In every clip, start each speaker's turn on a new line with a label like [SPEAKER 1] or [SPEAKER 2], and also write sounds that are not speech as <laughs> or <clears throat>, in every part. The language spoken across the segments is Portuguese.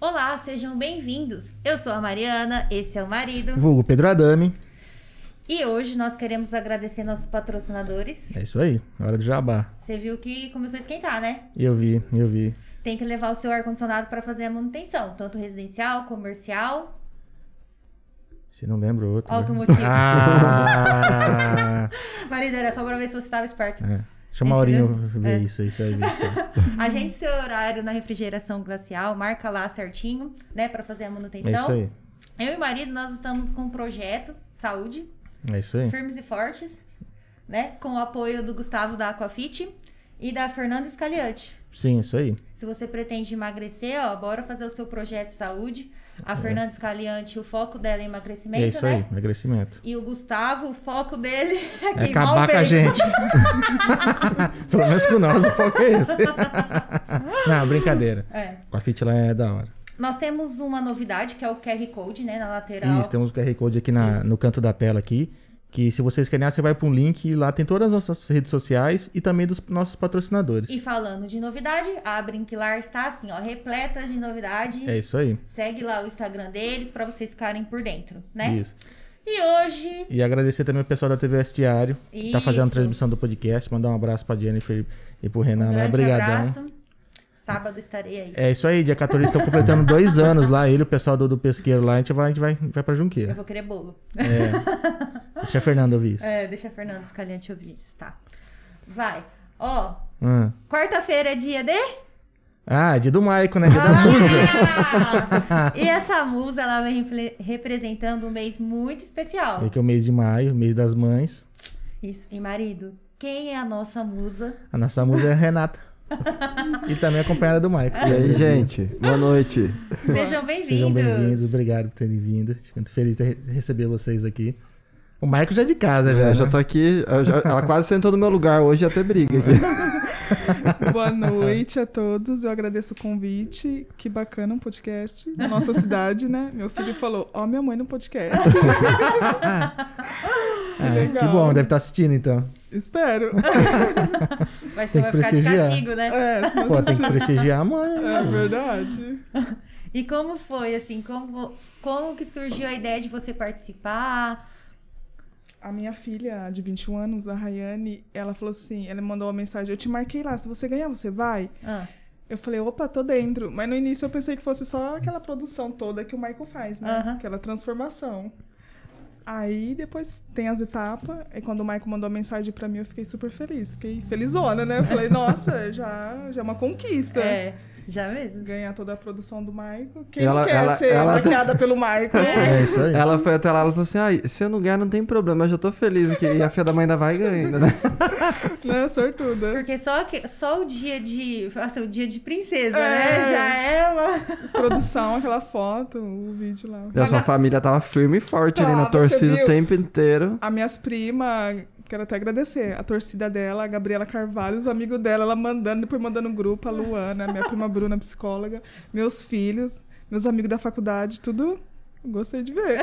[SPEAKER 1] Olá, sejam bem-vindos. Eu sou a Mariana, esse é o marido.
[SPEAKER 2] Vulgo Pedro Adame.
[SPEAKER 1] E hoje nós queremos agradecer nossos patrocinadores.
[SPEAKER 2] É isso aí, hora do jabá.
[SPEAKER 1] Você viu que começou a esquentar, né?
[SPEAKER 2] Eu vi, eu vi.
[SPEAKER 1] Tem que levar o seu ar-condicionado para fazer a manutenção, tanto residencial, comercial,
[SPEAKER 2] Se não lembra o outro. né?
[SPEAKER 1] automotivo.
[SPEAKER 2] Ah!
[SPEAKER 1] Marido, era só pra ver se você estava
[SPEAKER 2] <laughs>
[SPEAKER 1] esperto.
[SPEAKER 2] é. Deixa o Maurinho ver
[SPEAKER 1] É.
[SPEAKER 2] isso aí, isso aí, É isso aí.
[SPEAKER 1] Agende seu horário na refrigeração glacial, marca lá certinho, né, para fazer a
[SPEAKER 2] É isso
[SPEAKER 1] manutenção.
[SPEAKER 2] aí.
[SPEAKER 1] Eu e marido, nós estamos com um projeto Saúde,
[SPEAKER 2] É isso aí.
[SPEAKER 1] firmes e fortes, né, com o apoio do Gustavo da Aquafit e da Fernanda Scaliante.
[SPEAKER 2] Sim, isso aí.
[SPEAKER 1] Se você pretende emagrecer, ó, bora fazer o seu projeto Saúde. A Fernanda Scaliante, o foco dela é emagrecimento,
[SPEAKER 2] é isso
[SPEAKER 1] né?
[SPEAKER 2] aí, emagrecimento.
[SPEAKER 1] E o Gustavo, o foco dele <laughs> é
[SPEAKER 2] É
[SPEAKER 1] queimar o
[SPEAKER 2] acabar com a
[SPEAKER 1] peito.
[SPEAKER 2] gente. <laughs> Pelo menos com nós o foco é esse. <laughs> não, brincadeira.
[SPEAKER 1] É.
[SPEAKER 2] Com a fit lá é da hora.
[SPEAKER 1] Nós temos uma novidade que é o QR Code, né, na lateral.
[SPEAKER 2] Isso, temos o QR Code aqui na, no canto da tela aqui. Que se você escanear, você vai para um link e lá tem todas as nossas redes sociais e também dos nossos patrocinadores.
[SPEAKER 1] E falando de novidade, a Brinquilar está assim, ó, repleta de novidade.
[SPEAKER 2] É isso aí.
[SPEAKER 1] Segue lá o Instagram deles para vocês ficarem por dentro, né?
[SPEAKER 2] Isso.
[SPEAKER 1] E hoje,
[SPEAKER 2] E agradecer também o pessoal da TVS Diário, que tá fazendo a
[SPEAKER 1] Isso.
[SPEAKER 2] transmissão do podcast. Mandar um abraço pra Jennifer e pro
[SPEAKER 1] um
[SPEAKER 2] Renan lá.
[SPEAKER 1] grande
[SPEAKER 2] Obrigadão.
[SPEAKER 1] abraço. Sábado estarei aí.
[SPEAKER 2] É isso aí, dia 14 estão completando dois anos lá. Ele, o pessoal do, do pesqueiro lá, a gente vai, a gente vai, vai pra
[SPEAKER 1] Eu
[SPEAKER 2] Junqueira.
[SPEAKER 1] vou querer bolo.
[SPEAKER 2] É. Deixa a Fernanda ouvir isso.
[SPEAKER 1] É, deixa a Fernanda Scaliante ouvir isso, tá? Vai. Ó,
[SPEAKER 2] Hum.
[SPEAKER 1] quarta-feira é dia de...
[SPEAKER 2] Ah, dia do Maico, né? Dia da musa.
[SPEAKER 1] Ah! e essa musa, ela vem repre- representando um mês muito especial.
[SPEAKER 2] É que é o mês de maio, mês das mães.
[SPEAKER 1] Isso. E marido, quem é a nossa musa?
[SPEAKER 2] A nossa musa é a Renata. e também acompanhada do Maico.
[SPEAKER 3] E aí, gente? Boa noite.
[SPEAKER 1] Sejam bem-vindos.
[SPEAKER 2] Sejam bem-vindos, obrigado por terem vindo. Fico muito feliz de re- receber vocês aqui. O Maico já é de casa, já.
[SPEAKER 3] Eu já
[SPEAKER 2] né?
[SPEAKER 3] tô aqui. eu já- ela quase sentou no meu lugar hoje até briga aqui.
[SPEAKER 4] Boa noite a todos. Eu agradeço o convite. Que bacana um podcast na nossa cidade, né? Meu filho falou: Ó, minha mãe no podcast.
[SPEAKER 2] Ah,
[SPEAKER 4] legal.
[SPEAKER 2] Que bom, deve estar assistindo então.
[SPEAKER 4] Espero.
[SPEAKER 1] Mas você
[SPEAKER 2] Tem
[SPEAKER 1] vai
[SPEAKER 2] que
[SPEAKER 1] ficar de
[SPEAKER 2] prestigiar.
[SPEAKER 1] castigo, né?
[SPEAKER 4] É, se
[SPEAKER 2] Pô,
[SPEAKER 4] não-
[SPEAKER 2] tem que prestigiar a mãe.
[SPEAKER 4] é verdade.
[SPEAKER 1] E como foi, assim, como, como que surgiu a ideia de você participar?
[SPEAKER 4] A minha filha de 21 anos, a Rayane, ela falou assim: ela mandou uma mensagem. Eu te marquei lá. Se você ganhar, você vai.
[SPEAKER 1] Ah,
[SPEAKER 4] Eu falei, opa, tô dentro. Mas no início eu pensei que fosse só aquela produção toda que o Michael faz, né?
[SPEAKER 1] Aham.
[SPEAKER 4] Aquela transformação. Aí depois tem as etapas. E quando o Michael mandou a mensagem pra mim, eu fiquei super feliz. Fiquei felizona, né? Eu falei, nossa, já, já é uma conquista.
[SPEAKER 1] é, já mesmo.
[SPEAKER 4] Ganhar toda a produção do Michael. Quem
[SPEAKER 3] Ela-
[SPEAKER 4] não quer
[SPEAKER 3] ela-
[SPEAKER 4] ser
[SPEAKER 3] ela-
[SPEAKER 4] maquiada pelo
[SPEAKER 1] <laughs>
[SPEAKER 4] Michael?
[SPEAKER 2] É isso
[SPEAKER 3] <laughs>
[SPEAKER 2] aí.
[SPEAKER 3] Ela foi até lá e falou assim: ai, se eu não ganhar, não tem problema, eu já tô feliz aqui. E a filha da mãe ainda vai e ganha ainda, né?
[SPEAKER 4] né? Sortuda.
[SPEAKER 1] Porque só, que, só o dia de. Assim, o dia de princesa,
[SPEAKER 4] É.
[SPEAKER 1] né? Já é uma.
[SPEAKER 4] Produção, aquela foto, o vídeo lá.
[SPEAKER 3] E a sua
[SPEAKER 1] Bagaço.
[SPEAKER 3] família tava firme e forte ali na
[SPEAKER 4] Tava,
[SPEAKER 3] torcida
[SPEAKER 4] você viu?
[SPEAKER 3] o tempo inteiro.
[SPEAKER 4] A minhas primas, quero até agradecer. A torcida dela, a Gabriela Carvalho, os amigos dela, ela mandando, depois mandando no grupo, a Luana, minha prima Bruna, psicóloga, meus filhos, meus amigos da faculdade, tudo. Gostei de ver.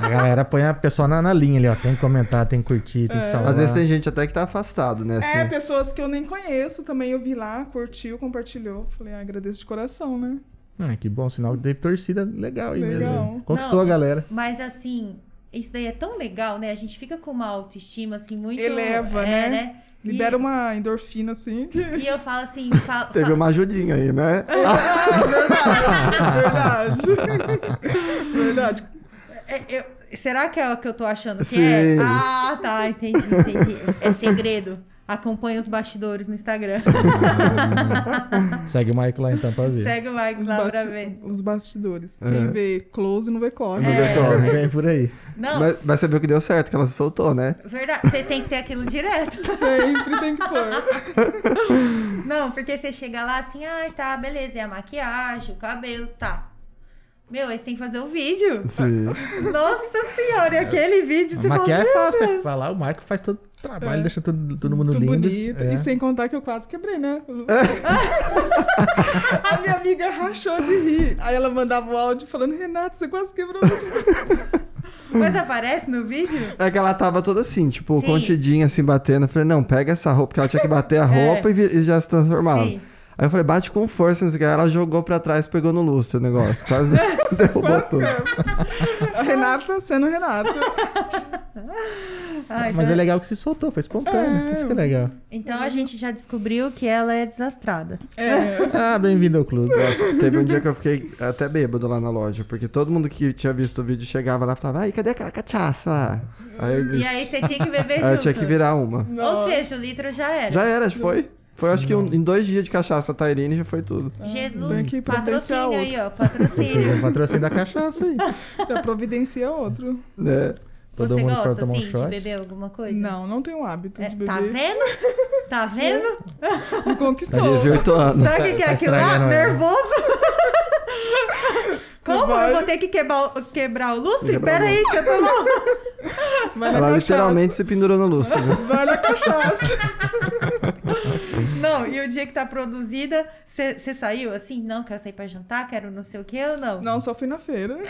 [SPEAKER 2] A galera põe a pessoa na, na linha ali, ó. Tem que comentar, tem que curtir, tem que salvar.
[SPEAKER 3] Às vezes tem gente até que tá afastado, né?
[SPEAKER 4] É,
[SPEAKER 3] Assim.
[SPEAKER 4] pessoas que eu nem conheço também, eu vi lá, curtiu, compartilhou. Falei, ah, agradeço de coração, né?
[SPEAKER 2] Ah, que bom, sinal que teve torcida legal aí
[SPEAKER 4] Legal.
[SPEAKER 2] mesmo. Conquistou
[SPEAKER 1] Não.
[SPEAKER 2] a galera.
[SPEAKER 1] Mas assim, isso daí é tão legal, né? A gente fica com uma autoestima, assim, muito.
[SPEAKER 4] Eleva,
[SPEAKER 1] é,
[SPEAKER 4] né?
[SPEAKER 1] né? E-
[SPEAKER 4] Libera uma endorfina, assim.
[SPEAKER 1] <laughs>
[SPEAKER 4] que-
[SPEAKER 1] E eu falo
[SPEAKER 3] <laughs>
[SPEAKER 1] assim, falo,
[SPEAKER 3] Teve uma ajudinha aí, né?
[SPEAKER 1] <laughs>
[SPEAKER 4] Verdade. Verdade.
[SPEAKER 1] É, eu- será que é o que eu tô achando que é?
[SPEAKER 3] um- Sim.
[SPEAKER 1] Ah, tá, entendi, entendi. É segredo. Acompanha os bastidores no Instagram.
[SPEAKER 2] Segue o Maico lá então pra ver.
[SPEAKER 1] <laughs> Segue o Mike
[SPEAKER 4] Os,
[SPEAKER 1] lá
[SPEAKER 4] bate-
[SPEAKER 1] pra ver. É.
[SPEAKER 4] os bastidores.
[SPEAKER 3] É.
[SPEAKER 4] Quem vê close não vê corre.
[SPEAKER 3] Não vê
[SPEAKER 2] Ó,
[SPEAKER 3] como.
[SPEAKER 2] vem por aí.
[SPEAKER 1] Não,
[SPEAKER 3] Mas, mas você viu que deu certo, que ela se soltou, né?
[SPEAKER 1] verdade, você tem que ter aquilo direto. <laughs>
[SPEAKER 4] Sempre tem que pôr.
[SPEAKER 1] Não, porque você chega lá assim, ai, tá, beleza, é a maquiagem, o cabelo, tá. Meu, aí você tem que fazer o vídeo.
[SPEAKER 3] Sim.
[SPEAKER 1] Nossa senhora, e aquele vídeo você fala,
[SPEAKER 2] Maquiar é
[SPEAKER 1] "Meu
[SPEAKER 2] fácil,
[SPEAKER 1] Deus".
[SPEAKER 2] é falar. O Maico faz todo, trabalho, deixa todo, todo mundo
[SPEAKER 4] Tudo
[SPEAKER 2] lindo.
[SPEAKER 4] bonito.
[SPEAKER 2] É.
[SPEAKER 4] E sem contar que eu quase quebrei, né? <laughs> a minha amiga rachou de rir. Aí ela mandava o áudio falando, Renato, você quase quebrou você.
[SPEAKER 1] Mas aparece no vídeo?
[SPEAKER 3] É que ela tava toda assim, tipo,
[SPEAKER 1] Sim.
[SPEAKER 3] contidinha, assim, batendo. Eu falei, não, pega essa roupa, porque ela tinha que bater a roupa e vi- e já se transformava.
[SPEAKER 1] Sim.
[SPEAKER 3] Aí eu falei, bate com força, não sei o que. Aí Ela jogou pra trás, pegou no lustre o negócio.
[SPEAKER 1] <laughs>
[SPEAKER 3] Quase derrubou
[SPEAKER 4] Quase
[SPEAKER 3] tudo.
[SPEAKER 4] <laughs> quebrou. A Renata sendo Renata.
[SPEAKER 1] Ah, então,
[SPEAKER 2] Mas é legal que se soltou,
[SPEAKER 1] Ah.
[SPEAKER 2] foi espontâneo. Isso que é legal.
[SPEAKER 1] então a gente já descobriu que ela é desastrada.
[SPEAKER 4] É, <laughs>
[SPEAKER 2] Ah, bem-vindo ao clube.
[SPEAKER 3] Nossa, teve um dia que eu fiquei até bêbado lá na loja, porque todo mundo que tinha visto o vídeo chegava lá e falava, ai, cadê aquela cachaça lá? Aí, eu-
[SPEAKER 1] E aí você tinha que beber junto.
[SPEAKER 3] <laughs> aí eu tinha que virar uma.
[SPEAKER 1] Ou seja, o litro já era.
[SPEAKER 3] Já era, já foi? Foi acho que um- em dois dias de cachaça Tairine já foi tudo.
[SPEAKER 1] Jesus,
[SPEAKER 4] Tem que providenciar
[SPEAKER 1] patrocínio aí, ó. Patrocínio.
[SPEAKER 2] O patrocínio da
[SPEAKER 1] <laughs>
[SPEAKER 2] cachaça aí.
[SPEAKER 4] já tá, providencia outro.
[SPEAKER 3] Né?
[SPEAKER 2] <laughs> Todo
[SPEAKER 1] você
[SPEAKER 2] mundo
[SPEAKER 1] gosta,
[SPEAKER 2] pra tomar um
[SPEAKER 1] assim, de
[SPEAKER 2] shot?
[SPEAKER 1] beber alguma coisa?
[SPEAKER 4] Não, não tem um hábito
[SPEAKER 1] É,
[SPEAKER 4] de beber.
[SPEAKER 1] tá vendo?
[SPEAKER 4] <laughs>
[SPEAKER 1] Tá vendo?
[SPEAKER 4] Me
[SPEAKER 3] Aos
[SPEAKER 4] conquistou.
[SPEAKER 3] 18 anos.
[SPEAKER 1] Sabe o que, que é
[SPEAKER 2] tá
[SPEAKER 1] aquilo lá?
[SPEAKER 2] estragando ela.
[SPEAKER 1] Nervoso?
[SPEAKER 4] <laughs>
[SPEAKER 1] Como?
[SPEAKER 4] Vai.
[SPEAKER 1] Eu vou ter que quebrar, o- quebrar o lustre?
[SPEAKER 3] Quebrar
[SPEAKER 1] Pera
[SPEAKER 3] o
[SPEAKER 1] aí, deixa eu tomar.
[SPEAKER 4] Vai na
[SPEAKER 3] Ela
[SPEAKER 4] cachaça.
[SPEAKER 3] literalmente se pendurou no lustre. viu?
[SPEAKER 4] Vai na cachaça.
[SPEAKER 1] Não, e o dia que tá produzida, você saiu assim? Não, quero sair pra jantar, quero não sei o que ou não?
[SPEAKER 4] Não, só fui na <laughs> feira. né?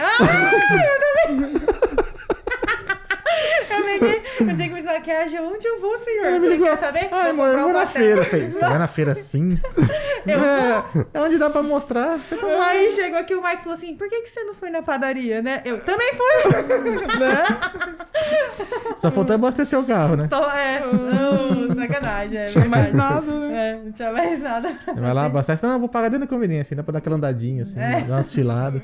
[SPEAKER 1] Eu peguei, o dia que me maquiagem, onde eu vou, senhor?
[SPEAKER 2] Ele me
[SPEAKER 1] Você
[SPEAKER 2] ligou.
[SPEAKER 1] quer saber?
[SPEAKER 2] Ai, amor, eu
[SPEAKER 1] comprar um
[SPEAKER 2] vou na
[SPEAKER 1] pastel."
[SPEAKER 2] feira. Eu Falei, você vai na
[SPEAKER 1] <laughs>
[SPEAKER 2] feira sim? É, é onde dá pra mostrar. Eu falei, tá bom.
[SPEAKER 1] Aí chegou aqui o Mike e falou assim: por que, que você não foi na padaria, né? Eu também fui, né?
[SPEAKER 2] Só faltou abastecer o carro, né?
[SPEAKER 1] Então, é, não, sacanagem. É,
[SPEAKER 4] Não mais
[SPEAKER 1] verdade.
[SPEAKER 4] nada, né?
[SPEAKER 1] É, não tinha mais nada.
[SPEAKER 2] Vai lá, abastece. Não, eu vou pagar dentro da conveniência. Dá pra dar aquela andadinha, assim,
[SPEAKER 1] É.
[SPEAKER 2] dar
[SPEAKER 1] <laughs>
[SPEAKER 2] umas filadas.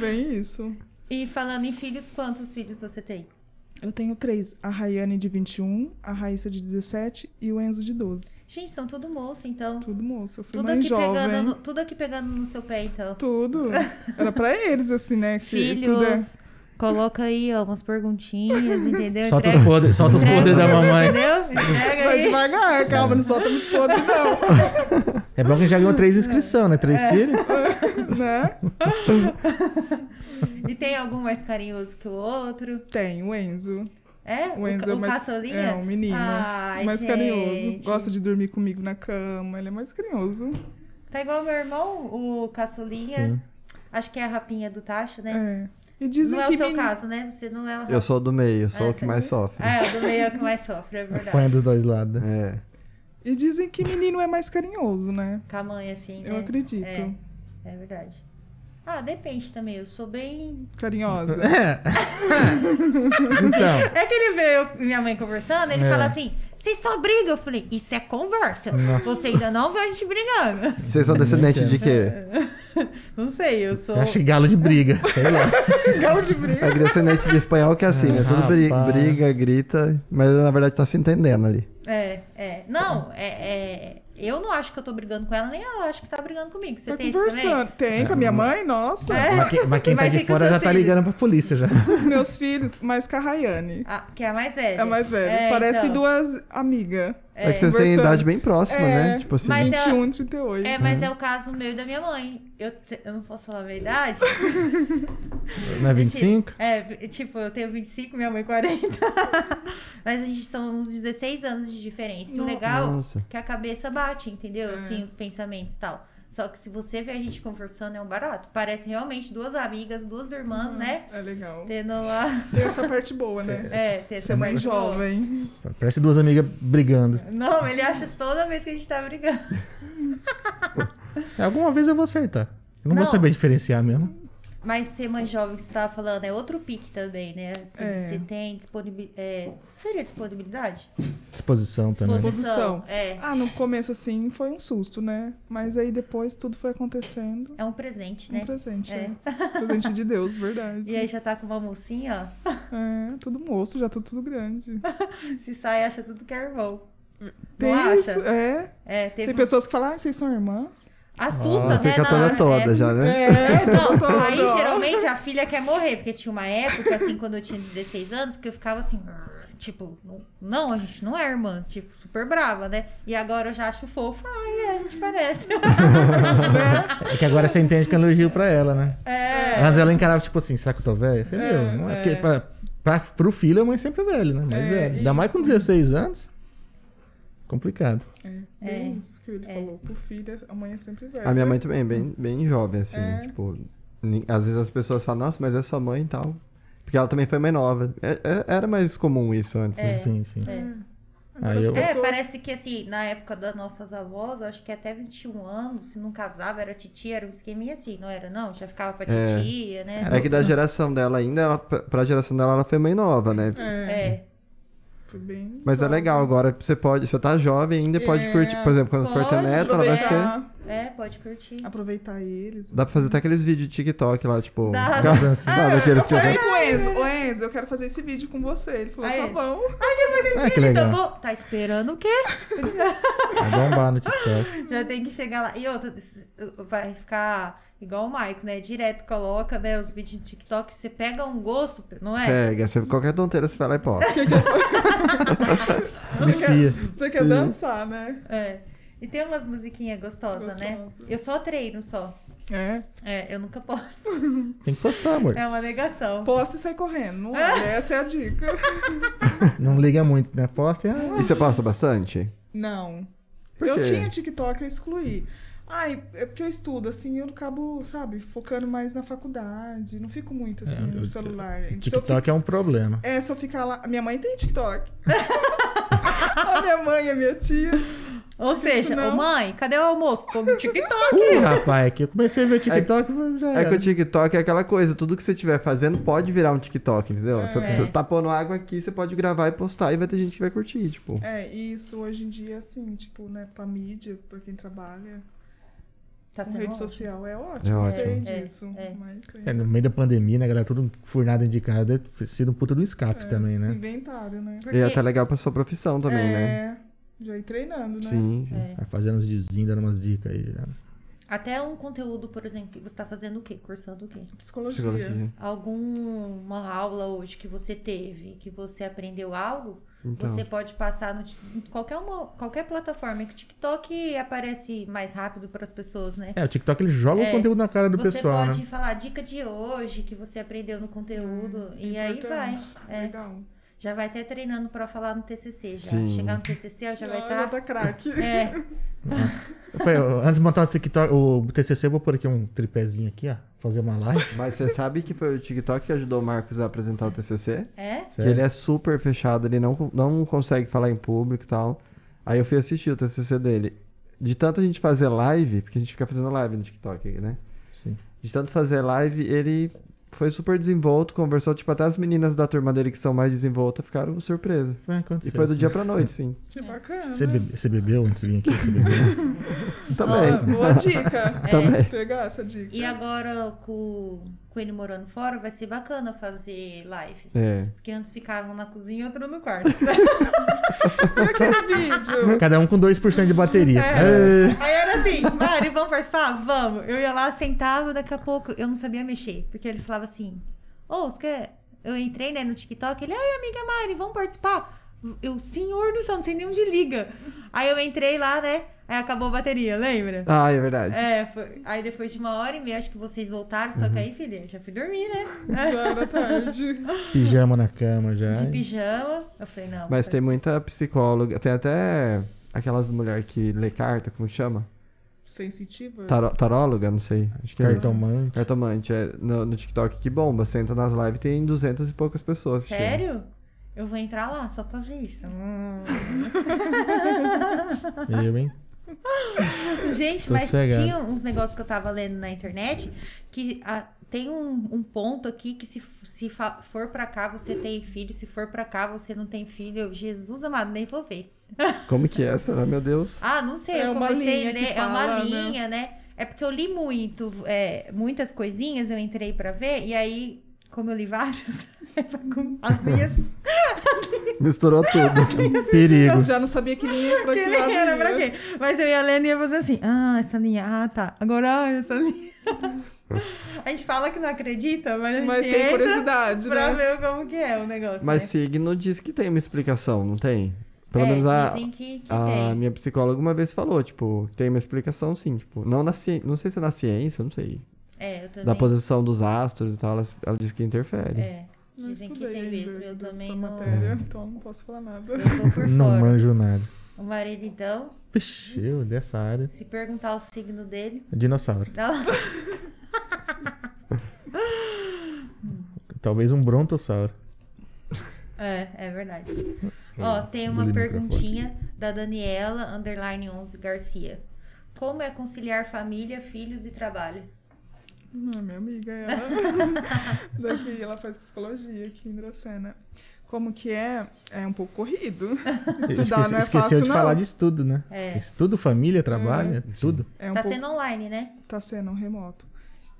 [SPEAKER 4] Bem isso.
[SPEAKER 1] E falando em filhos, quantos filhos você tem?
[SPEAKER 4] Eu tenho três. A Rayane de 21, a Raíssa de 17 e o Enzo de 12.
[SPEAKER 1] Gente, são tudo moço, então.
[SPEAKER 4] Tudo moço. Eu fui
[SPEAKER 1] Tudo
[SPEAKER 4] mais
[SPEAKER 1] aqui,
[SPEAKER 4] jovem.
[SPEAKER 1] pegando no, tudo aqui pegando no seu pé, então.
[SPEAKER 4] Tudo. Era pra eles, assim, né? Que tudo é-
[SPEAKER 1] Filhos, coloca aí, ó, umas perguntinhas, entendeu?
[SPEAKER 2] Solta os
[SPEAKER 1] Entrega-
[SPEAKER 2] podres, solta os podres da
[SPEAKER 1] entrega,
[SPEAKER 2] mamãe.
[SPEAKER 1] Entendeu? Entrega
[SPEAKER 4] Vai
[SPEAKER 1] aí.
[SPEAKER 4] devagar, calma, não solta muito foda, não. <laughs>
[SPEAKER 2] É bom que já ganhou três inscrições, né? Três
[SPEAKER 1] É.
[SPEAKER 2] filhos.
[SPEAKER 4] né?
[SPEAKER 1] E tem algum mais carinhoso que o outro?
[SPEAKER 4] Tem o Enzo.
[SPEAKER 1] É? O,
[SPEAKER 4] O Enzo
[SPEAKER 1] ca-
[SPEAKER 4] é
[SPEAKER 1] o
[SPEAKER 4] mais-
[SPEAKER 1] caçulinha?
[SPEAKER 4] É, um menino.
[SPEAKER 1] né? Ai,
[SPEAKER 4] mais
[SPEAKER 1] gente.
[SPEAKER 4] carinhoso. Gosta de dormir comigo na cama. Ele é mais carinhoso.
[SPEAKER 1] Tá igual meu irmão, o caçulinha.
[SPEAKER 2] Sim.
[SPEAKER 1] Acho que é a rapinha do tacho, né?
[SPEAKER 4] É. E dizem
[SPEAKER 1] Não é o
[SPEAKER 4] que.
[SPEAKER 1] seu
[SPEAKER 4] meni-
[SPEAKER 1] caso, né? Você não é o
[SPEAKER 3] Eu sou do meio,
[SPEAKER 1] Ah,
[SPEAKER 3] sou o que
[SPEAKER 1] sim.
[SPEAKER 3] mais sofre.
[SPEAKER 1] É, o do meio é o que mais sofre, é verdade.
[SPEAKER 2] Apanha dos dois
[SPEAKER 1] <laughs>
[SPEAKER 2] lados, né?
[SPEAKER 3] É.
[SPEAKER 4] E dizem que menino é mais carinhoso, né?
[SPEAKER 1] Com a mãe, assim, né?
[SPEAKER 4] Eu acredito.
[SPEAKER 1] É. É verdade. Ah, depende também. Eu sou bem.
[SPEAKER 4] Carinhosa.
[SPEAKER 2] É. <laughs> Então,
[SPEAKER 1] É que ele vê eu, minha mãe conversando, ele
[SPEAKER 2] É.
[SPEAKER 1] fala assim: se só briga. Eu falei: isso é conversa. Você ainda não viu a gente brigando.
[SPEAKER 3] Vocês são descendentes de quê?
[SPEAKER 1] Não sei, eu sou.
[SPEAKER 2] eu acho galo de briga, sei lá.
[SPEAKER 1] <laughs>
[SPEAKER 4] Legal de briga.
[SPEAKER 3] É que descendente de espanhol que é assim, né? Tudo bri-
[SPEAKER 2] Rapaz.
[SPEAKER 3] briga, grita, mas na verdade tá se entendendo ali.
[SPEAKER 1] É, é. Não, é, é- Eu não acho que eu tô brigando com ela, nem ela acha que tá brigando comigo. <laughs> Você
[SPEAKER 4] Tá
[SPEAKER 1] tem isso também?
[SPEAKER 4] conversando. Tem, com a minha mãe, nossa.
[SPEAKER 1] É.
[SPEAKER 2] Mas quem, mas quem tá
[SPEAKER 1] Vai ser
[SPEAKER 2] de
[SPEAKER 1] com
[SPEAKER 2] fora
[SPEAKER 1] seus
[SPEAKER 2] já tá
[SPEAKER 1] filhos.
[SPEAKER 2] ligando pra polícia já.
[SPEAKER 4] Com os meus filhos, mas com a Rayane.
[SPEAKER 1] Ah, que é a mais velha.
[SPEAKER 4] É a mais velha.
[SPEAKER 1] É,
[SPEAKER 4] Parece
[SPEAKER 1] então.
[SPEAKER 4] duas amigas.
[SPEAKER 3] É, que vocês têm
[SPEAKER 4] Conversando.
[SPEAKER 3] idade bem próxima,
[SPEAKER 4] É.
[SPEAKER 3] né? Tipo assim,
[SPEAKER 1] Mas
[SPEAKER 4] 21 e 38.
[SPEAKER 1] É, mas é o caso meu e da minha mãe. Eu, te- eu não posso falar a verdade.
[SPEAKER 2] Não é 25?
[SPEAKER 1] É, tipo, eu tenho 25, minha mãe 40. <laughs> Mas a gente são uns 16 anos de diferença. E O
[SPEAKER 4] Nossa.
[SPEAKER 1] legal é
[SPEAKER 3] Nossa.
[SPEAKER 1] que a cabeça bate,
[SPEAKER 4] É.
[SPEAKER 1] entendeu? Assim, os pensamentos e tal. Só que se você vê a gente conversando, é um barato. Parece realmente duas amigas, duas irmãs, né?
[SPEAKER 4] É legal.
[SPEAKER 1] Tendo a.
[SPEAKER 4] Tem essa parte boa, né?
[SPEAKER 1] É, ter
[SPEAKER 4] Ser mais jovem.
[SPEAKER 2] Parece duas amigas brigando.
[SPEAKER 1] Não, ele acha toda vez que a gente tá brigando.
[SPEAKER 2] Alguma vez eu vou acertar. Eu não,
[SPEAKER 1] Não.
[SPEAKER 2] vou saber diferenciar mesmo.
[SPEAKER 1] Mas ser mais jovem que você tava falando é outro pique também, né? Assim,
[SPEAKER 4] É.
[SPEAKER 1] Você tem disponibilidade. seria disponibilidade?
[SPEAKER 2] Disposição
[SPEAKER 3] Tá
[SPEAKER 2] também. né?
[SPEAKER 4] Disposição.
[SPEAKER 1] É.
[SPEAKER 4] Ah, no começo, assim, foi um susto, né? Mas aí depois tudo foi acontecendo.
[SPEAKER 1] É um presente,
[SPEAKER 4] Um
[SPEAKER 1] né?
[SPEAKER 4] presente,
[SPEAKER 1] É.
[SPEAKER 4] né? Presente de Deus, verdade.
[SPEAKER 1] <laughs> E aí já tá com uma mocinha, ó.
[SPEAKER 4] É, tudo moço, já tudo, tudo grande.
[SPEAKER 1] Se sai, acha tudo que é irmão.
[SPEAKER 4] Tem
[SPEAKER 1] não
[SPEAKER 4] isso,
[SPEAKER 1] acha?
[SPEAKER 4] é.
[SPEAKER 1] É, teve...
[SPEAKER 4] Tem pessoas que falam, ah, vocês são irmãs?
[SPEAKER 1] Assusta, né?
[SPEAKER 3] Ah, fica
[SPEAKER 1] na
[SPEAKER 3] toda
[SPEAKER 1] hora,
[SPEAKER 3] toda
[SPEAKER 1] é.
[SPEAKER 3] já, né?
[SPEAKER 1] <laughs>
[SPEAKER 4] É,
[SPEAKER 1] Não,
[SPEAKER 4] toda
[SPEAKER 1] aí
[SPEAKER 4] hora.
[SPEAKER 1] geralmente a filha quer morrer, porque tinha uma época, assim, quando eu tinha 16 anos, que eu ficava assim, tipo, não, a gente não é irmã, tipo, super brava, né? E agora eu já acho fofa, ai, é, a gente parece.
[SPEAKER 2] É que agora você entende que é elogio pra ela, né?
[SPEAKER 1] É,
[SPEAKER 2] Antes ela encarava, tipo assim, será que eu tô velha? Eu falei, Meu, não é porque pra, pra pra, pro filho, a mãe sempre é velha, né? Mais
[SPEAKER 4] É,
[SPEAKER 2] velha. Ainda mais com
[SPEAKER 4] isso.
[SPEAKER 2] 16 anos. Complicado.
[SPEAKER 4] É,
[SPEAKER 1] É.
[SPEAKER 4] bem isso que ele falou. Pro filho, a mãe é sempre velha.
[SPEAKER 3] A minha mãe também é bem, bem jovem, assim.
[SPEAKER 4] É.
[SPEAKER 3] Tipo, ni- às vezes as pessoas falam, nossa, mas é sua mãe e tal. Porque ela também foi mais nova. É- é- era mais comum isso antes.
[SPEAKER 1] É.
[SPEAKER 2] Sim, sim.
[SPEAKER 1] É.
[SPEAKER 4] Agora
[SPEAKER 2] Aí
[SPEAKER 4] as
[SPEAKER 2] eu-
[SPEAKER 1] É,
[SPEAKER 4] Né? Tipo, pessoas-
[SPEAKER 1] parece que assim, na época das nossas avós, eu acho que até 21 anos, se não casava, era titia, era um esqueminha assim, não era não? Já ficava pra
[SPEAKER 3] É.
[SPEAKER 1] titia, né?
[SPEAKER 3] É que da geração dela ainda, ela, pra pra geração dela, ela foi mãe nova, né?
[SPEAKER 4] É,
[SPEAKER 1] É,
[SPEAKER 4] foi bem.
[SPEAKER 3] Mas é
[SPEAKER 4] jovem.
[SPEAKER 3] legal, agora você pode, você tá jovem ainda e pode
[SPEAKER 4] É.
[SPEAKER 3] curtir, por exemplo, quando for ter
[SPEAKER 1] Pode
[SPEAKER 3] neto, ela Né, vai ser...
[SPEAKER 4] Aproveitar,
[SPEAKER 1] é, pode curtir.
[SPEAKER 4] aproveitar eles.
[SPEAKER 3] Dá pra fazer até aqueles vídeos de TikTok lá, tipo...
[SPEAKER 1] Dá.
[SPEAKER 2] Dança.
[SPEAKER 1] ah,
[SPEAKER 3] Sabe aqueles que...
[SPEAKER 4] Eu falei com o Enzo, o Enzo, eu quero fazer esse vídeo com você. Ele falou,
[SPEAKER 1] Aí.
[SPEAKER 4] tá bom. <laughs>
[SPEAKER 2] Ah, que
[SPEAKER 1] Então,
[SPEAKER 2] legal.
[SPEAKER 1] vou... Tá esperando o quê?
[SPEAKER 2] Vai bombar no TikTok.
[SPEAKER 1] Já tem que chegar lá. E outra, s- vai ficar igual o Maico, né? Direto coloca, né, os vídeos de TikTok, você pega um gosto, não é?
[SPEAKER 3] Pega, você- qualquer tonteira você vai lá e posta.
[SPEAKER 2] Vicia.
[SPEAKER 4] Você quer
[SPEAKER 3] Sim.
[SPEAKER 4] dançar, né?
[SPEAKER 1] É. E tem umas musiquinhas gostosas, né?
[SPEAKER 4] Gostosa.
[SPEAKER 1] Eu só treino só.
[SPEAKER 4] É.
[SPEAKER 1] É, eu nunca posso.
[SPEAKER 2] Tem que postar, amor.
[SPEAKER 1] É uma negação.
[SPEAKER 4] Posta e sai correndo. Não olha,
[SPEAKER 1] <laughs>
[SPEAKER 4] essa é a dica.
[SPEAKER 2] Não liga muito, né? Posta e... Ah,
[SPEAKER 3] E você posta bastante?
[SPEAKER 4] Não.
[SPEAKER 3] Por
[SPEAKER 4] eu
[SPEAKER 3] quê?
[SPEAKER 4] tinha TikTok, eu excluí. Ai, é porque eu estudo, assim, eu acabo, sabe, focando mais na faculdade. Não fico muito, assim,
[SPEAKER 2] É,
[SPEAKER 4] no
[SPEAKER 2] eu-
[SPEAKER 4] celular. Se eu
[SPEAKER 2] TikTok é um problema.
[SPEAKER 4] É, se eu ficar lá. Minha mãe tem TikTok. <laughs> a minha mãe, a minha tia.
[SPEAKER 1] Ou seja,
[SPEAKER 4] não.
[SPEAKER 1] ô mãe, cadê o almoço? Tô no
[SPEAKER 2] <laughs>
[SPEAKER 1] TikTok.
[SPEAKER 2] Ih, rapaz, é que eu comecei a ver TikTok já
[SPEAKER 3] É
[SPEAKER 2] era.
[SPEAKER 3] que o TikTok é aquela coisa, tudo que você estiver fazendo pode virar um TikTok, entendeu? Se
[SPEAKER 1] É.
[SPEAKER 3] você tá pondo água aqui, você pode gravar e postar e vai ter gente que vai curtir, tipo.
[SPEAKER 4] É, e isso hoje em dia, assim, tipo, né, pra mídia, pra quem trabalha,
[SPEAKER 1] Tá
[SPEAKER 4] com
[SPEAKER 1] sendo
[SPEAKER 4] rede
[SPEAKER 1] ótimo.
[SPEAKER 4] social é ótimo, eu
[SPEAKER 3] É
[SPEAKER 4] sei
[SPEAKER 1] ótimo. É,
[SPEAKER 4] disso.
[SPEAKER 1] é.
[SPEAKER 4] Mas
[SPEAKER 2] É, no meio da pandemia, né, galera? Tudo furnado de casa, deve ter sido um puta do escape também,
[SPEAKER 4] Se
[SPEAKER 2] né?
[SPEAKER 4] inventaram, né?
[SPEAKER 1] Porque-
[SPEAKER 3] E é até legal pra sua profissão também,
[SPEAKER 4] é,
[SPEAKER 3] né?
[SPEAKER 4] já ir treinando, né?
[SPEAKER 3] Sim.
[SPEAKER 1] É.
[SPEAKER 2] Vai Tá fazendo uns dizinhos, dando umas dicas aí. né?
[SPEAKER 1] Até um conteúdo, por exemplo, que você tá fazendo o quê? Cursando o quê?
[SPEAKER 4] Psicologia.
[SPEAKER 3] Psicologia.
[SPEAKER 1] Alguma aula hoje que você teve, que você aprendeu algo,
[SPEAKER 3] Então.
[SPEAKER 1] você pode passar no ti- em qualquer, uma, qualquer plataforma. Que o TikTok aparece mais rápido para as pessoas, né?
[SPEAKER 2] É, o TikTok ele joga o
[SPEAKER 1] É.
[SPEAKER 2] conteúdo na cara do
[SPEAKER 1] você
[SPEAKER 2] pessoal,
[SPEAKER 1] pode
[SPEAKER 2] né?
[SPEAKER 1] falar dica de hoje que você aprendeu no conteúdo. e aí vai.
[SPEAKER 4] É Importante.
[SPEAKER 1] É.
[SPEAKER 4] Legal.
[SPEAKER 1] Já vai até treinando para falar no TCC. Já
[SPEAKER 3] Sim.
[SPEAKER 1] chegar no TCC, eu já vai
[SPEAKER 4] Ah,
[SPEAKER 1] estar.
[SPEAKER 4] tá craque.
[SPEAKER 1] É,
[SPEAKER 2] Eu falei, ó, antes de montar o TikTok, o TCC, eu vou pôr aqui um tripézinho aqui, ó. Fazer uma live. <laughs>
[SPEAKER 3] Mas você sabe que foi o TikTok que ajudou o Marcos a apresentar o TCC?
[SPEAKER 1] é.
[SPEAKER 3] Que ele é super fechado, ele não, não consegue falar em público e tal. Aí eu fui assistir o TCC dele. De tanto a gente fazer live, porque a gente fica fazendo live no TikTok, né?
[SPEAKER 2] Sim.
[SPEAKER 3] De tanto fazer live, ele foi super desenvolto, conversou, tipo, até as meninas da turma dele que são mais desenvoltas ficaram surpresas.
[SPEAKER 2] Foi
[SPEAKER 3] E
[SPEAKER 2] acontecer.
[SPEAKER 3] foi do dia pra noite, sim.
[SPEAKER 4] <laughs> Que bacana.
[SPEAKER 2] Você, bebe- você bebeu um antes de vir aqui? Você bebeu?
[SPEAKER 3] Também.
[SPEAKER 4] Ó, boa dica.
[SPEAKER 3] Também.
[SPEAKER 4] Pegar essa dica.
[SPEAKER 1] E agora com, com ele morando fora, vai ser bacana fazer live.
[SPEAKER 3] É.
[SPEAKER 1] Porque antes ficavam na cozinha e outro no quarto.
[SPEAKER 4] Aquele <laughs> vídeo.
[SPEAKER 2] Cada um com 2% de bateria.
[SPEAKER 4] É.
[SPEAKER 2] É.
[SPEAKER 1] Aí era assim, Mari, vamos participar? Vamos. Eu ia lá, sentava, daqui a pouco eu não sabia mexer. Porque ele falava assim, ô, você quer... Eu entrei, né, no TikTok, ele, ai, amiga Mari, vamos participar? Eu, senhor do céu, não sei nem onde liga. Aí eu entrei lá, né, aí acabou a bateria, lembra?
[SPEAKER 3] Ah, é verdade.
[SPEAKER 1] É, foi- aí depois de uma hora e meia, acho que vocês voltaram, só que
[SPEAKER 3] Uhum.
[SPEAKER 1] aí, filha, já fui dormir, né?
[SPEAKER 4] Já era tarde.
[SPEAKER 2] Ah, Pijama na cama já.
[SPEAKER 1] <laughs> De pijama. Eu falei, não.
[SPEAKER 3] Mas
[SPEAKER 1] foi-
[SPEAKER 3] tem muita psicóloga, tem até aquelas mulheres que lê carta, como chama?
[SPEAKER 4] Sensitiva?
[SPEAKER 3] Taro- taróloga, não sei. Acho que é isso. <laughs>
[SPEAKER 2] Cartomante.
[SPEAKER 3] Cartomante, é no, no TikTok que bomba. Você entra nas lives tem 200 e poucas pessoas assistindo.
[SPEAKER 1] Sério? Eu vou entrar lá só pra ver isso. Hum.
[SPEAKER 2] Eu, hein?
[SPEAKER 1] Gente,
[SPEAKER 2] Tô
[SPEAKER 1] mas
[SPEAKER 2] cegado.
[SPEAKER 1] tinha uns negócios que eu tava lendo na internet que ah, tem um, um ponto aqui que se, se fa- for pra cá você tem filho, se for pra cá você não tem filho. Eu, Jesus amado, nem vou ver.
[SPEAKER 3] Como que é, será? Meu
[SPEAKER 1] <laughs>
[SPEAKER 3] Deus.
[SPEAKER 1] Ah, não sei,
[SPEAKER 4] É
[SPEAKER 1] eu
[SPEAKER 4] uma
[SPEAKER 1] comecei
[SPEAKER 4] linha
[SPEAKER 1] a
[SPEAKER 4] que
[SPEAKER 1] ler, é
[SPEAKER 4] fala,
[SPEAKER 1] uma
[SPEAKER 4] né?
[SPEAKER 1] linha, né? É porque eu li muito, é, muitas coisinhas, eu entrei pra ver, e aí, como eu li vários, <laughs> é as linhas
[SPEAKER 3] Misturou tudo.
[SPEAKER 2] Perigo.
[SPEAKER 4] Eu já não sabia que linha
[SPEAKER 1] <laughs>
[SPEAKER 4] pra que,
[SPEAKER 1] Porque
[SPEAKER 4] lado
[SPEAKER 1] nem era
[SPEAKER 4] ia.
[SPEAKER 1] pra quê? Mas eu ia lendo e ia fazer assim, ah, essa linha, ah, tá. Agora, ah, essa
[SPEAKER 4] <laughs>
[SPEAKER 1] linha. a gente fala que não acredita, mas a gente
[SPEAKER 4] Mas tem
[SPEAKER 1] entra
[SPEAKER 4] curiosidade,
[SPEAKER 1] pra
[SPEAKER 4] né?
[SPEAKER 1] ver como que é o negócio,
[SPEAKER 3] Mas
[SPEAKER 1] né?
[SPEAKER 3] signo diz que tem uma explicação, não tem? Pelo
[SPEAKER 1] É,
[SPEAKER 3] menos a,
[SPEAKER 1] dizem que, que
[SPEAKER 3] a
[SPEAKER 1] tem.
[SPEAKER 3] minha psicóloga uma vez falou, tipo, tem uma explicação sim, tipo, não na ciência, não sei se é na ciência, não sei,
[SPEAKER 1] É, eu também.
[SPEAKER 3] da posição dos astros e tal, ela, ela diz que interfere.
[SPEAKER 1] É.
[SPEAKER 4] Não
[SPEAKER 1] Dizem que
[SPEAKER 4] estudei
[SPEAKER 1] tem
[SPEAKER 4] ainda
[SPEAKER 1] mesmo, eu
[SPEAKER 4] dessa
[SPEAKER 1] também não-
[SPEAKER 4] matéria, então não posso falar nada.
[SPEAKER 1] Eu
[SPEAKER 3] <laughs>
[SPEAKER 1] sou por
[SPEAKER 2] Não
[SPEAKER 1] fora.
[SPEAKER 2] manjo nada.
[SPEAKER 1] O marido, então,
[SPEAKER 2] Vixe, eu dessa área.
[SPEAKER 1] se perguntar o signo dele.
[SPEAKER 2] Dinossauro.
[SPEAKER 1] dá-
[SPEAKER 2] Talvez um brontossauro.
[SPEAKER 1] <laughs> É, é verdade. Ó, tem uma
[SPEAKER 2] engoli no
[SPEAKER 1] perguntinha da Daniela, underline 11 Garcia. Como é conciliar família, filhos e trabalho?
[SPEAKER 4] Ah, minha amiga, ela.
[SPEAKER 1] <laughs>
[SPEAKER 4] Daqui ela faz psicologia aqui em Dracena. Como que é? É um pouco corrido. Estudar
[SPEAKER 2] Esquece-
[SPEAKER 4] não é
[SPEAKER 2] esqueceu
[SPEAKER 4] fácil,
[SPEAKER 2] de
[SPEAKER 4] não.
[SPEAKER 2] falar de estudo, né?
[SPEAKER 1] É.
[SPEAKER 2] Estudo, família, trabalho, é tudo.
[SPEAKER 4] É um
[SPEAKER 1] tá
[SPEAKER 4] pouco...
[SPEAKER 1] sendo online, né?
[SPEAKER 4] tá sendo um remoto.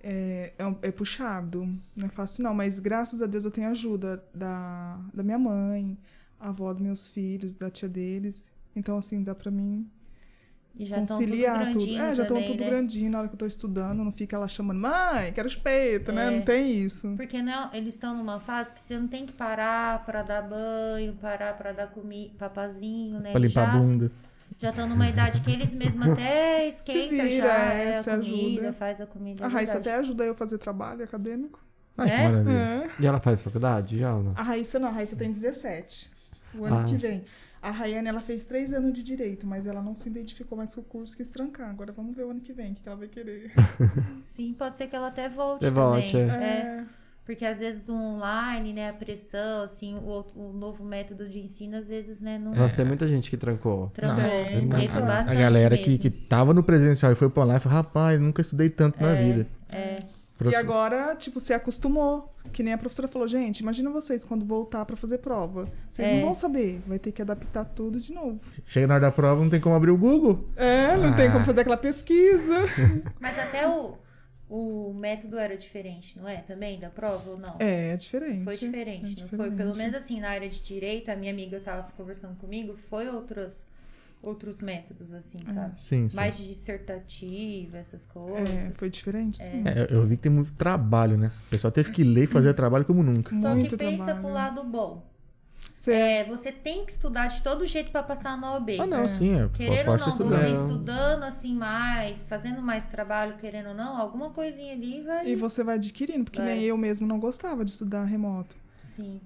[SPEAKER 4] É, é, um- é puxado, não é fácil não, mas graças a Deus eu tenho ajuda da, da minha mãe, a avó dos meus filhos, da tia deles. Então, assim, dá pra mim
[SPEAKER 1] E já estão tudo
[SPEAKER 4] conciliar tudo.
[SPEAKER 1] grandinho
[SPEAKER 4] É, já estão
[SPEAKER 1] também,
[SPEAKER 4] tudo
[SPEAKER 1] né?
[SPEAKER 4] grandinho na hora que eu tô estudando, não fica ela chamando, mãe, quero chupeta, né?
[SPEAKER 1] É.
[SPEAKER 4] Não tem isso.
[SPEAKER 1] Porque não, eles estão numa fase que você não tem que parar pra dar banho, parar pra dar comida, papazinho, né?
[SPEAKER 2] Pra limpar
[SPEAKER 1] já,
[SPEAKER 2] a bunda.
[SPEAKER 1] Já estão numa idade que eles
[SPEAKER 4] <laughs>
[SPEAKER 1] mesmos até esquentam
[SPEAKER 4] vira,
[SPEAKER 1] já
[SPEAKER 4] é,
[SPEAKER 1] a
[SPEAKER 4] se
[SPEAKER 1] comida,
[SPEAKER 4] ajuda.
[SPEAKER 1] faz a comida. é
[SPEAKER 4] A Raíssa até
[SPEAKER 1] verdade.
[SPEAKER 4] ajuda eu a fazer trabalho acadêmico.
[SPEAKER 2] Ai, que
[SPEAKER 1] É?
[SPEAKER 2] maravilha.
[SPEAKER 4] É.
[SPEAKER 3] E ela faz faculdade já ou não?
[SPEAKER 4] A Raíssa não, a Raíssa tem 17. O ano
[SPEAKER 3] Ah,
[SPEAKER 4] que
[SPEAKER 3] sim.
[SPEAKER 4] vem. A Rayane, ela fez três anos de direito, mas ela não se identificou mais com o curso, quis trancar. Agora vamos ver o ano que vem, o que que ela vai querer.
[SPEAKER 1] Sim, pode ser que ela até volte
[SPEAKER 3] Até volte,
[SPEAKER 4] <laughs>
[SPEAKER 1] também.
[SPEAKER 3] é.
[SPEAKER 1] é. Porque às vezes o online, né, a pressão, assim, o, outro- o novo método de ensino, às vezes, né, não
[SPEAKER 3] Nossa, tem muita gente que trancou.
[SPEAKER 1] trancou.
[SPEAKER 4] é,
[SPEAKER 1] Tem
[SPEAKER 4] mas
[SPEAKER 2] a,
[SPEAKER 1] bastante
[SPEAKER 2] galera que,
[SPEAKER 1] mesmo.
[SPEAKER 2] que tava no presencial e foi pra lá e falou, rapaz, nunca estudei tanto na vida.
[SPEAKER 1] É,
[SPEAKER 2] Prof-
[SPEAKER 4] E agora, tipo, se acostumou. Que nem a professora falou, gente, imagina vocês quando voltar pra fazer prova. Vocês
[SPEAKER 1] É.
[SPEAKER 4] não vão saber, vai ter que adaptar tudo de novo.
[SPEAKER 2] Chega na hora da prova, não tem como abrir o Google.
[SPEAKER 4] É, não tem como fazer aquela pesquisa.
[SPEAKER 1] Mas até o, o método era diferente, não é? Também da prova ou não?
[SPEAKER 4] É, é diferente.
[SPEAKER 1] Foi diferente,
[SPEAKER 4] É
[SPEAKER 1] não foi? Pelo
[SPEAKER 4] diferente.
[SPEAKER 1] menos assim, na área de direito, a minha amiga estava conversando comigo, foi outros, outros métodos, assim, sabe?
[SPEAKER 2] Sim, sim.
[SPEAKER 1] Mais de dissertativa, essas coisas.
[SPEAKER 4] É, foi diferente, sim.
[SPEAKER 2] É, eu- eu vi que tem muito trabalho, né? O pessoal teve que ler e fazer trabalho como nunca.
[SPEAKER 1] Só que
[SPEAKER 4] muito
[SPEAKER 1] pensa
[SPEAKER 4] trabalho.
[SPEAKER 1] pro lado bom.
[SPEAKER 4] Você-
[SPEAKER 1] É, você tem que estudar de todo jeito pra passar na OAB.
[SPEAKER 2] Ah, não, sim, é.
[SPEAKER 1] Querendo ou
[SPEAKER 2] força
[SPEAKER 1] não,
[SPEAKER 2] estudar.
[SPEAKER 1] você
[SPEAKER 3] É.
[SPEAKER 1] estudando assim mais, fazendo mais trabalho, querendo ou não, alguma coisinha ali vai.
[SPEAKER 4] E você vai adquirindo, porque
[SPEAKER 1] Vai.
[SPEAKER 4] nem eu mesmo não gostava de estudar remoto.
[SPEAKER 1] Sim.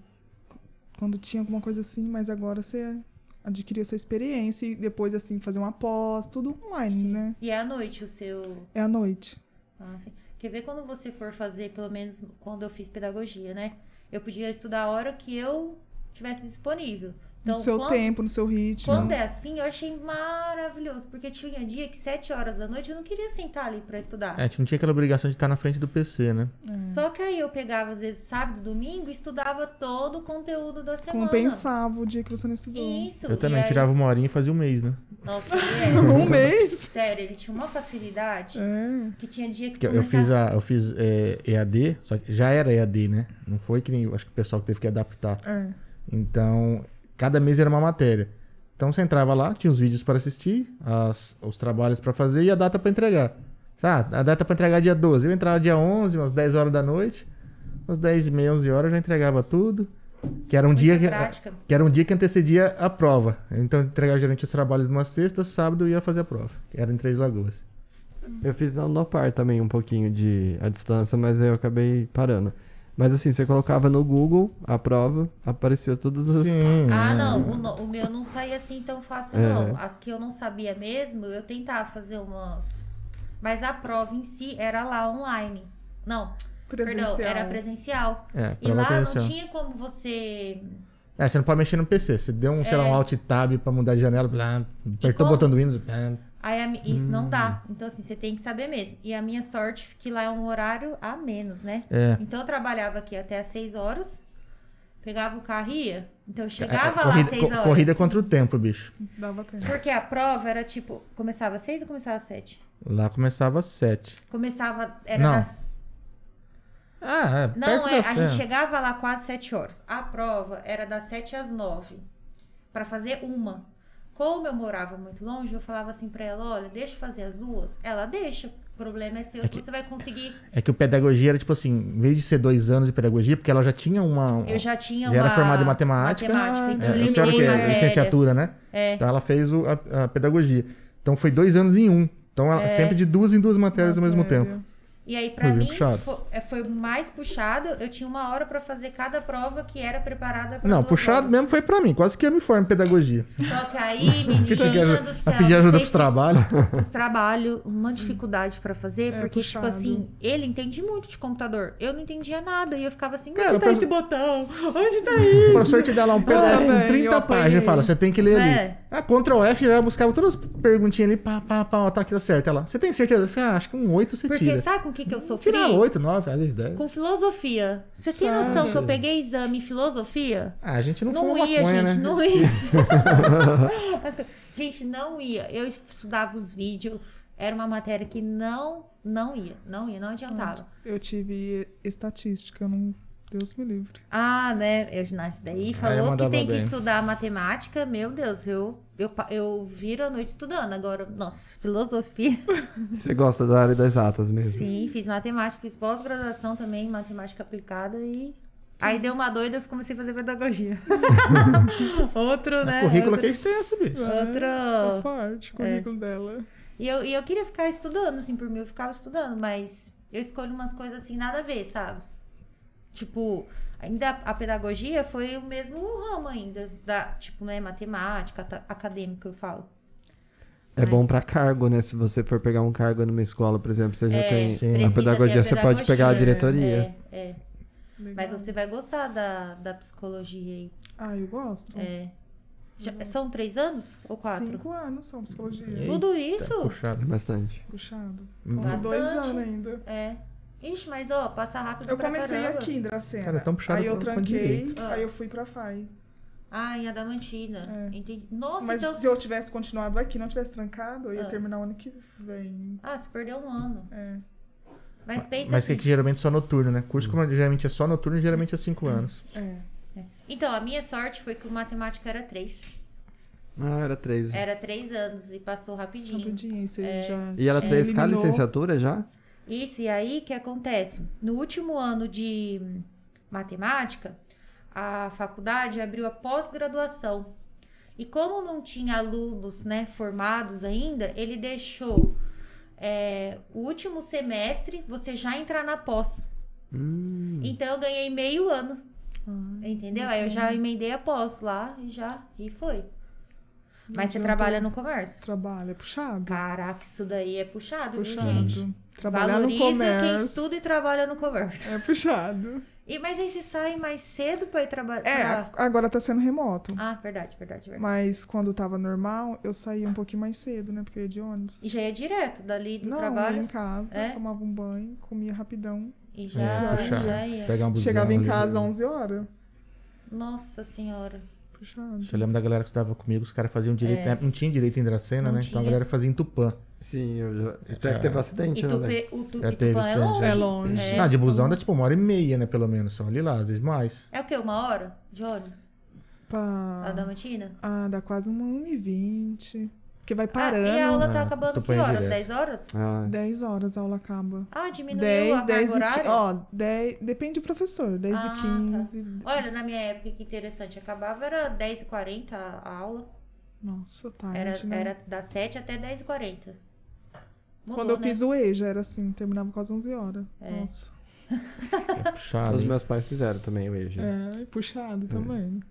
[SPEAKER 4] quando tinha alguma coisa assim, mas agora você adquirir essa experiência e depois, assim, fazer uma pós, tudo online, né?
[SPEAKER 1] E é à noite o seu.
[SPEAKER 4] É à noite.
[SPEAKER 1] Ah, sim. Quer ver quando você for fazer, pelo menos quando eu fiz pedagogia, né? Eu podia estudar a hora que eu tivesse disponível. Então,
[SPEAKER 4] no seu
[SPEAKER 1] quando,
[SPEAKER 4] tempo, né? no seu ritmo.
[SPEAKER 1] quando é assim, eu achei maravilhoso. Porque tinha dia que sete horas da noite eu não queria sentar ali pra estudar.
[SPEAKER 2] É, a gente não tinha aquela obrigação de estar na frente do PC, né?
[SPEAKER 1] Só que aí eu pegava, às vezes, sábado, domingo, e estudava todo o conteúdo da semana.
[SPEAKER 4] Compensava o dia que você não estudou.
[SPEAKER 1] Isso.
[SPEAKER 2] Eu também
[SPEAKER 1] e aí-
[SPEAKER 2] tirava uma horinha e fazia um mês, né?
[SPEAKER 4] <laughs>
[SPEAKER 1] Nossa, ele
[SPEAKER 4] Um mês?
[SPEAKER 1] é... sério, ele tinha uma facilidade
[SPEAKER 4] É.
[SPEAKER 1] que tinha dia que
[SPEAKER 2] Que eu, eu fiz
[SPEAKER 1] começava-
[SPEAKER 2] a, eu fiz é, EAD, só que já era EAD, né? Não foi que nem acho que o pessoal que teve que adaptar.
[SPEAKER 4] É.
[SPEAKER 2] Então, cada mês era uma matéria. Então você entrava lá, tinha os vídeos para assistir, as- os trabalhos para fazer e a data para entregar. Ah, a data para entregar é dia 12. Eu entrava dia 11, umas 10 horas da noite. Umas 10 e meia, 11 horas eu já entregava tudo. Que era um dia que,
[SPEAKER 1] prática.
[SPEAKER 2] que era um dia que antecedia a prova. Então eu entregava geralmente os trabalhos numa sexta, sábado eu ia fazer a prova. que Era em Três Lagoas.
[SPEAKER 3] Eu fiz na Unopar também um pouquinho de a distância, mas aí eu acabei parando. Mas assim, você colocava no Google a prova, aparecia todas as.
[SPEAKER 2] Sim.
[SPEAKER 1] Ah,
[SPEAKER 2] é.
[SPEAKER 1] não, o, no- o meu não saía assim tão fácil,
[SPEAKER 3] É.
[SPEAKER 1] não. As que eu não sabia mesmo, eu tentava fazer umas. Mas a prova em si era lá online. Não,
[SPEAKER 4] Presencial.
[SPEAKER 1] perdão, era presencial.
[SPEAKER 2] É,
[SPEAKER 1] E
[SPEAKER 2] prova
[SPEAKER 1] lá
[SPEAKER 2] presencial.
[SPEAKER 1] não tinha como você.
[SPEAKER 2] É, você não pode mexer no PC. Você deu um, sei lá, um alt tab pra mudar de janela, blá, apertou o
[SPEAKER 1] É. como-
[SPEAKER 2] botão do Windows, blá.
[SPEAKER 1] Aí, a mi- isso não dá.
[SPEAKER 2] Hum.
[SPEAKER 1] Então, assim, você tem que saber mesmo. E a minha sorte é que lá é um horário a menos, né?
[SPEAKER 2] É.
[SPEAKER 1] Então eu trabalhava aqui até às 6 horas, pegava o carro e ia. Então eu
[SPEAKER 2] É,
[SPEAKER 1] chegava lá às
[SPEAKER 2] corrida,
[SPEAKER 1] 6
[SPEAKER 2] co-
[SPEAKER 1] horas.
[SPEAKER 2] corrida contra o tempo, bicho.
[SPEAKER 4] Dava tempo.
[SPEAKER 1] Porque a prova era tipo, começava às 6 ou começava às 7?
[SPEAKER 2] Lá começava às 7.
[SPEAKER 1] Começava. Era
[SPEAKER 2] Não.
[SPEAKER 1] na-
[SPEAKER 2] Ah, é, perto
[SPEAKER 1] Não,
[SPEAKER 2] da
[SPEAKER 1] é, a
[SPEAKER 2] cena.
[SPEAKER 1] gente chegava lá quase 7 horas. A prova era das 7 às 9. Pra fazer uma. Como eu morava muito longe, eu falava assim pra ela: olha, deixa eu fazer as duas. Ela deixa. O problema é seu se você vai conseguir.
[SPEAKER 2] É que o pedagogia era tipo assim, em vez de ser dois anos de pedagogia, porque ela já tinha uma.
[SPEAKER 1] Eu já tinha
[SPEAKER 2] Já era
[SPEAKER 1] uma.
[SPEAKER 2] formada em matemática.
[SPEAKER 1] matemática,
[SPEAKER 4] Ah,
[SPEAKER 2] é,
[SPEAKER 1] então eu
[SPEAKER 2] eu sei lá o
[SPEAKER 1] eliminei
[SPEAKER 2] que,
[SPEAKER 1] matéria.
[SPEAKER 2] licenciatura, né?
[SPEAKER 1] É.
[SPEAKER 2] Então ela fez o-
[SPEAKER 1] É.
[SPEAKER 2] a, a pedagogia. Então foi dois anos em um. Então ela sempre de duas em duas matérias ao mesmo tempo.
[SPEAKER 1] E aí, pra
[SPEAKER 2] Foi bem
[SPEAKER 1] mim,
[SPEAKER 2] puxado.
[SPEAKER 1] fo- é, foi mais puxado. Eu tinha uma hora pra fazer cada prova que era preparada pra
[SPEAKER 2] Não,
[SPEAKER 1] duas
[SPEAKER 2] puxado
[SPEAKER 1] horas.
[SPEAKER 2] mesmo foi pra mim. Quase que eu me formo em pedagogia.
[SPEAKER 1] Só que aí,
[SPEAKER 2] <laughs> Que te
[SPEAKER 1] menina do céu.
[SPEAKER 2] a pedir
[SPEAKER 1] não
[SPEAKER 2] ajuda pros
[SPEAKER 1] sei
[SPEAKER 2] trabalhos.
[SPEAKER 1] os trabalho, uma dificuldade pra fazer,
[SPEAKER 4] É,
[SPEAKER 1] porque,
[SPEAKER 4] puxado.
[SPEAKER 1] tipo assim, ele entende muito de computador. Eu não entendia nada. E eu ficava assim, onde
[SPEAKER 2] Cara,
[SPEAKER 1] tá
[SPEAKER 2] pra-
[SPEAKER 1] esse botão? Onde tá isso?
[SPEAKER 2] O professor te dá lá um PDF
[SPEAKER 4] velho,
[SPEAKER 2] com
[SPEAKER 4] eu
[SPEAKER 2] 30
[SPEAKER 4] apanhei.
[SPEAKER 2] páginas e fala, você tem que ler ali.
[SPEAKER 1] É.
[SPEAKER 2] Ah, Ctrl F, eu buscava todas as perguntinhas ali, pá, pá, pá, ó, tá aqui, tá certo. Olha lá. Você tem certeza? Eu falei, ah, acho que um 8 você
[SPEAKER 1] Porque
[SPEAKER 2] tira.
[SPEAKER 1] sabe com o que, que eu sofri?
[SPEAKER 2] Tira 8, 9, às vezes 10.
[SPEAKER 1] Com filosofia. Você tem
[SPEAKER 4] Sério?
[SPEAKER 1] noção que eu peguei exame em filosofia?
[SPEAKER 2] Ah, a gente não,
[SPEAKER 1] Não,
[SPEAKER 2] fuma
[SPEAKER 1] ia,
[SPEAKER 2] maconha,
[SPEAKER 1] gente,
[SPEAKER 2] né?
[SPEAKER 1] não ia.
[SPEAKER 2] <laughs>
[SPEAKER 1] As co- gente, não ia. Eu estudava os vídeos, era uma matéria que não, não ia, não ia, não adiantava.
[SPEAKER 4] Eu tive estatística, eu não. Deus me livre.
[SPEAKER 1] Ah, né? Eugênio, daí
[SPEAKER 2] Ah, eu
[SPEAKER 1] falou que
[SPEAKER 2] mandava
[SPEAKER 1] tem que
[SPEAKER 2] bem.
[SPEAKER 1] estudar matemática. Meu Deus, eu, eu, pa- eu viro a noite estudando. Agora, nossa,
[SPEAKER 2] <laughs>
[SPEAKER 1] filosofia.
[SPEAKER 3] Você gosta da área das atas mesmo?
[SPEAKER 1] Sim, fiz matemática, fiz pós-graduação também, em matemática aplicada e. Aí deu uma doida, eu comecei a fazer
[SPEAKER 2] <laughs>
[SPEAKER 1] pedagogia. Outro, né?
[SPEAKER 2] Currículo aqui
[SPEAKER 1] outro,
[SPEAKER 2] é extenso, bicho.
[SPEAKER 4] Tá
[SPEAKER 1] outro.
[SPEAKER 4] forte o currículo dela.
[SPEAKER 1] E eu, e eu queria ficar estudando, assim, por mim, eu ficava estudando, mas eu escolho umas coisas assim, nada a ver, sabe? Tipo, ainda a pedagogia foi o mesmo ramo ainda, da, tipo, né, matemática, ta- acadêmico, eu falo.
[SPEAKER 3] É
[SPEAKER 1] Mas-
[SPEAKER 3] bom pra cargo, né? Se você for pegar um cargo numa escola, por exemplo, você já tem
[SPEAKER 2] Sim.
[SPEAKER 3] É,
[SPEAKER 1] É,
[SPEAKER 3] a
[SPEAKER 1] precisa ter
[SPEAKER 3] pedagogia, você pode pegar a
[SPEAKER 1] né?
[SPEAKER 3] diretoria.
[SPEAKER 1] É, é.
[SPEAKER 4] Legal.
[SPEAKER 1] Mas você vai gostar da, da psicologia aí.
[SPEAKER 4] Ah, eu gosto.
[SPEAKER 1] É. Já- são três anos ou quatro?
[SPEAKER 4] Cinco anos são psicologia.
[SPEAKER 2] E-
[SPEAKER 1] Tudo
[SPEAKER 2] Tá
[SPEAKER 1] é isso?
[SPEAKER 2] puxado.
[SPEAKER 3] Bastante.
[SPEAKER 4] Puxado.
[SPEAKER 2] Uhum.
[SPEAKER 4] Faltam dois
[SPEAKER 1] Bastante.
[SPEAKER 4] anos ainda.
[SPEAKER 1] É. Ixi, mas ó, passa rápido
[SPEAKER 4] Eu
[SPEAKER 1] pra
[SPEAKER 4] comecei
[SPEAKER 1] caramba.
[SPEAKER 4] aqui em Dracena.
[SPEAKER 2] Cara, tão puxado
[SPEAKER 4] aí eu
[SPEAKER 2] quanto pra um
[SPEAKER 4] tranquei,
[SPEAKER 2] direito.
[SPEAKER 4] aí eu fui pra FAI.
[SPEAKER 1] Ah, em Adamantina.
[SPEAKER 4] É.
[SPEAKER 1] Entendi. Nossa,
[SPEAKER 4] Mas
[SPEAKER 1] então...
[SPEAKER 4] se eu tivesse continuado aqui, não tivesse trancado, eu ia
[SPEAKER 1] Ah.
[SPEAKER 4] terminar o ano que vem.
[SPEAKER 1] Ah, você perdeu um ano.
[SPEAKER 4] É.
[SPEAKER 1] Mas pensa
[SPEAKER 2] Mas que
[SPEAKER 1] assim.
[SPEAKER 2] que geralmente é só noturno, né? Curso como geralmente é só noturno, geralmente é 5 anos.
[SPEAKER 4] É.
[SPEAKER 1] Então, a minha sorte foi que o matemática era três.
[SPEAKER 3] Ah, era três.
[SPEAKER 1] Era três anos e passou rapidinho.
[SPEAKER 4] Rapidinho, você
[SPEAKER 1] É.
[SPEAKER 4] já.
[SPEAKER 3] E ela
[SPEAKER 4] te
[SPEAKER 3] fez cada
[SPEAKER 4] eliminou.
[SPEAKER 3] licenciatura já?
[SPEAKER 1] Isso, e aí o que acontece? No último ano de matemática, a faculdade abriu a pós-graduação. E como não tinha alunos né, formados ainda, ele deixou é, o último semestre você já entrar na pós.
[SPEAKER 3] Hum.
[SPEAKER 1] Então eu ganhei meio ano,
[SPEAKER 4] Ah,
[SPEAKER 1] entendeu? Aí eu já emendei a pós lá e já e foi. Mas você trabalha no comércio.
[SPEAKER 4] Trabalho, é puxado.
[SPEAKER 1] Caraca, isso daí é puxado,
[SPEAKER 4] Puxado.
[SPEAKER 1] viu, gente?
[SPEAKER 4] Trabalhar
[SPEAKER 1] Valoriza
[SPEAKER 4] no
[SPEAKER 1] quem
[SPEAKER 4] comércio.
[SPEAKER 1] estuda e trabalha no comércio. <laughs>
[SPEAKER 4] É puxado.
[SPEAKER 1] E, mas aí você sai mais cedo pra ir trabalhar.
[SPEAKER 4] É, a- agora tá sendo remoto.
[SPEAKER 1] Ah, verdade, verdade, verdade.
[SPEAKER 4] Mas quando tava normal, eu saía um pouquinho mais cedo, né? Porque eu ia de ônibus.
[SPEAKER 1] E já ia direto dali do
[SPEAKER 4] não, né?
[SPEAKER 1] trabalho.
[SPEAKER 4] ia em casa,
[SPEAKER 1] É?
[SPEAKER 4] tomava um banho, comia rapidão.
[SPEAKER 1] E já,
[SPEAKER 2] É, puxado.
[SPEAKER 1] já ia.
[SPEAKER 2] Pegar um busão
[SPEAKER 4] Chegava em
[SPEAKER 2] ali.
[SPEAKER 4] casa às 11 horas.
[SPEAKER 1] Nossa senhora.
[SPEAKER 4] Puxado.
[SPEAKER 2] Eu lembro da galera que estudava comigo, os caras faziam direito. né? Não tinha direito em Dracena,
[SPEAKER 1] É. Não
[SPEAKER 2] né? Então a
[SPEAKER 1] tinha.
[SPEAKER 2] galera fazia em Tupã.
[SPEAKER 3] Sim, eu já. Até que teve um
[SPEAKER 1] E
[SPEAKER 3] acidente, né?
[SPEAKER 1] tu,
[SPEAKER 3] Alex?
[SPEAKER 1] pre- o tu,
[SPEAKER 2] Já
[SPEAKER 1] e
[SPEAKER 2] teve
[SPEAKER 1] Tupã é
[SPEAKER 2] esse
[SPEAKER 1] longe.
[SPEAKER 4] É longe.
[SPEAKER 1] É.
[SPEAKER 2] Ah, de busão dá tipo uma hora e meia, né? Pelo menos. Só ali lá, às vezes mais.
[SPEAKER 1] É o quê? Uma hora de ônibus? A da
[SPEAKER 4] Pá.
[SPEAKER 1] matina?
[SPEAKER 4] Ah, dá quase uma 1h20. Porque vai
[SPEAKER 1] Ah, e a
[SPEAKER 4] parando.
[SPEAKER 1] aula tá
[SPEAKER 2] Ah,
[SPEAKER 1] acabando que
[SPEAKER 2] Tupã é
[SPEAKER 1] horas?
[SPEAKER 2] direto.
[SPEAKER 1] 10 horas?
[SPEAKER 3] Ah,
[SPEAKER 4] 10 horas a aula acaba.
[SPEAKER 1] Ah, diminuiu a
[SPEAKER 4] 10,
[SPEAKER 1] carga
[SPEAKER 4] 10 e
[SPEAKER 1] horária?
[SPEAKER 4] 15. Ó, 10, depende do professor. 10
[SPEAKER 1] Ah, tá.
[SPEAKER 4] e 15.
[SPEAKER 1] Olha, na minha época, que interessante. Acabava era 10h40 a a aula.
[SPEAKER 4] Nossa, tarde.
[SPEAKER 1] Era,
[SPEAKER 4] né?
[SPEAKER 1] era das 7 até 10h40. Mudou,
[SPEAKER 4] Quando eu
[SPEAKER 1] né?
[SPEAKER 4] fiz o EJA, era assim, terminava quase 11 horas.
[SPEAKER 1] É.
[SPEAKER 4] Nossa.
[SPEAKER 2] É puxado.
[SPEAKER 3] os
[SPEAKER 2] hein?
[SPEAKER 3] meus pais fizeram também o EJA.
[SPEAKER 4] É, e puxado também.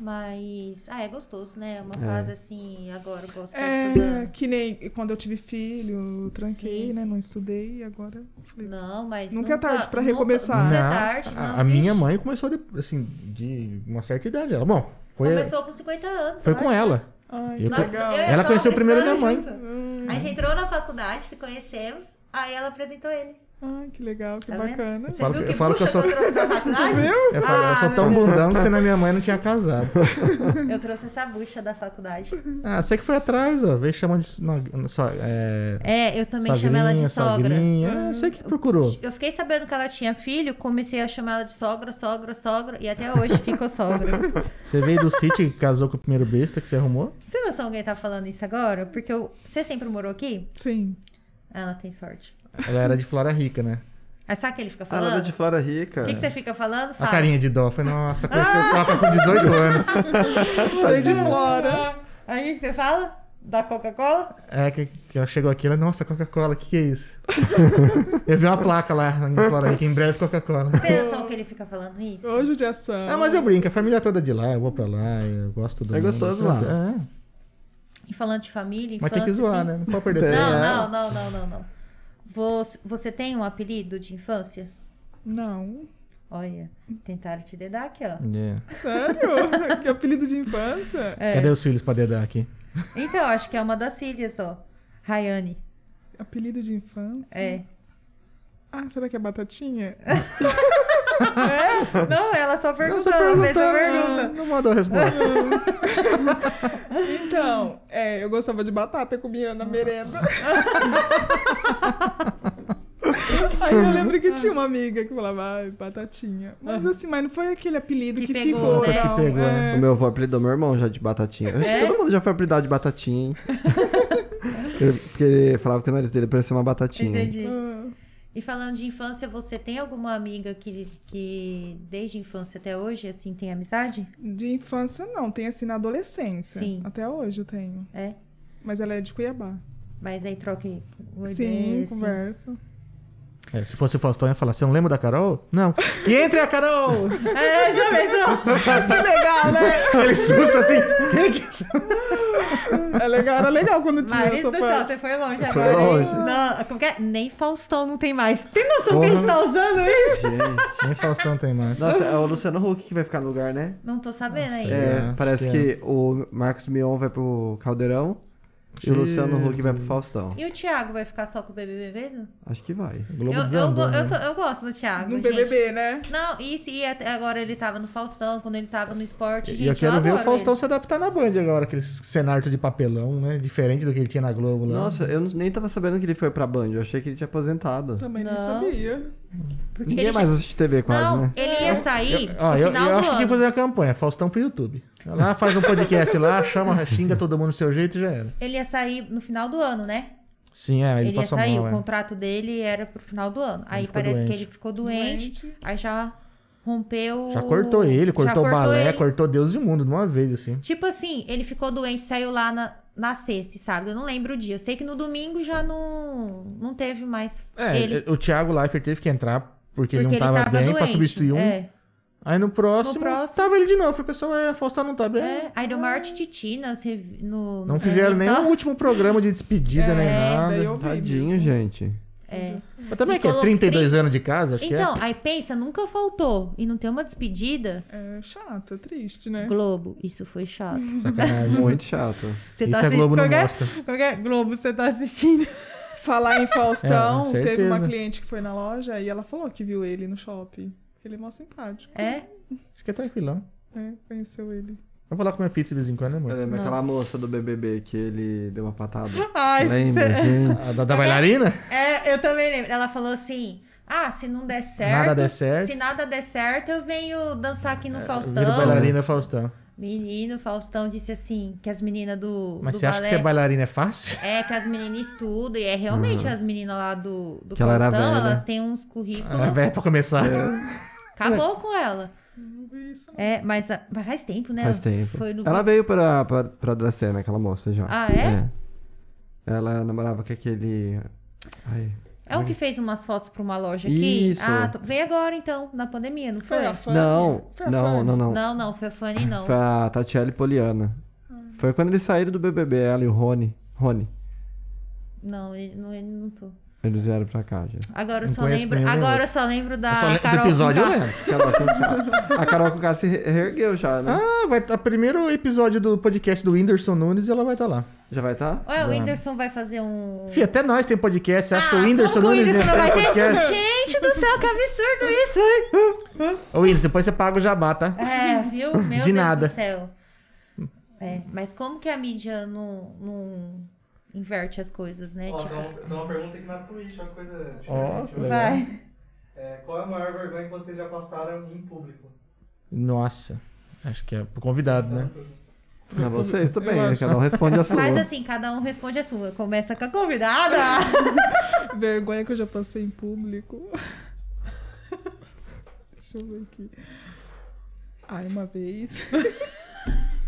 [SPEAKER 1] Mas, ah, é gostoso, né? Uma
[SPEAKER 3] É.
[SPEAKER 1] fase assim, agora eu gosto de estar
[SPEAKER 4] É,
[SPEAKER 1] estudando.
[SPEAKER 4] que nem quando eu tive filho, eu tranquei,
[SPEAKER 1] Sim.
[SPEAKER 4] né? Não estudei e agora falei,
[SPEAKER 1] Não, mas.
[SPEAKER 4] Nunca é tarde pra recomeçar.
[SPEAKER 1] Nunca é
[SPEAKER 2] Não,
[SPEAKER 1] tarde,
[SPEAKER 2] a-
[SPEAKER 1] não.
[SPEAKER 2] a, minha
[SPEAKER 1] Ixi,
[SPEAKER 2] mãe começou, de- assim, de uma certa idade. Ela, bom, foi,
[SPEAKER 1] Começou com 50 anos.
[SPEAKER 2] foi
[SPEAKER 1] eu
[SPEAKER 2] com
[SPEAKER 1] acho.
[SPEAKER 2] ela.
[SPEAKER 4] ai,
[SPEAKER 2] Eu
[SPEAKER 4] que
[SPEAKER 1] Nossa,
[SPEAKER 4] legal.
[SPEAKER 1] eu e a
[SPEAKER 2] Ela
[SPEAKER 1] Sol
[SPEAKER 2] conheceu primeiro minha
[SPEAKER 1] crescemos
[SPEAKER 2] mãe.
[SPEAKER 1] junto. A gente entrou na faculdade, se conhecemos, aí ela apresentou ele.
[SPEAKER 4] Ai, que legal, que
[SPEAKER 1] Tá vendo? <laughs>
[SPEAKER 4] bacana.
[SPEAKER 1] Você
[SPEAKER 2] falo
[SPEAKER 1] viu
[SPEAKER 2] que-
[SPEAKER 1] que
[SPEAKER 2] eu falo que
[SPEAKER 1] puxa
[SPEAKER 2] eu
[SPEAKER 1] que eu,
[SPEAKER 2] sou-
[SPEAKER 1] trouxe da
[SPEAKER 2] <laughs>
[SPEAKER 1] faculdade?
[SPEAKER 2] Eu falei, eu sou
[SPEAKER 1] Ah,
[SPEAKER 2] tão
[SPEAKER 1] meu
[SPEAKER 2] bundão que você na minha mãe não tinha casado.
[SPEAKER 1] Eu trouxe essa bucha da faculdade.
[SPEAKER 2] Ah, você que foi atrás, ó. Veio chamando de. so- no- so- é,
[SPEAKER 1] É, eu também chamo ela de
[SPEAKER 2] sogrinha,
[SPEAKER 1] sogra. Ah.
[SPEAKER 2] sogrinha. É, você que procurou.
[SPEAKER 1] Eu fiquei sabendo que ela tinha filho, comecei a chamar ela de sogra, sogra, sogra, e até hoje ficou sogra.
[SPEAKER 2] Você veio do sítio e casou com o primeiro besta que você arrumou?
[SPEAKER 1] Você tem noção alguém tá falando isso agora? Porque eu- você sempre morou aqui? Ah,
[SPEAKER 4] Sim.
[SPEAKER 1] Ela tem sorte.
[SPEAKER 2] Ela era de Flora Rica, né?
[SPEAKER 1] Aí sabe o que ele fica
[SPEAKER 3] Ah, ela era
[SPEAKER 1] falando?
[SPEAKER 3] de
[SPEAKER 1] O
[SPEAKER 3] Flora Rica.
[SPEAKER 1] que, que você fica falando?
[SPEAKER 2] A
[SPEAKER 1] Fala.
[SPEAKER 2] carinha de dó. Falei, nossa,
[SPEAKER 1] Ah.
[SPEAKER 2] conheceu o Papa com 18 anos.
[SPEAKER 4] Falei de fora.
[SPEAKER 1] Aí o que você fala? da Coca-Cola?
[SPEAKER 2] É, que, que ela chegou aqui, ela, nossa, Coca-Cola, o que, que é isso? <laughs> eu vi uma placa lá em Floresta, em breve Coca-Cola.
[SPEAKER 1] Pensam é que ele fica falando isso?
[SPEAKER 4] Hoje o dia é são.
[SPEAKER 2] Ah, mas eu brinco, a família toda é de lá, eu vou pra lá, eu gosto do
[SPEAKER 3] É
[SPEAKER 2] mundo,
[SPEAKER 3] gostoso
[SPEAKER 2] sabe?
[SPEAKER 3] lá.
[SPEAKER 2] É,
[SPEAKER 1] E falando de família,
[SPEAKER 2] mas tem que
[SPEAKER 1] infância,
[SPEAKER 2] zoar,
[SPEAKER 1] assim.
[SPEAKER 2] né? Não pode perder.
[SPEAKER 3] É.
[SPEAKER 1] Não, não, não, não, não, não. Você, você tem um apelido de infância?
[SPEAKER 4] Não.
[SPEAKER 1] Olha, tentaram te dedar aqui, ó.
[SPEAKER 3] é.
[SPEAKER 2] Yeah.
[SPEAKER 4] Sério? <laughs> que apelido de infância?
[SPEAKER 2] É.
[SPEAKER 1] É.
[SPEAKER 2] Cadê os filhos pra dedar aqui?
[SPEAKER 1] Então, acho que é uma das filhas, ó. Rayane.
[SPEAKER 4] Apelido de infância?
[SPEAKER 1] É.
[SPEAKER 4] Ah, será que é batatinha?
[SPEAKER 1] É? Não, ela só
[SPEAKER 2] Não,
[SPEAKER 1] perguntou,
[SPEAKER 2] só né?
[SPEAKER 1] ela fez a
[SPEAKER 2] perguntaram,
[SPEAKER 1] pergunta.
[SPEAKER 2] não- não mandou a resposta.
[SPEAKER 1] <laughs>
[SPEAKER 4] Então, é, eu gostava de batata, eu comia
[SPEAKER 2] <laughs>
[SPEAKER 4] na merenda. Aí eu lembro que tinha uma amiga que falava, ai, batatinha. Mas assim, mas não foi aquele apelido
[SPEAKER 1] Que
[SPEAKER 4] que,
[SPEAKER 1] pegou, né?
[SPEAKER 4] ficou,
[SPEAKER 2] Depois que
[SPEAKER 4] não.
[SPEAKER 2] pegou, né?
[SPEAKER 4] é.
[SPEAKER 3] O meu avô apelidou meu irmão já de batatinha. Eu acho que
[SPEAKER 1] É?
[SPEAKER 3] todo mundo já foi apelidado de batatinha,
[SPEAKER 1] <laughs>
[SPEAKER 3] hein? Ele- Porque ele falava que o nariz dele parecia uma batatinha.
[SPEAKER 1] Entendi.
[SPEAKER 4] Ah,
[SPEAKER 1] E falando de infância, você tem alguma amiga que, que desde a infância até hoje, assim, tem amizade?
[SPEAKER 4] De infância, não. Tem assim na adolescência.
[SPEAKER 1] Sim.
[SPEAKER 4] Até hoje eu tenho.
[SPEAKER 1] É.
[SPEAKER 4] Mas ela é de Cuiabá.
[SPEAKER 1] Mas aí troca uma
[SPEAKER 4] Sim,
[SPEAKER 1] ideia, assim.
[SPEAKER 4] conversa.
[SPEAKER 2] É, se fosse o Faustão, ia falar, você não lembra da Carol? Não. Que entre a Carol!
[SPEAKER 1] <laughs> É, já pensou? que legal, né?
[SPEAKER 2] Ele <laughs> susta assim, quem que <laughs> é isso?
[SPEAKER 4] É legal, era legal quando tinha
[SPEAKER 1] Marido
[SPEAKER 4] essa
[SPEAKER 1] do céu,
[SPEAKER 4] parte.
[SPEAKER 1] você foi longe
[SPEAKER 3] Foi
[SPEAKER 1] agora. hein?
[SPEAKER 3] longe.
[SPEAKER 1] Não, como que é? Nem Faustão não tem mais. Tem noção que a gente
[SPEAKER 2] Porra.
[SPEAKER 1] tá usando isso?
[SPEAKER 3] Gente.
[SPEAKER 2] Nem Faustão tem mais.
[SPEAKER 3] Nossa, é o Luciano Huck que vai ficar no lugar, né?
[SPEAKER 1] Não tô sabendo ainda.
[SPEAKER 3] É,
[SPEAKER 2] É,
[SPEAKER 3] parece
[SPEAKER 2] acho
[SPEAKER 3] que, o Marcos Mion vai pro Caldeirão e o Luciano Huck vai pro Faustão.
[SPEAKER 1] E o Thiago vai ficar só com o BBB mesmo?
[SPEAKER 3] Acho que vai.
[SPEAKER 2] O
[SPEAKER 1] Eu,
[SPEAKER 2] Globo
[SPEAKER 1] eu,
[SPEAKER 2] desandou,
[SPEAKER 1] go- eu
[SPEAKER 2] né?
[SPEAKER 1] tô- eu gosto do Thiago.
[SPEAKER 4] No
[SPEAKER 1] gente.
[SPEAKER 4] BBB, né?
[SPEAKER 1] Não, isso, e até agora ele tava no Faustão, quando ele tava no esporte.
[SPEAKER 2] E
[SPEAKER 1] gente, né?
[SPEAKER 2] eu quero ver o
[SPEAKER 1] adoro
[SPEAKER 2] Faustão
[SPEAKER 1] ele.
[SPEAKER 2] se adaptar na Band agora, aquele cenário de papelão, né? Diferente do que ele tinha na Globo lá.
[SPEAKER 3] Nossa, eu não- nem tava sabendo que ele foi pra Band, eu achei que ele tinha aposentado.
[SPEAKER 4] Também não.
[SPEAKER 1] Não.
[SPEAKER 4] sabia.
[SPEAKER 1] Porque
[SPEAKER 3] Ninguém
[SPEAKER 1] ele
[SPEAKER 3] mais assiste TV quase,
[SPEAKER 1] Não,
[SPEAKER 3] né?
[SPEAKER 1] ele ia sair
[SPEAKER 2] Ó,
[SPEAKER 1] no
[SPEAKER 2] eu,
[SPEAKER 1] final
[SPEAKER 2] eu
[SPEAKER 1] do
[SPEAKER 2] acho que tinha
[SPEAKER 1] ano.
[SPEAKER 2] que fazer uma campanha, Faustão pro YouTube. Vai lá, faz um podcast lá, <laughs> chama, xinga todo mundo do seu jeito e já era.
[SPEAKER 1] Ele ia sair no final do ano, né?
[SPEAKER 2] Sim, é, ele,
[SPEAKER 1] Ele, ia
[SPEAKER 2] passou
[SPEAKER 1] sair,
[SPEAKER 2] mal.
[SPEAKER 1] o
[SPEAKER 2] é.
[SPEAKER 1] contrato dele era pro final do ano. aí
[SPEAKER 2] ficou
[SPEAKER 1] parece que
[SPEAKER 2] doente.
[SPEAKER 1] ele ficou doente, aí já rompeu.
[SPEAKER 2] Já cortou ele,
[SPEAKER 1] já
[SPEAKER 2] cortou o balé,
[SPEAKER 1] ele.
[SPEAKER 2] cortou Deus e o mundo de uma vez, assim.
[SPEAKER 1] Tipo assim, ele ficou doente, saiu lá na, na sexta e sábado. Eu não lembro o dia. Eu sei que no domingo já não, não teve mais
[SPEAKER 2] É,
[SPEAKER 1] ele.
[SPEAKER 2] o Thiago Leifert teve que entrar porque, ele não
[SPEAKER 1] porque
[SPEAKER 2] tava, bem pra
[SPEAKER 1] doente.
[SPEAKER 2] substituir um.
[SPEAKER 1] É.
[SPEAKER 2] Aí no próximo,
[SPEAKER 1] No próximo.
[SPEAKER 2] tava ele de novo. Foi, pessoal, é, Faustão não tá bem.
[SPEAKER 1] É, tá- aí deu maior tititi nas revi- no,
[SPEAKER 2] Não
[SPEAKER 1] nas
[SPEAKER 2] fizeram nem
[SPEAKER 1] revistas.
[SPEAKER 2] o último programa de despedida, nem nada.
[SPEAKER 4] Daí eu vi
[SPEAKER 3] Tadinho,
[SPEAKER 4] mesmo.
[SPEAKER 3] gente.
[SPEAKER 1] É.
[SPEAKER 2] Mas também
[SPEAKER 1] E
[SPEAKER 2] é que é
[SPEAKER 1] colo-
[SPEAKER 2] 32 anos de casa, acho
[SPEAKER 1] Então,
[SPEAKER 2] que é.
[SPEAKER 1] aí pensa, nunca faltou. E não ter uma despedida.
[SPEAKER 4] É chato, é triste, né?
[SPEAKER 1] Globo, isso foi chato.
[SPEAKER 2] é. Sacanagem.
[SPEAKER 3] Muito chato.
[SPEAKER 1] Uhum. <laughs> Você tá assim,
[SPEAKER 2] Isso a Globo não mostra.
[SPEAKER 1] Globo, você tá assistindo.
[SPEAKER 4] Falar em
[SPEAKER 2] É,
[SPEAKER 3] <laughs>
[SPEAKER 4] Faustão,
[SPEAKER 2] com
[SPEAKER 4] teve uma
[SPEAKER 2] certeza.
[SPEAKER 4] cliente que foi na loja e ela falou que viu ele no shopping. Ele é mó simpático.
[SPEAKER 1] É?
[SPEAKER 2] Isso aqui é tranquilão.
[SPEAKER 4] É, conheceu ele.
[SPEAKER 2] Eu vou lá comer pizza de vez em quando, né,
[SPEAKER 3] Eu
[SPEAKER 2] amor?
[SPEAKER 3] lembro
[SPEAKER 1] Nossa.
[SPEAKER 3] aquela moça do BBB que ele deu uma patada.
[SPEAKER 1] Ai,
[SPEAKER 3] Lembra,
[SPEAKER 1] cê- <laughs>
[SPEAKER 3] gente?
[SPEAKER 2] A da, da bailarina?
[SPEAKER 1] É, eu também lembro. Ela falou assim: ah, se não der certo.
[SPEAKER 2] Nada der certo. É,
[SPEAKER 1] Se nada der certo, eu venho dançar aqui no
[SPEAKER 2] Eu
[SPEAKER 1] Faustão.
[SPEAKER 2] Viro bailarina Faustão.
[SPEAKER 1] Menino, Faustão disse assim: que as meninas do.
[SPEAKER 2] Mas
[SPEAKER 1] do
[SPEAKER 2] você acha que
[SPEAKER 1] balé-
[SPEAKER 2] ser bailarina
[SPEAKER 1] <laughs>
[SPEAKER 2] é fácil?
[SPEAKER 1] É, que as meninas estudam, e é realmente
[SPEAKER 2] Uhum.
[SPEAKER 1] as meninas lá do, do
[SPEAKER 3] Que ela era
[SPEAKER 1] Faustão,
[SPEAKER 3] velha.
[SPEAKER 1] elas têm uns currículos.
[SPEAKER 2] Ela é velha pra começar.
[SPEAKER 1] É. Acabou com ela.
[SPEAKER 4] Não vi isso. não.
[SPEAKER 1] É, mas, a- mas faz tempo, né?
[SPEAKER 3] Faz tempo.
[SPEAKER 1] Foi no.
[SPEAKER 3] Ela veio pra, pra, pra Dracena, aquela moça já.
[SPEAKER 1] Ah, é?
[SPEAKER 3] Ela namorava com aquele. Ai.
[SPEAKER 1] É o que fez umas fotos pra uma loja aqui?
[SPEAKER 3] Isso.
[SPEAKER 1] Ah, tô- veio agora então, na pandemia, não foi?
[SPEAKER 4] Foi a fã.
[SPEAKER 3] Não,
[SPEAKER 4] Foi a
[SPEAKER 3] não,
[SPEAKER 4] Fanny.
[SPEAKER 3] não, não,
[SPEAKER 1] Não, não, foi a Fanny, não.
[SPEAKER 3] Foi a Tatiele Poliana. Foi quando eles saíram do BBB, ela e o Rony. Rony.
[SPEAKER 1] Não, ele não, ele não tô.
[SPEAKER 3] Eles vieram pra cá já.
[SPEAKER 1] Agora eu
[SPEAKER 2] Não
[SPEAKER 1] só
[SPEAKER 2] conheço
[SPEAKER 1] lembro.
[SPEAKER 2] nenhum
[SPEAKER 1] Agora eu só lembro da
[SPEAKER 2] Eu só lembro do
[SPEAKER 1] Ah, Carol.
[SPEAKER 2] episódio, né? eu
[SPEAKER 1] Conká.
[SPEAKER 2] lembro.
[SPEAKER 3] Carol um com K. <laughs> A Carol com K se re- reergueu já, né?
[SPEAKER 2] Ah, vai tá, primeiro episódio do podcast do Whindersson Nunes ela vai estar lá.
[SPEAKER 3] Já vai tá? estar?
[SPEAKER 1] Ué, o Whindersson vai fazer um.
[SPEAKER 2] Fih, até nós tem podcast. Você acha que
[SPEAKER 1] Ah,
[SPEAKER 2] o Whindersson
[SPEAKER 1] como que o
[SPEAKER 2] Nunes
[SPEAKER 1] Whindersson
[SPEAKER 2] não
[SPEAKER 1] não
[SPEAKER 2] tem
[SPEAKER 1] vai ter?
[SPEAKER 2] podcast?
[SPEAKER 1] Gente do céu, que absurdo isso! Ai.
[SPEAKER 2] Ô, Whindersson, depois você paga o jabá, tá?
[SPEAKER 1] É, viu? Meu Deus
[SPEAKER 2] nada.
[SPEAKER 1] do céu. É, mas como que a mídia não, não inverte as coisas, né?
[SPEAKER 5] Ó,
[SPEAKER 1] Tipo,
[SPEAKER 5] tem uma- tem uma pergunta aqui na Twitch, uma coisa diferente.
[SPEAKER 2] Ó,
[SPEAKER 5] ó.
[SPEAKER 2] legal.
[SPEAKER 1] vai.
[SPEAKER 5] É, qual é a maior vergonha que vocês já passaram em público?
[SPEAKER 2] Nossa. Acho que é pro convidado, né?
[SPEAKER 3] Não, vocês também,
[SPEAKER 4] Eu
[SPEAKER 3] né?
[SPEAKER 4] acho.
[SPEAKER 3] Cada um responde a sua.
[SPEAKER 1] Faz assim, cada um responde a sua. Começa com a
[SPEAKER 4] <laughs>
[SPEAKER 1] convidada.
[SPEAKER 4] Vergonha que eu já passei em público. <laughs> <laughs> Deixa eu ver aqui. Ai, uma vez.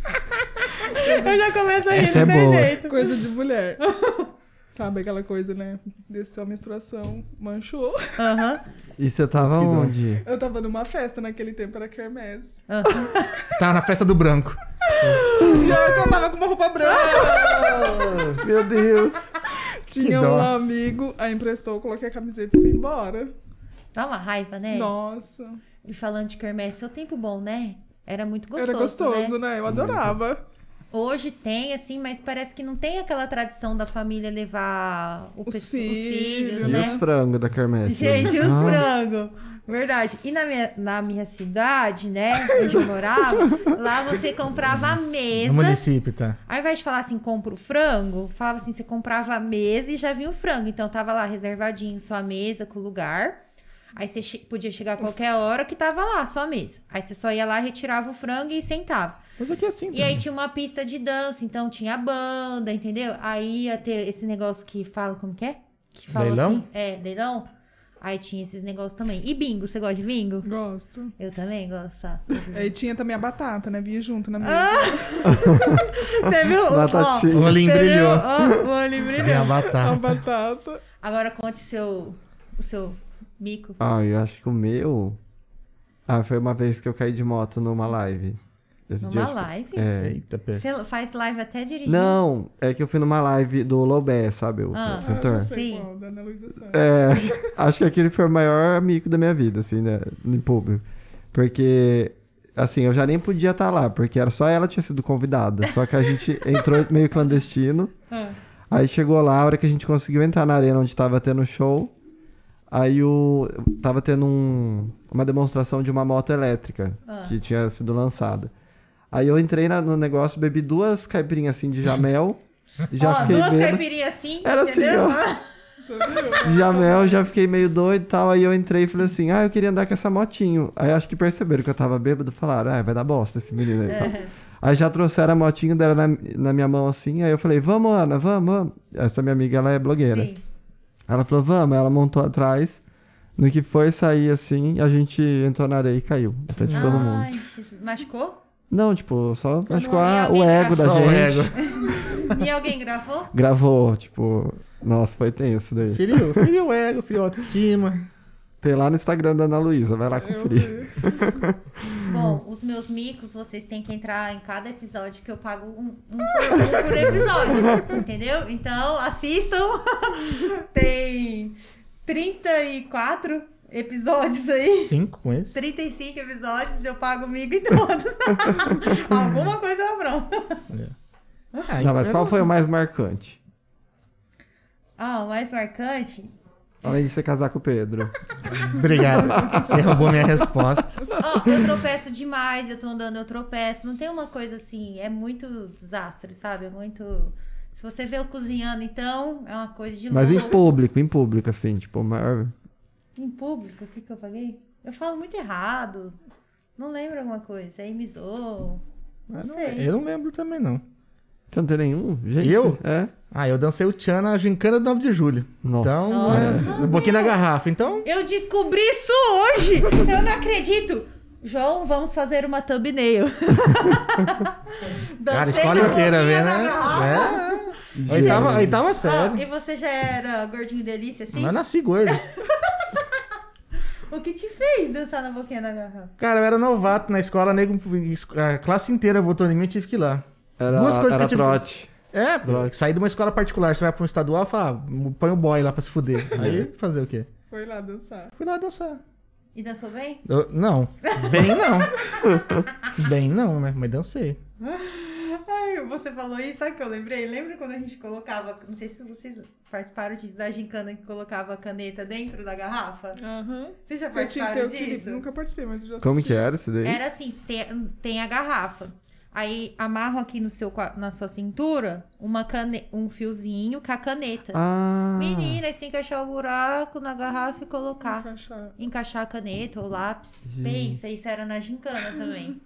[SPEAKER 1] Eu já começo a rir,
[SPEAKER 2] Essa
[SPEAKER 1] não
[SPEAKER 2] é
[SPEAKER 1] tem
[SPEAKER 2] boa.
[SPEAKER 1] jeito.
[SPEAKER 4] Coisa de mulher. <laughs> Sabe aquela coisa, né? Desceu a menstruação, manchou.
[SPEAKER 1] Aham.
[SPEAKER 3] E você tava
[SPEAKER 2] Mosquidão.
[SPEAKER 3] onde?
[SPEAKER 4] Eu tava numa festa naquele tempo, era quermesse.
[SPEAKER 2] Tá na festa do branco.
[SPEAKER 4] E eu, eu tava com uma roupa
[SPEAKER 2] <laughs>
[SPEAKER 4] branca.
[SPEAKER 3] Meu Deus.
[SPEAKER 4] Tinha
[SPEAKER 2] dó.
[SPEAKER 4] um amigo, aí emprestou, eu coloquei a camiseta e fui embora.
[SPEAKER 1] Dá uma raiva, né?
[SPEAKER 4] Nossa.
[SPEAKER 1] E falando de quermesse, é o tempo bom, né? Era muito gostoso,
[SPEAKER 4] era gostoso,
[SPEAKER 1] né?
[SPEAKER 4] né? Eu adorava.
[SPEAKER 1] Hoje tem, assim, mas parece que não tem aquela tradição da família levar o
[SPEAKER 4] Os
[SPEAKER 1] pesso-
[SPEAKER 4] filhos.
[SPEAKER 1] os filhos,
[SPEAKER 3] E
[SPEAKER 1] né? <laughs>
[SPEAKER 3] os frangos da quermesse?
[SPEAKER 1] Gente, e os
[SPEAKER 3] Ah,
[SPEAKER 1] frangos. Verdade. E na minha, na minha cidade, né? Onde eu morava, lá você comprava
[SPEAKER 3] É
[SPEAKER 1] a mesa.
[SPEAKER 2] No município, tá?
[SPEAKER 1] Ao invés de falar assim, compra o frango, falava assim, você comprava a mesa e já vinha o frango. Então tava lá reservadinho sua mesa com o lugar. Aí você che- podia chegar a qualquer hora que tava lá, só a mesa. Aí você só ia lá, retirava o frango e sentava.
[SPEAKER 2] Mas aqui é assim.
[SPEAKER 1] E aí tinha uma pista de dança, então tinha banda, entendeu? Aí ia ter esse negócio que fala, como que é? Que fala
[SPEAKER 2] Leilão?
[SPEAKER 1] assim, é, leilão. Aí tinha esses negócios também. E bingo, você gosta de bingo?
[SPEAKER 4] Gosto.
[SPEAKER 1] Eu também gosto. sabe?
[SPEAKER 4] Aí tinha também a batata, né? Vinha junto na mesa.
[SPEAKER 1] Você viu? Ó,
[SPEAKER 2] O
[SPEAKER 3] Batatinha.
[SPEAKER 2] olhinho
[SPEAKER 1] você viu?
[SPEAKER 2] brilhou.
[SPEAKER 1] Ó, o olho
[SPEAKER 2] Minha
[SPEAKER 1] brilhou.
[SPEAKER 4] <laughs> A
[SPEAKER 2] batata.
[SPEAKER 4] batata.
[SPEAKER 2] É.
[SPEAKER 1] Agora conte seu, o seu bico.
[SPEAKER 3] Ah, eu acho que o meu. Ah, foi uma vez que eu caí de moto numa live. Esse dia eu
[SPEAKER 1] Numa
[SPEAKER 3] acho que-
[SPEAKER 1] live?
[SPEAKER 3] É.
[SPEAKER 2] Eita, pé.
[SPEAKER 1] Você faz live até dirigindo.
[SPEAKER 3] Não, é que eu fui numa live do Lobé, sabe? O
[SPEAKER 1] Ah.
[SPEAKER 4] Ah, eu
[SPEAKER 3] cantor.
[SPEAKER 4] já sei
[SPEAKER 1] Sim.
[SPEAKER 4] qual, da Ana Luísa Santos.
[SPEAKER 3] É, <laughs> acho que aquele foi o maior amigo da minha vida, assim, né? Em público. Porque, assim, eu já nem podia estar lá, porque era só ela tinha sido convidada. Só que
[SPEAKER 1] <laughs>
[SPEAKER 3] a gente entrou meio clandestino.
[SPEAKER 1] É.
[SPEAKER 3] Aí chegou lá, a hora que a gente conseguiu entrar na arena onde tava tendo show. Aí o. Tava tendo um- uma demonstração de uma moto elétrica
[SPEAKER 1] Ah.
[SPEAKER 3] que tinha sido lançada. Aí eu entrei na- no negócio, bebi duas
[SPEAKER 1] <laughs>
[SPEAKER 3] caipirinhas assim de jamel. e já
[SPEAKER 1] Ó,
[SPEAKER 3] fiquei
[SPEAKER 1] duas
[SPEAKER 3] bêbado.
[SPEAKER 1] caipirinhas assim,
[SPEAKER 3] Era assim,
[SPEAKER 1] entendeu?
[SPEAKER 4] Você viu?
[SPEAKER 3] Jamel, já fiquei meio doido e tal. Aí eu entrei e falei assim: ah, eu queria andar com essa motinho. Aí acho que perceberam que eu tava bêbado falaram: ah, vai dar bosta esse menino aí. e tal.
[SPEAKER 1] É.
[SPEAKER 3] Aí já trouxeram a motinho dela na, na minha mão assim. Aí eu falei: vamos, Ana, vamos, vamos. Essa minha amiga, ela é blogueira.
[SPEAKER 1] Sim.
[SPEAKER 3] Ela falou: vamos. Ela montou atrás. No que foi sair assim, a gente entrou na areia e caiu. Na frente de todo mundo.
[SPEAKER 1] Ai, Jesus, machucou?
[SPEAKER 3] Não, tipo, só machucou
[SPEAKER 1] não,
[SPEAKER 3] a-
[SPEAKER 1] e
[SPEAKER 3] o
[SPEAKER 1] alguém
[SPEAKER 3] ego da
[SPEAKER 2] Só o
[SPEAKER 3] gente.
[SPEAKER 2] ego.
[SPEAKER 1] E alguém gravou?
[SPEAKER 3] Gravou, tipo. Nossa, foi tenso daí.
[SPEAKER 2] Feriu, feriu o ego, feriu a autoestima.
[SPEAKER 3] Tem lá no Instagram da Ana Luísa, vai lá
[SPEAKER 4] Eu
[SPEAKER 3] conferir.
[SPEAKER 4] vi.
[SPEAKER 1] Bom, os meus micos, vocês têm que entrar em cada episódio que eu pago um, um por, um por episódio, entendeu? Então, assistam. <laughs> Tem 34 episódios aí.
[SPEAKER 2] Cinco com esse?
[SPEAKER 1] 35 episódios, eu pago mico em todos. <laughs> Alguma coisa é eu apronto.
[SPEAKER 2] Ah,
[SPEAKER 3] Não, mas
[SPEAKER 2] eu
[SPEAKER 3] qual
[SPEAKER 2] não-
[SPEAKER 3] foi o mais marcante?
[SPEAKER 1] Ah, o mais marcante?
[SPEAKER 3] Além de você casar com o Pedro.
[SPEAKER 2] Obrigado. Você roubou minha resposta.
[SPEAKER 1] Ó, eu tropeço demais, eu tô andando, eu tropeço. Não tem uma coisa assim, é muito desastre, sabe? É muito. Se você vê eu cozinhando, então, é uma coisa de
[SPEAKER 3] Mas em
[SPEAKER 1] louco.
[SPEAKER 3] público, em público, assim, tipo, o maior.
[SPEAKER 1] Em público, o que, que eu paguei? Eu falo muito errado. Não lembro alguma coisa. É Aí me zoou. Não sei.
[SPEAKER 2] Eu não lembro também, não.
[SPEAKER 3] Você não tem nenhum? Gente,
[SPEAKER 2] Eu?
[SPEAKER 3] É.
[SPEAKER 2] Ah, eu dancei o Tchan na gincana do 9 de julho.
[SPEAKER 3] Nossa.
[SPEAKER 2] Então,
[SPEAKER 1] Nossa,
[SPEAKER 2] é, eu boquei na garrafa. Então,
[SPEAKER 1] Eu descobri isso hoje! Eu não acredito! João, vamos fazer uma thumbnail.
[SPEAKER 2] <laughs> cara,
[SPEAKER 1] Dancei
[SPEAKER 2] escola
[SPEAKER 1] na
[SPEAKER 2] inteira,
[SPEAKER 1] boquinha
[SPEAKER 2] vê,
[SPEAKER 1] da garrafa. Ah,
[SPEAKER 2] né? É. Oitava, oitava
[SPEAKER 1] Ó,
[SPEAKER 2] série.
[SPEAKER 1] e você já era gordinho delícia, assim?
[SPEAKER 2] Mas eu nasci gordo.
[SPEAKER 1] O que te fez dançar na boquinha da garrafa?
[SPEAKER 2] Cara, eu era novato na escola, nego, a classe inteira votou em mim, eu tive que ir lá.
[SPEAKER 3] Era,
[SPEAKER 2] duas coisas que
[SPEAKER 3] era
[SPEAKER 2] eu tive-
[SPEAKER 3] trote.
[SPEAKER 2] É, pô, sair de uma escola particular, você vai pra um estadual, fala, ah, põe o boy lá pra se fuder. Aí, fazer o quê?
[SPEAKER 4] Foi lá dançar.
[SPEAKER 2] Fui lá dançar.
[SPEAKER 1] E dançou bem?
[SPEAKER 2] Eu- não. Bem não. Bem não, né? Mas dancei.
[SPEAKER 1] Ai, você falou isso, sabe o que eu lembrei? Lembra quando a gente colocava, não sei se vocês participaram disso, da gincana que colocava a caneta dentro da garrafa?
[SPEAKER 4] Aham.
[SPEAKER 1] Vocês já
[SPEAKER 4] Você tinha que ter
[SPEAKER 1] participaram
[SPEAKER 4] o clipe.
[SPEAKER 1] disso?
[SPEAKER 4] Nunca participei, mas eu já
[SPEAKER 3] Como
[SPEAKER 4] assisti.
[SPEAKER 3] que
[SPEAKER 2] é?
[SPEAKER 3] era esse daí?
[SPEAKER 1] Era assim, tem, tem a garrafa. Aí amarram aqui no seu, qua- na sua cintura uma cane, um fiozinho com a caneta.
[SPEAKER 3] Ah.
[SPEAKER 1] Meninas, tem que achar o buraco na garrafa e colocar.
[SPEAKER 4] Encaixar.
[SPEAKER 1] encaixar a caneta ou lápis.
[SPEAKER 3] Gente.
[SPEAKER 1] Pensa, isso era na gincana também.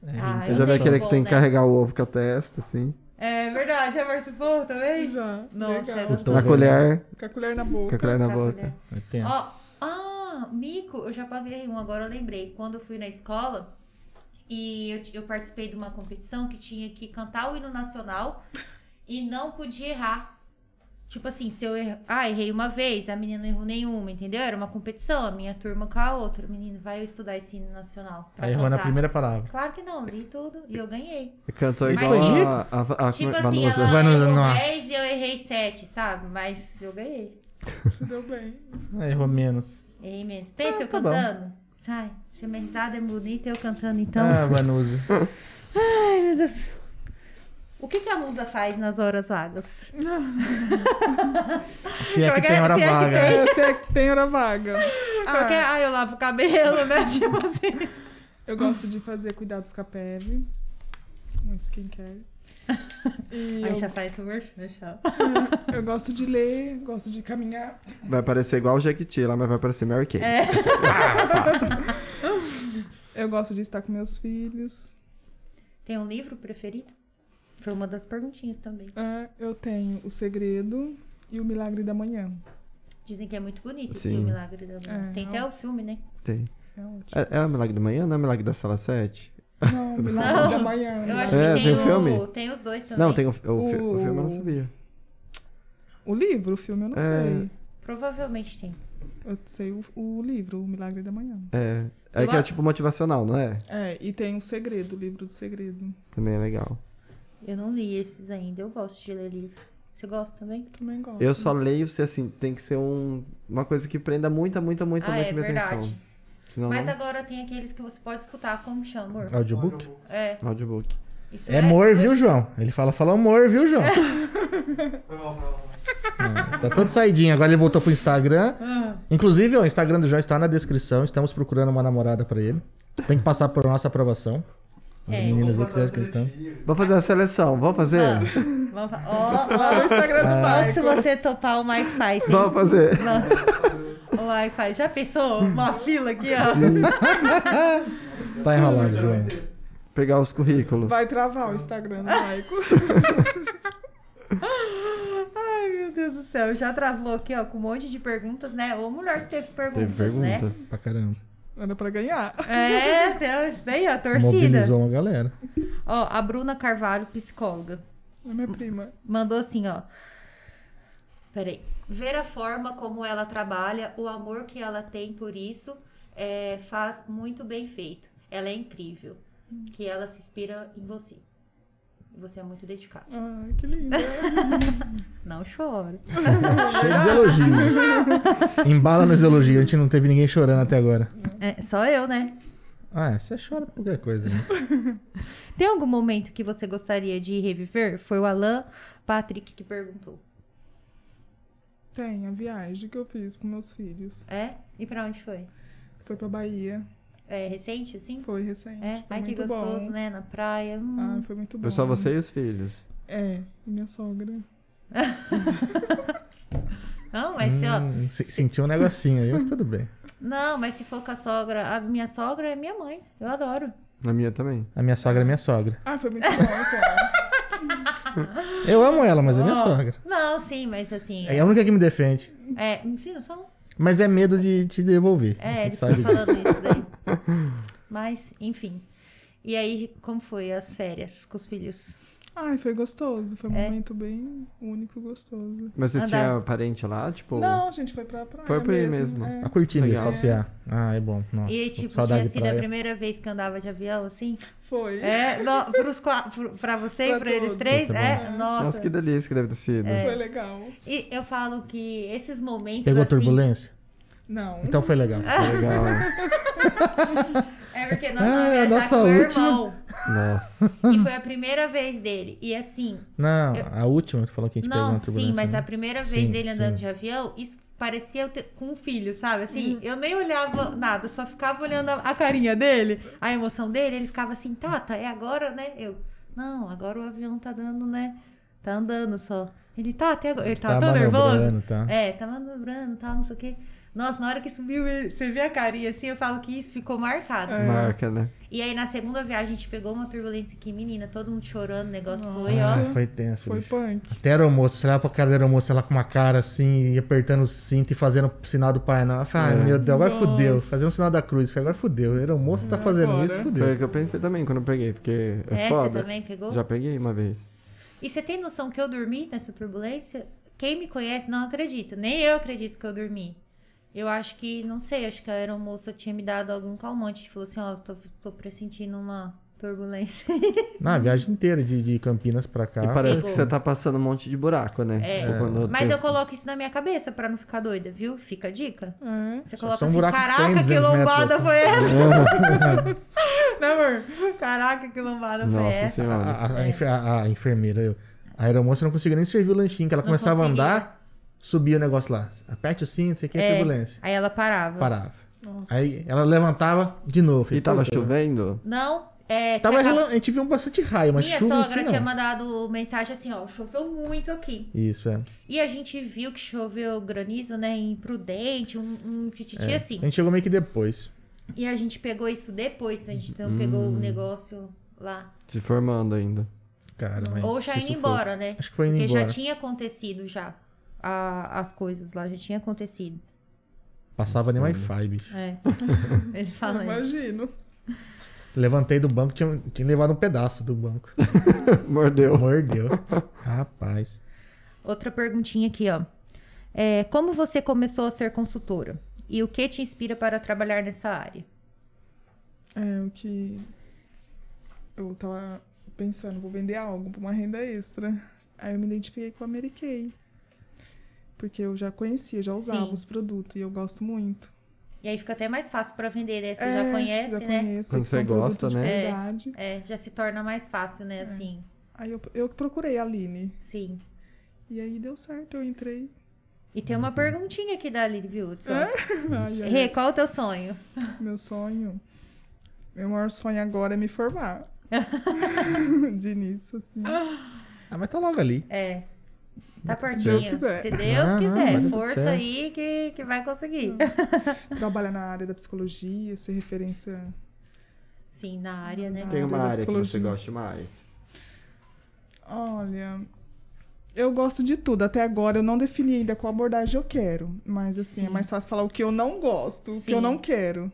[SPEAKER 2] É,
[SPEAKER 1] Ah,
[SPEAKER 3] Eu já vi
[SPEAKER 1] lembro,
[SPEAKER 3] aquele que
[SPEAKER 1] bom,
[SPEAKER 3] tem que
[SPEAKER 1] né?
[SPEAKER 3] carregar o ovo com a testa, assim.
[SPEAKER 1] É verdade, já participou também?
[SPEAKER 4] Já.
[SPEAKER 1] Nossa, é
[SPEAKER 4] Legal.
[SPEAKER 1] era assim.
[SPEAKER 2] Tô
[SPEAKER 3] na
[SPEAKER 2] vendo.
[SPEAKER 3] colher.
[SPEAKER 4] Com a colher na
[SPEAKER 3] Com a
[SPEAKER 4] boca.
[SPEAKER 3] colher na
[SPEAKER 1] Tá,
[SPEAKER 3] boca.
[SPEAKER 1] mulher.
[SPEAKER 2] Eu tenho.
[SPEAKER 1] Ó, ah, mico, eu já paguei um, agora eu lembrei. Quando eu fui na escola, E eu, ti- eu participei de uma competição que tinha que cantar o hino nacional e não podia errar. Tipo assim, se eu errar, ah, errei uma vez, a menina não errou nenhuma, entendeu? Era uma competição, a minha turma com a outra. Menino, vai eu estudar esse hino nacional. pra
[SPEAKER 2] Aí errou na
[SPEAKER 1] cantar.
[SPEAKER 2] primeira palavra.
[SPEAKER 1] Claro que não, li tudo e eu ganhei.
[SPEAKER 3] Cantou
[SPEAKER 1] Mas
[SPEAKER 3] igual
[SPEAKER 1] sim.
[SPEAKER 3] a, a, a, a
[SPEAKER 1] tipo
[SPEAKER 3] Vanusa.
[SPEAKER 1] assim, ela
[SPEAKER 2] Vanusa,
[SPEAKER 1] errou
[SPEAKER 2] nossa.
[SPEAKER 1] 10 e eu errei 7, sabe? Mas eu ganhei.
[SPEAKER 4] Se deu bem.
[SPEAKER 2] Aí errou menos.
[SPEAKER 1] Errei menos. Pensa
[SPEAKER 2] Ah,
[SPEAKER 1] eu
[SPEAKER 2] tá bom.
[SPEAKER 1] cantando. Ai, se minha risada é bonita, eu cantando então.
[SPEAKER 3] É.
[SPEAKER 2] Ah, Vanusa.
[SPEAKER 1] Ai, meu Deus. O que, que a musa faz nas horas vagas?
[SPEAKER 2] Se é que
[SPEAKER 1] Porque
[SPEAKER 2] tem hora
[SPEAKER 1] se é que
[SPEAKER 2] vaga. né?
[SPEAKER 4] É, eu sei que tem hora vaga. Ah,
[SPEAKER 1] Porque, ai, eu lavo o cabelo, né? <laughs> Tipo assim.
[SPEAKER 4] Eu gosto de fazer cuidados com a pele. Um
[SPEAKER 1] <laughs>
[SPEAKER 4] skincare. E
[SPEAKER 1] Aí
[SPEAKER 4] eu,
[SPEAKER 1] já faz o né, merchan.
[SPEAKER 4] eu gosto de ler, gosto de caminhar.
[SPEAKER 3] Vai parecer igual o Jequiti lá, mas vai parecer Mary Kay.
[SPEAKER 1] É.
[SPEAKER 4] Eu gosto de estar com meus filhos.
[SPEAKER 1] Tem um livro preferido? Foi uma das perguntinhas também.
[SPEAKER 4] É, eu tenho O Segredo e O Milagre da Manhã.
[SPEAKER 1] Dizem que é muito bonito esse
[SPEAKER 3] Sim.
[SPEAKER 1] O Milagre da Manhã.
[SPEAKER 4] É,
[SPEAKER 1] Tem
[SPEAKER 4] não.
[SPEAKER 1] até o filme, né?
[SPEAKER 3] Tem.
[SPEAKER 4] É
[SPEAKER 1] <laughs>
[SPEAKER 4] ótimo.
[SPEAKER 3] É, é o Milagre da Manhã? Não é o Milagre da Sala 7?
[SPEAKER 4] Não, O Milagre
[SPEAKER 1] Não,
[SPEAKER 4] da Manhã. né?
[SPEAKER 1] Eu
[SPEAKER 4] não.
[SPEAKER 1] acho que
[SPEAKER 3] É,
[SPEAKER 1] tem,
[SPEAKER 3] tem o filme?
[SPEAKER 1] o, tem os dois também.
[SPEAKER 3] Não, tem o, fi- o, fi- o
[SPEAKER 4] O-
[SPEAKER 3] filme eu não sabia.
[SPEAKER 4] O livro, o filme eu não
[SPEAKER 3] É.
[SPEAKER 4] sei.
[SPEAKER 1] Provavelmente tem.
[SPEAKER 4] Eu sei o, o livro, O Milagre da Manhã.
[SPEAKER 3] É. É
[SPEAKER 1] Eu
[SPEAKER 3] que é
[SPEAKER 1] a-
[SPEAKER 3] tipo motivacional, não é?
[SPEAKER 4] É, e tem o Segredo, o livro do Segredo.
[SPEAKER 3] Também é legal.
[SPEAKER 1] Eu não li esses ainda. Eu gosto de ler livro. Você gosta também?
[SPEAKER 4] Também gosto.
[SPEAKER 3] Eu só leio se assim, tem que ser um, uma coisa que prenda muita, muita, muita,
[SPEAKER 1] Ah,
[SPEAKER 3] muita
[SPEAKER 1] é
[SPEAKER 3] minha
[SPEAKER 1] verdade.
[SPEAKER 3] atenção. tá Senão
[SPEAKER 1] Mas
[SPEAKER 3] não.
[SPEAKER 1] agora tem aqueles que você pode escutar, como chama, amor?
[SPEAKER 2] né? Audiobook?
[SPEAKER 5] Ah.
[SPEAKER 1] É.
[SPEAKER 3] Audiobook.
[SPEAKER 1] Isso
[SPEAKER 2] É amor, viu, João? Ele fala, fala amor, viu, João?
[SPEAKER 5] Foi mal, foi mal.
[SPEAKER 2] Tá todo saidinho. Agora ele voltou pro Instagram.
[SPEAKER 1] Ah,
[SPEAKER 2] Inclusive, ó, o Instagram do João está na descrição. Estamos procurando uma namorada pra ele. Tem que passar por nossa aprovação. As
[SPEAKER 1] É.
[SPEAKER 2] meninas aí
[SPEAKER 5] Vamos
[SPEAKER 2] que
[SPEAKER 5] passar
[SPEAKER 2] vocês estão.
[SPEAKER 5] seletivo.
[SPEAKER 3] Vamos fazer a seleção, vamos fazer?
[SPEAKER 1] Vamos. Vamos fa- Ó, ó,
[SPEAKER 4] O Instagram do
[SPEAKER 1] ó,
[SPEAKER 4] Marco.
[SPEAKER 1] que se você topar, o Mike faz. hein?
[SPEAKER 3] <laughs> Vamos fazer.
[SPEAKER 1] <laughs> O Mike faz. Já pensou? Uma fila aqui, ó.
[SPEAKER 2] Tá enrolado, João.
[SPEAKER 3] Pegar os currículos.
[SPEAKER 4] Vai travar o Instagram do Maico. <laughs>
[SPEAKER 1] Ai, meu Deus do céu. Já travou aqui, ó, com um monte de perguntas, né? Ô, mulher que teve perguntas,
[SPEAKER 3] Teve
[SPEAKER 1] né?
[SPEAKER 3] perguntas.
[SPEAKER 2] Pra caramba.
[SPEAKER 4] Era pra ganhar.
[SPEAKER 1] É, tem isso daí, ó, torcida.
[SPEAKER 2] Mobilizou uma galera.
[SPEAKER 1] Ó, a Bruna Carvalho, psicóloga.
[SPEAKER 4] É minha prima.
[SPEAKER 1] mandou assim, ó. Peraí. Ver a forma como ela trabalha, o amor que ela tem por isso, é, faz muito bem feito. Ela é incrível. Que ela se inspira em você. E Você é muito dedicado.
[SPEAKER 4] Ai, que linda.
[SPEAKER 1] Não choro.
[SPEAKER 2] Cheio de elogios. Embala nos elogios. A gente não teve ninguém chorando até agora.
[SPEAKER 1] É, só eu, né?
[SPEAKER 2] Ah, é, você chora por qualquer coisa, né?
[SPEAKER 1] Tem algum momento que você gostaria de reviver? Foi o Alan Patrick que perguntou.
[SPEAKER 4] Tem a viagem que eu fiz com meus filhos.
[SPEAKER 1] É? E pra onde foi?
[SPEAKER 4] Foi pra Bahia.
[SPEAKER 1] É recente, assim?
[SPEAKER 4] Foi recente.
[SPEAKER 1] É?
[SPEAKER 4] Foi
[SPEAKER 1] Ai, que
[SPEAKER 4] muito
[SPEAKER 1] gostoso,
[SPEAKER 4] bom.
[SPEAKER 1] né? Na praia. Hum.
[SPEAKER 4] Ah, foi muito bom.
[SPEAKER 3] Foi só você e os filhos.
[SPEAKER 4] É, e minha sogra.
[SPEAKER 1] Não, mas se, ó,
[SPEAKER 2] Hum, se- Sentiu um negocinho aí, mas tudo bem.
[SPEAKER 1] Não, mas se for com a sogra, a minha sogra é minha mãe. Eu adoro.
[SPEAKER 3] Na minha também.
[SPEAKER 2] A minha sogra é minha sogra.
[SPEAKER 4] Ah, foi muito
[SPEAKER 1] <laughs>
[SPEAKER 4] bom, então.
[SPEAKER 2] Eu amo ela, mas é minha sogra.
[SPEAKER 1] Não, sim, mas assim.
[SPEAKER 2] É a única que me defende.
[SPEAKER 1] É, sim, só.
[SPEAKER 2] Mas é medo de te devolver.
[SPEAKER 1] É,
[SPEAKER 2] Você
[SPEAKER 1] ele
[SPEAKER 2] sabe
[SPEAKER 1] fica
[SPEAKER 2] disso.
[SPEAKER 1] falando isso daí.
[SPEAKER 2] <laughs>
[SPEAKER 1] Mas, enfim. E aí, como foi as férias com os filhos?
[SPEAKER 4] Ai, foi gostoso. Foi um
[SPEAKER 1] É.
[SPEAKER 4] momento bem único e gostoso.
[SPEAKER 3] Mas vocês
[SPEAKER 1] Andar.
[SPEAKER 3] tinham parente lá, tipo.
[SPEAKER 4] Não, a gente foi pra praia
[SPEAKER 3] Foi pra aí mesmo.
[SPEAKER 4] É.
[SPEAKER 2] A curtindo isso,
[SPEAKER 3] Legal.
[SPEAKER 2] passear. Ah, é bom. Nossa,
[SPEAKER 1] E tipo, tinha
[SPEAKER 2] saudade de
[SPEAKER 1] sido a
[SPEAKER 2] praia.
[SPEAKER 1] primeira vez que andava de avião, assim?
[SPEAKER 4] Foi.
[SPEAKER 1] É, no, pros, qua- pro- pra você e
[SPEAKER 4] Pra
[SPEAKER 1] pra eles
[SPEAKER 4] todos.
[SPEAKER 1] três?
[SPEAKER 2] Muito
[SPEAKER 1] É, nossa.
[SPEAKER 3] Nossa, que delícia que deve ter sido.
[SPEAKER 1] É.
[SPEAKER 4] Foi legal.
[SPEAKER 1] E eu falo que esses momentos.
[SPEAKER 2] Pegou
[SPEAKER 1] assim, Ah.
[SPEAKER 2] turbulência?
[SPEAKER 4] Não.
[SPEAKER 2] Então foi legal.
[SPEAKER 3] Legal. né?
[SPEAKER 1] É porque nós
[SPEAKER 2] Ah,
[SPEAKER 1] vamos viajar
[SPEAKER 2] nossa
[SPEAKER 1] com o
[SPEAKER 2] última-
[SPEAKER 1] irmão.
[SPEAKER 3] Nossa.
[SPEAKER 1] <laughs> E
[SPEAKER 2] <laughs>
[SPEAKER 1] foi a primeira vez dele. E assim,
[SPEAKER 2] Não, a última tu falou que a gente pegou
[SPEAKER 1] Não,
[SPEAKER 2] uma
[SPEAKER 1] sim,
[SPEAKER 2] turbulência.
[SPEAKER 1] mas
[SPEAKER 2] né?
[SPEAKER 1] a primeira vez
[SPEAKER 2] Sim,
[SPEAKER 1] dele andando
[SPEAKER 2] sim.
[SPEAKER 1] de avião, isso parecia eu ter- com um filho, sabe? Assim, eu nem olhava nada, só ficava olhando a, a carinha dele, a emoção dele, ele ficava assim, Tata, é agora, né? Eu, não, agora o avião tá dando, né? Tá andando só. Ele tá até agora. Ele
[SPEAKER 2] Tá
[SPEAKER 1] tava tão nervoso.
[SPEAKER 2] manobrando, tá?
[SPEAKER 1] É, tá manobrando e tal, não sei o quê. Nossa, na hora que subiu, ele- você vê a carinha assim, eu falo que isso ficou marcado. sabe?
[SPEAKER 3] Marca, né?
[SPEAKER 1] E aí, na segunda viagem, a gente pegou uma turbulência aqui, menina, todo mundo chorando, o negócio
[SPEAKER 4] Nossa.
[SPEAKER 1] foi, ó.
[SPEAKER 2] Ah, foi tenso.
[SPEAKER 4] Foi
[SPEAKER 2] bicho.
[SPEAKER 4] punk.
[SPEAKER 2] Até aeromoça, você olhava pra cara da aeromoça ela com uma cara assim, e apertando o cinto e fazendo o sinal do Pai Nosso. Eu falei, Ai,
[SPEAKER 3] É.
[SPEAKER 2] meu Deus, agora
[SPEAKER 4] Nossa.
[SPEAKER 2] fudeu. Fazer um sinal da cruz. Eu falei, agora fudeu. A aeromoça tá fazendo
[SPEAKER 4] agora.
[SPEAKER 2] isso,
[SPEAKER 3] Foi o
[SPEAKER 2] fudeu.
[SPEAKER 3] que eu pensei também quando eu peguei, porque é,
[SPEAKER 1] É, você
[SPEAKER 3] foda.
[SPEAKER 1] também pegou?
[SPEAKER 3] Já peguei uma vez.
[SPEAKER 1] E você tem noção que eu dormi nessa turbulência? Quem me conhece não acredita. Nem eu acredito que eu dormi. Eu acho que, não sei, acho que a aeromoça tinha me dado algum calmante. e Falou assim, ó, tô, tô pressentindo uma turbulência.
[SPEAKER 2] Na viagem inteira de, de Campinas pra cá.
[SPEAKER 3] e parece
[SPEAKER 1] ficou.
[SPEAKER 3] que você tá passando um monte de buraco, né?
[SPEAKER 1] É.
[SPEAKER 3] Tipo, quando
[SPEAKER 1] Mas eu
[SPEAKER 3] tem-
[SPEAKER 1] coloco isso na minha cabeça pra não ficar doida, viu? Fica a dica.
[SPEAKER 4] É.
[SPEAKER 1] Você
[SPEAKER 2] Só-
[SPEAKER 1] coloca
[SPEAKER 2] só um
[SPEAKER 1] assim,
[SPEAKER 2] buraco de 100,
[SPEAKER 1] caraca, que
[SPEAKER 2] 200
[SPEAKER 1] lombada
[SPEAKER 2] metros. É.
[SPEAKER 1] foi essa?
[SPEAKER 2] <laughs>
[SPEAKER 1] Não, amor? Caraca, que lombada foi
[SPEAKER 3] Nossa
[SPEAKER 1] essa?
[SPEAKER 2] A,
[SPEAKER 3] senhora.
[SPEAKER 2] a-
[SPEAKER 1] é.
[SPEAKER 2] a enfer- a- a enfermeira, eu. A aeromoça não conseguia nem servir o lanchinho, que ela
[SPEAKER 1] Não
[SPEAKER 2] começava
[SPEAKER 1] conseguia.
[SPEAKER 2] a andar, subia o negócio lá. Aperte o cinto, isso aqui é,
[SPEAKER 1] É.
[SPEAKER 2] turbulência.
[SPEAKER 1] Aí ela parava.
[SPEAKER 2] Parava.
[SPEAKER 4] Nossa.
[SPEAKER 2] Aí ela levantava de novo.
[SPEAKER 3] E
[SPEAKER 2] Falei,
[SPEAKER 3] tava
[SPEAKER 2] "Puta,
[SPEAKER 3] chovendo?
[SPEAKER 1] Não, é...
[SPEAKER 2] Tava
[SPEAKER 1] tinha acabado-
[SPEAKER 2] relan- A gente viu bastante raio, mas
[SPEAKER 1] Minha
[SPEAKER 2] chuva assim, em
[SPEAKER 1] sogra
[SPEAKER 2] si,
[SPEAKER 1] tinha
[SPEAKER 2] não.
[SPEAKER 1] mandado mensagem assim, ó, choveu muito aqui.
[SPEAKER 2] Isso, é.
[SPEAKER 1] E a gente viu que choveu granizo, né? Imprudente, um, um tititi assim.
[SPEAKER 2] A gente chegou meio que depois.
[SPEAKER 1] E a gente pegou isso depois, a gente não pegou o negócio lá.
[SPEAKER 3] Se formando ainda.
[SPEAKER 2] Cara, mas.
[SPEAKER 1] Ou já
[SPEAKER 2] isso
[SPEAKER 1] indo
[SPEAKER 2] foi-
[SPEAKER 1] embora, né?
[SPEAKER 2] Acho que foi indo
[SPEAKER 1] Porque
[SPEAKER 2] embora.
[SPEAKER 1] já tinha acontecido já. a- as coisas lá, já tinha acontecido.
[SPEAKER 2] Passava nem Wi-Fi, bicho.
[SPEAKER 1] É. Ele
[SPEAKER 4] Eu
[SPEAKER 1] fala isso.
[SPEAKER 4] imagino.
[SPEAKER 2] Levantei do banco, tinha, tinha levado um pedaço do banco.
[SPEAKER 3] <laughs> Mordeu.
[SPEAKER 2] Mordeu. Rapaz.
[SPEAKER 1] Outra perguntinha aqui, ó. É, como você começou a ser consultora? E o que te inspira para trabalhar nessa área?
[SPEAKER 4] É o que. Eu tava pensando, vou vender algo pra uma renda extra. Aí eu me identifiquei com a Mary Kay. Porque eu já conhecia, já usava
[SPEAKER 1] Sim.
[SPEAKER 4] os produtos e eu gosto muito.
[SPEAKER 1] E aí fica até mais fácil para vender, né? Você
[SPEAKER 4] É,
[SPEAKER 1] já conhece,
[SPEAKER 4] já
[SPEAKER 1] né?
[SPEAKER 4] Conheço,
[SPEAKER 3] Quando
[SPEAKER 4] que são
[SPEAKER 3] você gosta,
[SPEAKER 4] produtos de
[SPEAKER 3] né?
[SPEAKER 1] É.
[SPEAKER 4] qualidade.
[SPEAKER 1] É, já se torna mais fácil, né? Assim,
[SPEAKER 4] Aí eu, eu que procurei a Aline.
[SPEAKER 1] sim.
[SPEAKER 4] E aí deu certo, eu entrei.
[SPEAKER 1] E tem uma perguntinha aqui da Lili Hudson.
[SPEAKER 4] Ai, ai,
[SPEAKER 1] Rê, qual o teu sonho?
[SPEAKER 4] Meu sonho. Meu maior sonho agora é
[SPEAKER 1] <laughs>
[SPEAKER 4] me formar. <laughs> de início, assim.
[SPEAKER 2] Ah, mas tá logo ali.
[SPEAKER 1] É. Tá pertinho.
[SPEAKER 4] Deus quiser.
[SPEAKER 1] Se Deus
[SPEAKER 2] Ah, não, vai
[SPEAKER 1] quiser.
[SPEAKER 2] dar tudo
[SPEAKER 1] Força
[SPEAKER 2] certo.
[SPEAKER 1] aí que, que vai
[SPEAKER 4] Hum.
[SPEAKER 1] conseguir.
[SPEAKER 4] Trabalhar na área da psicologia, ser referência.
[SPEAKER 1] Sim, na área, né?
[SPEAKER 3] Tem um- uma
[SPEAKER 4] Ah,
[SPEAKER 3] área que você
[SPEAKER 4] psicologia.
[SPEAKER 3] goste mais.
[SPEAKER 4] Olha, eu gosto de tudo. Até agora eu não defini ainda qual abordagem eu quero. Mas assim, é
[SPEAKER 1] Sim.
[SPEAKER 4] mais fácil falar o que eu não gosto, o que
[SPEAKER 1] Sim.
[SPEAKER 4] eu não quero.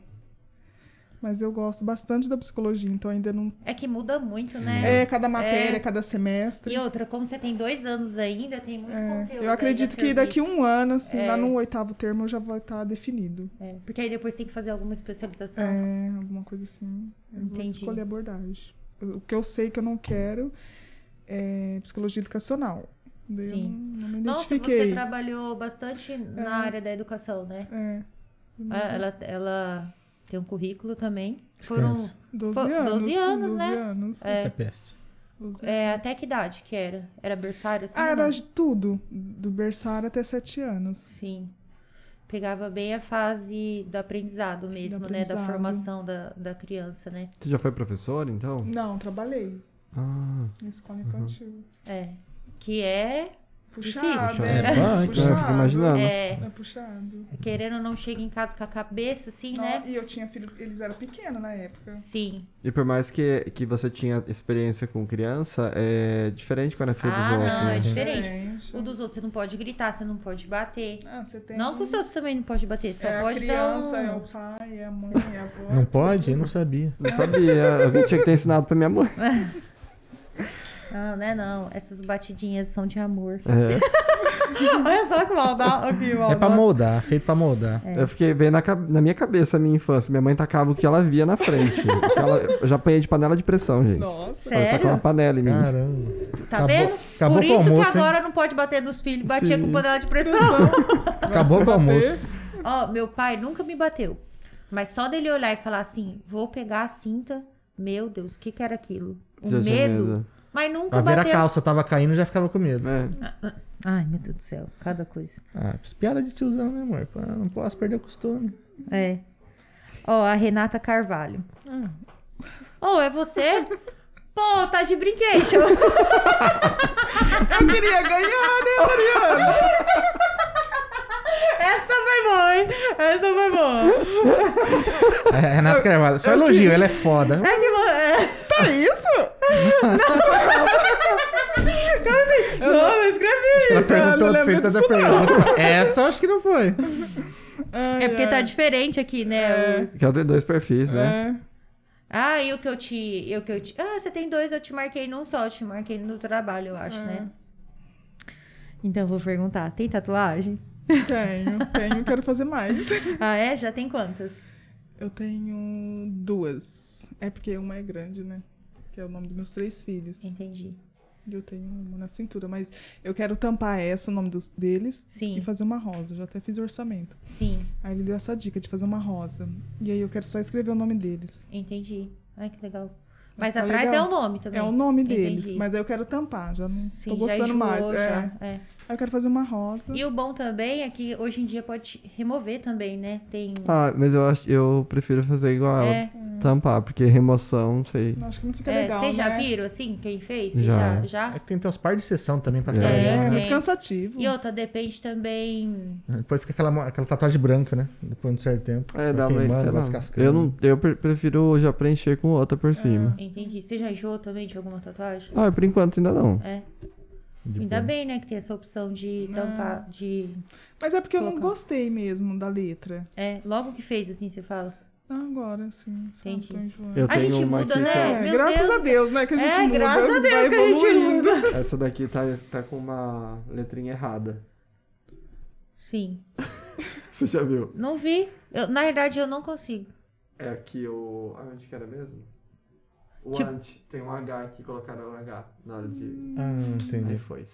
[SPEAKER 4] Mas eu gosto bastante da psicologia, então ainda não.
[SPEAKER 1] É que muda muito, né?
[SPEAKER 4] É, cada matéria,
[SPEAKER 1] É.
[SPEAKER 4] cada semestre.
[SPEAKER 1] E outra, como você tem dois anos ainda, tem muito
[SPEAKER 4] É,
[SPEAKER 1] conteúdo.
[SPEAKER 4] eu acredito que daqui um ano, assim,
[SPEAKER 1] É.
[SPEAKER 4] lá no oitavo termo, eu já vou estar definido.
[SPEAKER 1] um. porque aí depois tem que fazer alguma especialização.
[SPEAKER 4] É, alguma coisa assim. Eu vou
[SPEAKER 1] Tá. Entendi.
[SPEAKER 4] escolher a abordagem. O que eu sei que eu não quero é psicologia educacional. Daí Eu
[SPEAKER 1] Sim.
[SPEAKER 4] não, não me
[SPEAKER 1] Nossa, você
[SPEAKER 4] identifiquei.
[SPEAKER 1] trabalhou bastante na área da educação, né?
[SPEAKER 4] É,
[SPEAKER 1] Ah, Ela, ela tem um currículo também. Foram
[SPEAKER 2] Extenso.
[SPEAKER 4] 12
[SPEAKER 1] Pô,
[SPEAKER 4] anos.
[SPEAKER 1] 12 anos, né?
[SPEAKER 4] anos.
[SPEAKER 2] Tá peste.
[SPEAKER 4] 12
[SPEAKER 1] É, até que idade que era? Era berçário? Assim,
[SPEAKER 4] Ah,
[SPEAKER 1] ou
[SPEAKER 4] era
[SPEAKER 1] não?
[SPEAKER 4] de tudo. Do berçário até 7 anos.
[SPEAKER 1] Sim. Pegava bem a fase do aprendizado mesmo,
[SPEAKER 4] Do
[SPEAKER 1] né? Da
[SPEAKER 4] aprendizado.
[SPEAKER 1] formação da, da criança, né?
[SPEAKER 3] Você já foi professor, então?
[SPEAKER 4] Não, trabalhei
[SPEAKER 3] Ah,
[SPEAKER 4] na escola infantil.
[SPEAKER 1] É. Que é,
[SPEAKER 4] Puxado,
[SPEAKER 3] Difícil.
[SPEAKER 4] é.
[SPEAKER 2] É, punk,
[SPEAKER 4] puxado.
[SPEAKER 3] né? Eu fico imaginando.
[SPEAKER 1] é,
[SPEAKER 4] É puxado.
[SPEAKER 1] querendo ou não chega em casa com a cabeça, assim, né?
[SPEAKER 4] Não, E eu tinha filho, eles eram pequenos na época.
[SPEAKER 1] Sim.
[SPEAKER 3] E por mais que, que você tinha experiência com criança, é diferente quando é filho dos
[SPEAKER 1] Ah,
[SPEAKER 3] outros.
[SPEAKER 1] não, é
[SPEAKER 3] né?
[SPEAKER 1] diferente. O dos outros você não pode gritar, você não pode bater.
[SPEAKER 4] Ah, você tem.
[SPEAKER 1] Não que os seus também não pode bater, só
[SPEAKER 4] é
[SPEAKER 1] pode
[SPEAKER 4] a criança,
[SPEAKER 1] dar um...
[SPEAKER 4] é o pai, é a mãe, é a avó.
[SPEAKER 2] Não pode? Eu não sabia.
[SPEAKER 3] Não sabia. Alguém tinha que ter ensinado pra
[SPEAKER 1] <laughs>
[SPEAKER 3] minha mãe.
[SPEAKER 1] Não, né? Não. Essas batidinhas são de amor.
[SPEAKER 3] É.
[SPEAKER 1] Olha só que maldade. Que
[SPEAKER 2] É pra moldar, feito pra moldar.
[SPEAKER 3] É. Eu fiquei bem na, ca- na minha cabeça a minha infância. Minha mãe tacava o que ela via
[SPEAKER 1] <laughs>
[SPEAKER 3] na frente. O que ela- eu já apanhei de panela de pressão, gente.
[SPEAKER 4] Nossa.
[SPEAKER 3] Ela tacou uma
[SPEAKER 1] Sério?
[SPEAKER 3] panela em mim.
[SPEAKER 2] Caramba.
[SPEAKER 1] Tá
[SPEAKER 2] tá Acabou-
[SPEAKER 1] vendo?
[SPEAKER 2] acabou
[SPEAKER 1] Por
[SPEAKER 2] com o
[SPEAKER 1] isso
[SPEAKER 2] almoço,
[SPEAKER 1] que
[SPEAKER 2] hein?
[SPEAKER 1] agora não pode bater nos filhos. Batia
[SPEAKER 3] Sim.
[SPEAKER 1] com panela de pressão.
[SPEAKER 2] Acabou com o almoço.
[SPEAKER 1] Ó, meu pai nunca me bateu. Mas só dele olhar e falar assim, vou pegar a cinta. Meu Deus, o que que era aquilo? O
[SPEAKER 3] Você tinha
[SPEAKER 1] medo. Mas nunca
[SPEAKER 2] A ver a
[SPEAKER 1] bateu.
[SPEAKER 2] calça tava caindo, eu já ficava com medo.
[SPEAKER 3] É.
[SPEAKER 1] Ai, meu Deus do céu. Cada coisa.
[SPEAKER 2] Ah, piada de tiozão, né, amor? Pô, Não posso perder o costume.
[SPEAKER 1] É. Ó, a Renata Carvalho. Ô, é você? Pô, tá de brinquedo.
[SPEAKER 4] Eu queria ganhar, né, Mariana?
[SPEAKER 1] Essa foi boa, hein? Essa foi boa.
[SPEAKER 2] É, Renato Carvalho, só elogio, ela é foda.
[SPEAKER 1] É que vo- é.
[SPEAKER 4] Tá <laughs> isso?
[SPEAKER 1] Como assim? Não, não escrevi.
[SPEAKER 2] Ela perguntou,
[SPEAKER 4] não lembro
[SPEAKER 2] fez tanta
[SPEAKER 4] disso, não.
[SPEAKER 2] pergunta. Essa eu acho que não foi.
[SPEAKER 1] É porque tá diferente aqui, né?
[SPEAKER 4] É.
[SPEAKER 1] o-
[SPEAKER 3] Que ela tem dois perfis, né?
[SPEAKER 4] É.
[SPEAKER 1] Ah, e o que eu te. e o que eu te... Ah, você tem dois, eu te marquei num só, eu te marquei no trabalho, eu
[SPEAKER 4] Ah.
[SPEAKER 1] acho, né? Então eu vou perguntar, tem tatuagem?
[SPEAKER 4] É, Tenho, tenho, quero fazer mais.
[SPEAKER 1] <laughs>
[SPEAKER 4] <laughs>
[SPEAKER 1] Ah, é? Já tem quantas?
[SPEAKER 4] Eu tenho duas. É porque uma é grande, né? Que é o nome dos meus três filhos.
[SPEAKER 1] Entendi.
[SPEAKER 4] E eu tenho uma na cintura. Mas eu quero tampar essa, o nome dos, deles,
[SPEAKER 1] Sim.
[SPEAKER 4] e fazer uma rosa. Já até fiz o orçamento.
[SPEAKER 1] Sim,
[SPEAKER 4] Aí ele deu essa dica de fazer uma rosa. E aí eu quero só escrever o nome deles.
[SPEAKER 1] entendi. Ai, que legal. Mas
[SPEAKER 4] Tá
[SPEAKER 1] atrás
[SPEAKER 4] legal.
[SPEAKER 1] é o nome também.
[SPEAKER 4] É o nome deles,
[SPEAKER 1] Entendi.
[SPEAKER 4] mas aí eu quero tampar, já não
[SPEAKER 1] Sim,
[SPEAKER 4] tô
[SPEAKER 1] já
[SPEAKER 4] gostando
[SPEAKER 1] enjoou,
[SPEAKER 4] mais. É.
[SPEAKER 1] já, é.
[SPEAKER 4] Aí eu quero fazer uma rosa.
[SPEAKER 1] E o bom também é que hoje em dia pode remover também, né? Tem.
[SPEAKER 3] Ah, mas eu acho, eu prefiro fazer igual ela.
[SPEAKER 1] é,
[SPEAKER 3] Tampar, porque remoção, não sei.
[SPEAKER 4] Acho que não fica
[SPEAKER 1] é,
[SPEAKER 4] legal.
[SPEAKER 1] vocês já
[SPEAKER 4] né?
[SPEAKER 1] viram assim? Quem fez?
[SPEAKER 3] Já.
[SPEAKER 1] já? já?
[SPEAKER 2] É que tem, tem uns par de sessão também pra
[SPEAKER 3] É.
[SPEAKER 4] É,
[SPEAKER 2] trabalhar, né?
[SPEAKER 4] muito cansativo.
[SPEAKER 1] E outra, depende também.
[SPEAKER 2] Depois fica aquela, mo- aquela tatuagem branca, né? Depois de um certo tempo.
[SPEAKER 3] É,
[SPEAKER 2] vai
[SPEAKER 3] dá uma sei
[SPEAKER 2] queimando, vai
[SPEAKER 3] lá.
[SPEAKER 2] descascando.
[SPEAKER 3] Eu, não, eu pre- prefiro já preencher com outra por cima.
[SPEAKER 1] Entendi. Você já enjoou também de alguma tatuagem?
[SPEAKER 3] Ah, por enquanto ainda não.
[SPEAKER 1] É.
[SPEAKER 2] De
[SPEAKER 1] Ainda
[SPEAKER 2] boa.
[SPEAKER 1] bem, né, que tem essa opção de tampar, de...
[SPEAKER 4] Mas é porque eu não
[SPEAKER 1] Colocar.
[SPEAKER 4] gostei mesmo da letra. Então,
[SPEAKER 1] É, logo que fez, assim, você fala.
[SPEAKER 4] Agora sim. só
[SPEAKER 1] Entendi.
[SPEAKER 4] tô enjoando.
[SPEAKER 3] Eu
[SPEAKER 1] A
[SPEAKER 3] tenho
[SPEAKER 1] gente
[SPEAKER 3] uma
[SPEAKER 1] muda,
[SPEAKER 3] aqui,
[SPEAKER 1] né?
[SPEAKER 4] É,
[SPEAKER 1] Meu
[SPEAKER 4] graças
[SPEAKER 1] Deus
[SPEAKER 4] a
[SPEAKER 1] do
[SPEAKER 4] Deus, né? Que a gente
[SPEAKER 1] É,
[SPEAKER 4] muda,
[SPEAKER 1] graças a
[SPEAKER 4] vai
[SPEAKER 1] Deus que a gente
[SPEAKER 4] evoluindo.
[SPEAKER 1] muda.
[SPEAKER 3] Essa daqui tá, tá com uma letrinha errada. <laughs>
[SPEAKER 1] Sim.
[SPEAKER 3] Você já viu?
[SPEAKER 1] Não vi. Eu- na verdade, eu não consigo.
[SPEAKER 3] É aqui o. Ah, onde que era mesmo? O
[SPEAKER 1] Tipo-
[SPEAKER 3] ant. Tem um H aqui, colocaram um H na hora de.
[SPEAKER 2] Ah,
[SPEAKER 3] Aí
[SPEAKER 2] entendi.
[SPEAKER 3] foi.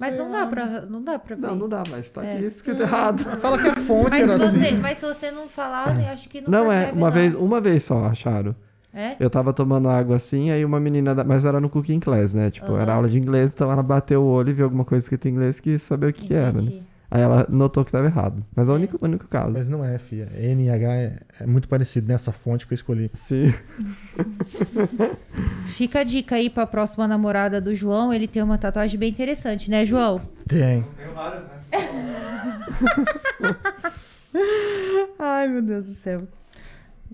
[SPEAKER 1] Mas não dá pra... Não dá pra ver.
[SPEAKER 3] Não, não dá mais. Tá aqui
[SPEAKER 1] É.
[SPEAKER 3] escrito errado.
[SPEAKER 2] Fala que a fonte
[SPEAKER 1] Mas,
[SPEAKER 2] era
[SPEAKER 1] se
[SPEAKER 2] assim.
[SPEAKER 1] você, é mas se você não falar, eu acho que não
[SPEAKER 3] Não, é.
[SPEAKER 1] percebe,
[SPEAKER 3] Uma,
[SPEAKER 1] não.
[SPEAKER 3] Vez, uma vez só acharam.
[SPEAKER 1] É?
[SPEAKER 3] Eu tava tomando água assim, aí uma menina. da- Mas era no Cooking Class, né? Tipo,
[SPEAKER 1] Aham.
[SPEAKER 3] era aula de inglês, então ela bateu o olho e viu alguma coisa escrita em inglês que sabia o que, que era, né?
[SPEAKER 1] Entendi.
[SPEAKER 3] Aí ela notou que tava errado. Mas é o único, o único caso.
[SPEAKER 2] Mas não é, fia. NH é, é muito parecido nessa fonte que eu escolhi.
[SPEAKER 3] Sim.
[SPEAKER 1] Fica a dica aí pra próxima namorada do João. Ele tem uma tatuagem bem interessante, né, João?
[SPEAKER 2] Tem.
[SPEAKER 5] Tenho várias, né?
[SPEAKER 3] É.
[SPEAKER 1] Ai, meu Deus do céu.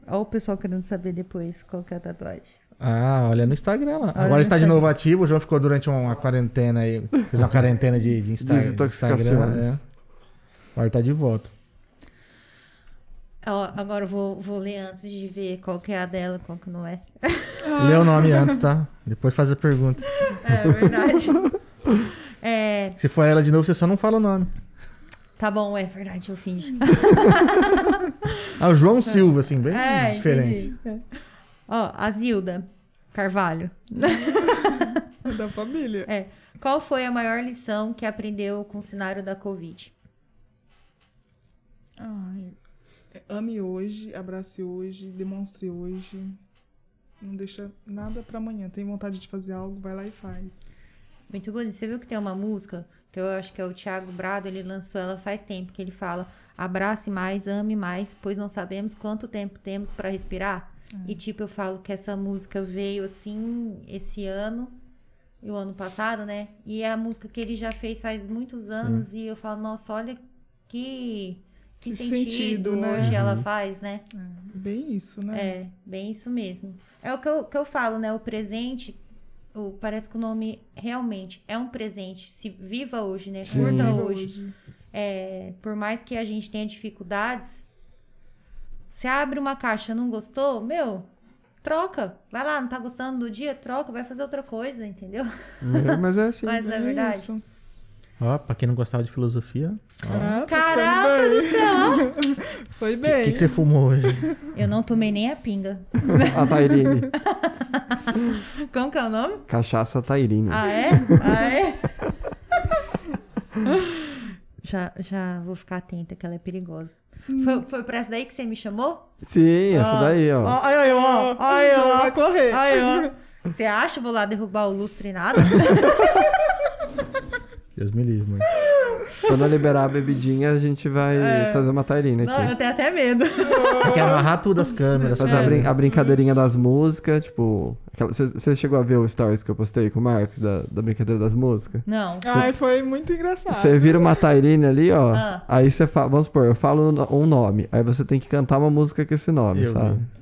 [SPEAKER 1] Olha o pessoal querendo saber depois qual que é a tatuagem.
[SPEAKER 2] Ah, é. olha no Instagram lá.
[SPEAKER 1] no
[SPEAKER 2] Agora está de
[SPEAKER 1] Instagram.
[SPEAKER 2] novo ativo. O João ficou durante uma quarentena aí. Fez uma quarentena de, de Insta- Instagram.
[SPEAKER 3] Desintoxicações.
[SPEAKER 2] é. Agora tá de volta.
[SPEAKER 1] Ó, agora eu vou, vou ler antes de ver qual que é a dela, qual que não é.
[SPEAKER 2] Lê o nome antes, tá? Depois faz a pergunta.
[SPEAKER 1] É verdade. <laughs> é,
[SPEAKER 2] Se for ela de novo, você só não fala o nome.
[SPEAKER 1] tá bom, é verdade, eu finjo.
[SPEAKER 2] Ah, o João Silva, assim, bem
[SPEAKER 1] É,
[SPEAKER 2] diferente.
[SPEAKER 1] entendi. É. Ó, a Zilda Carvalho.
[SPEAKER 4] <laughs> Da família.
[SPEAKER 1] É. Qual foi a maior lição que aprendeu com o cenário da Covid?
[SPEAKER 4] Ai, é, ame hoje, abrace hoje, demonstre hoje. Não deixa nada pra amanhã. Tem vontade de fazer algo, vai lá e faz.
[SPEAKER 1] Muito bonito. Você viu que tem uma música que eu acho que é o Thiago Brado, ele lançou ela faz tempo, que ele fala: abrace mais, ame mais, pois não sabemos quanto tempo temos pra respirar. E tipo, eu falo que essa música veio assim esse ano e o ano passado, né? E é a música que ele já fez faz muitos anos e eu falo: nossa, olha que, que,
[SPEAKER 4] Que
[SPEAKER 1] sentido,
[SPEAKER 4] sentido, né?
[SPEAKER 1] hoje ela faz, né?
[SPEAKER 4] Bem isso, né?
[SPEAKER 1] É, bem isso mesmo. É o que eu, que eu falo, né? O presente, o, parece que o nome realmente é um presente. Se viva hoje, né? Curta hoje. É, por mais que a gente tenha dificuldades, você abre uma caixa, não gostou? Meu, troca. Vai lá, não tá gostando do dia? Troca, vai fazer outra coisa, entendeu? <laughs>
[SPEAKER 3] É, mas é assim.
[SPEAKER 1] Mas não é verdade.
[SPEAKER 4] Isso.
[SPEAKER 2] Ó, pra quem não gostava de filosofia,
[SPEAKER 4] Ah,
[SPEAKER 1] Caraca do <laughs> céu!
[SPEAKER 4] Foi
[SPEAKER 2] o que,
[SPEAKER 4] bem.
[SPEAKER 2] que você fumou hoje?
[SPEAKER 1] Eu não tomei nem a pinga. <laughs>
[SPEAKER 3] A Tairine.
[SPEAKER 1] Como que é o nome?
[SPEAKER 3] Cachaça Tairine.
[SPEAKER 1] Ah, é? Ah, é? <laughs> já, já vou ficar atenta que ela é perigosa. Foi, foi pra essa daí que você me chamou?
[SPEAKER 3] Sim,
[SPEAKER 1] Ah.
[SPEAKER 3] essa daí, ó.
[SPEAKER 1] olha aí, ó. Olha aí,
[SPEAKER 4] Vai
[SPEAKER 1] ó.
[SPEAKER 4] correr.
[SPEAKER 1] Olha aí, ó. Você acha? Vou lá derrubar o lustre e nada?
[SPEAKER 2] Deus me livre, mãe.
[SPEAKER 3] Quando eu liberar a bebidinha, a gente vai
[SPEAKER 1] É.
[SPEAKER 3] fazer uma tairina
[SPEAKER 1] Não, eu
[SPEAKER 3] aqui.
[SPEAKER 1] tenho até medo.
[SPEAKER 2] Tem que amarrar tudo as câmeras.
[SPEAKER 3] Fazer a,
[SPEAKER 2] sabe?
[SPEAKER 1] é.
[SPEAKER 3] brin- a brincadeirinha das músicas, tipo. Você chegou a ver o stories que eu postei com o Marcos, da, da brincadeira das músicas?
[SPEAKER 1] Não.
[SPEAKER 4] Ai, foi muito engraçado.
[SPEAKER 3] Você vira uma tairina ali, ó.
[SPEAKER 1] Ah.
[SPEAKER 3] Aí você fala, vamos supor, eu falo no- um nome. Aí você tem que cantar uma música com esse nome,
[SPEAKER 2] Eu
[SPEAKER 3] sabe?
[SPEAKER 2] vi.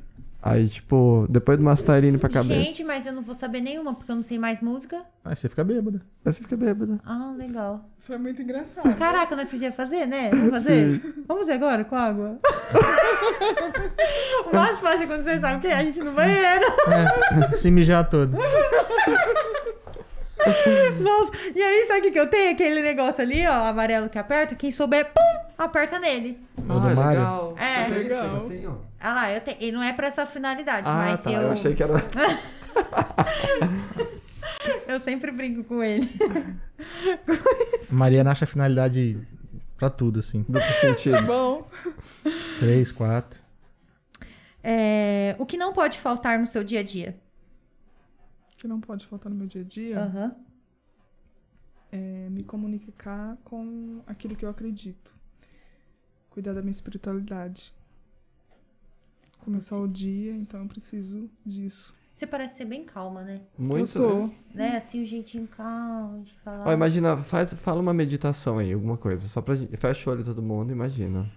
[SPEAKER 3] Aí, tipo, depois de umas tairina pra cabeça.
[SPEAKER 1] Gente, mas eu não vou saber nenhuma, porque eu não sei mais música.
[SPEAKER 2] Aí você fica bêbado.
[SPEAKER 3] Aí você fica bêbada.
[SPEAKER 1] Ah, legal.
[SPEAKER 4] Foi muito engraçado. Tá
[SPEAKER 1] Caraca, nós podíamos fazer, né? Vamos fazer? Vamos fazer agora com água? o mais fácil quando você sabe o que é a gente no banheiro.
[SPEAKER 2] É, se mijar todo.
[SPEAKER 1] Ah, Nossa, e aí sabe o que, que eu tenho? Aquele negócio ali, ó, amarelo que aperta. Quem souber, pum, aperta nele.
[SPEAKER 2] Ou do Mario.
[SPEAKER 1] É.
[SPEAKER 3] Você tem esse
[SPEAKER 4] Legal.
[SPEAKER 3] negocinho?
[SPEAKER 1] Ah lá, eu tenho. E não é pra essa finalidade,
[SPEAKER 3] Ah,
[SPEAKER 1] mas
[SPEAKER 3] tá.
[SPEAKER 1] eu,
[SPEAKER 3] Eu achei que era.
[SPEAKER 1] eu sempre brinco com ele. <laughs>
[SPEAKER 2] Mariana acha finalidade pra tudo, assim.
[SPEAKER 1] <laughs>
[SPEAKER 3] Duplo sentido.
[SPEAKER 1] Tá
[SPEAKER 4] Bom,
[SPEAKER 2] Três, quatro.
[SPEAKER 1] É, o que não pode faltar no seu dia a dia?
[SPEAKER 4] que não pode faltar no meu dia a dia
[SPEAKER 1] Aham.
[SPEAKER 4] é me comunicar com aquilo que eu acredito. Cuidar da minha espiritualidade. Começar o dia, então eu preciso disso.
[SPEAKER 1] Você parece ser bem calma, né?
[SPEAKER 3] Muito.
[SPEAKER 4] eu sou.
[SPEAKER 3] né?
[SPEAKER 1] Né? Assim, o jeitinho calmo de falar.
[SPEAKER 3] Ó, imagina, faz, fala uma meditação aí, alguma coisa. Só pra gente. Fecha o olho todo mundo, imagina.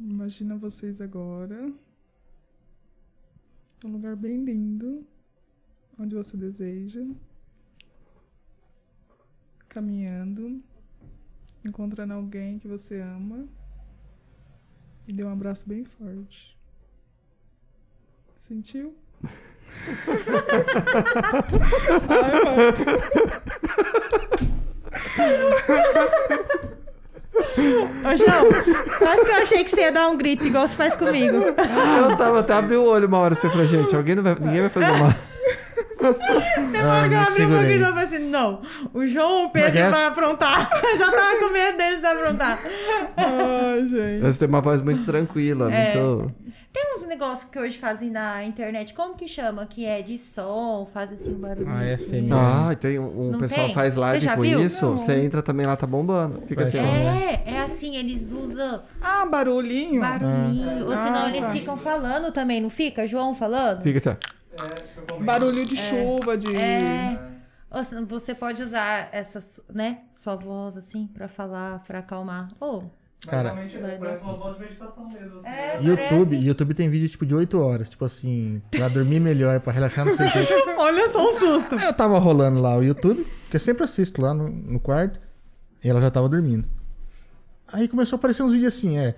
[SPEAKER 4] Imagina vocês agora. Um lugar bem lindo. Onde você deseja. Caminhando. Encontrando alguém que você ama. E dê um abraço bem forte.
[SPEAKER 1] <laughs>
[SPEAKER 4] Sentiu? Ai, mano.
[SPEAKER 1] Ô, João, quase que eu achei que você ia dar um grito igual você faz comigo.
[SPEAKER 2] <laughs>
[SPEAKER 1] Ah.
[SPEAKER 3] Eu tava até abriu o olho uma hora assim pra gente. Alguém
[SPEAKER 1] <laughs>
[SPEAKER 3] não vai. Ninguém vai fazer mal.
[SPEAKER 2] Ah,
[SPEAKER 1] Demora que eu abri
[SPEAKER 2] me
[SPEAKER 1] o
[SPEAKER 2] segurei.
[SPEAKER 1] pouquinho e falei assim: não, o João ou o
[SPEAKER 2] Como é que é?
[SPEAKER 1] Pedro vai aprontar. <laughs> Eu já tava com medo deles de aprontar.
[SPEAKER 4] Ai, gente.
[SPEAKER 3] Você tem uma voz muito tranquila,
[SPEAKER 1] É.
[SPEAKER 3] muito.
[SPEAKER 1] Tem uns negócios que hoje fazem na internet, como que chama? Que é de som, faz assim um barulho.
[SPEAKER 2] ASMR.
[SPEAKER 3] Ah, tem um, um
[SPEAKER 1] Não
[SPEAKER 3] pessoal
[SPEAKER 1] tem?
[SPEAKER 3] faz
[SPEAKER 1] Você já
[SPEAKER 3] live com
[SPEAKER 1] viu?
[SPEAKER 3] isso.
[SPEAKER 4] Não.
[SPEAKER 3] Você entra também lá, tá bombando. Fica
[SPEAKER 2] Faz
[SPEAKER 3] assim, ó.
[SPEAKER 1] É, é assim, eles usam
[SPEAKER 4] Ah, barulhinho.
[SPEAKER 1] barulhinho. Ou senão
[SPEAKER 4] Ah,
[SPEAKER 1] eles
[SPEAKER 4] tá.
[SPEAKER 1] ficam falando também, não fica? João falando?
[SPEAKER 3] Fica assim, ó.
[SPEAKER 4] Barulho de chuva, de.
[SPEAKER 1] É. Ou senão Você pode usar essa, su- né, sua voz assim pra falar, pra acalmar. Ou
[SPEAKER 2] Cara.
[SPEAKER 5] Cara, realmente é- parece uma voz de meditação mesmo. Assim.
[SPEAKER 1] É.
[SPEAKER 2] YouTube,
[SPEAKER 1] Parece-
[SPEAKER 2] YouTube tem vídeo tipo de 8 horas, tipo assim, pra dormir melhor, pra relaxar, não sei o quê.
[SPEAKER 1] Olha só o susto.
[SPEAKER 2] Eu tava rolando lá o YouTube, que eu sempre assisto lá no, no quarto, e ela já tava dormindo. Aí começou a aparecer uns vídeos assim, é.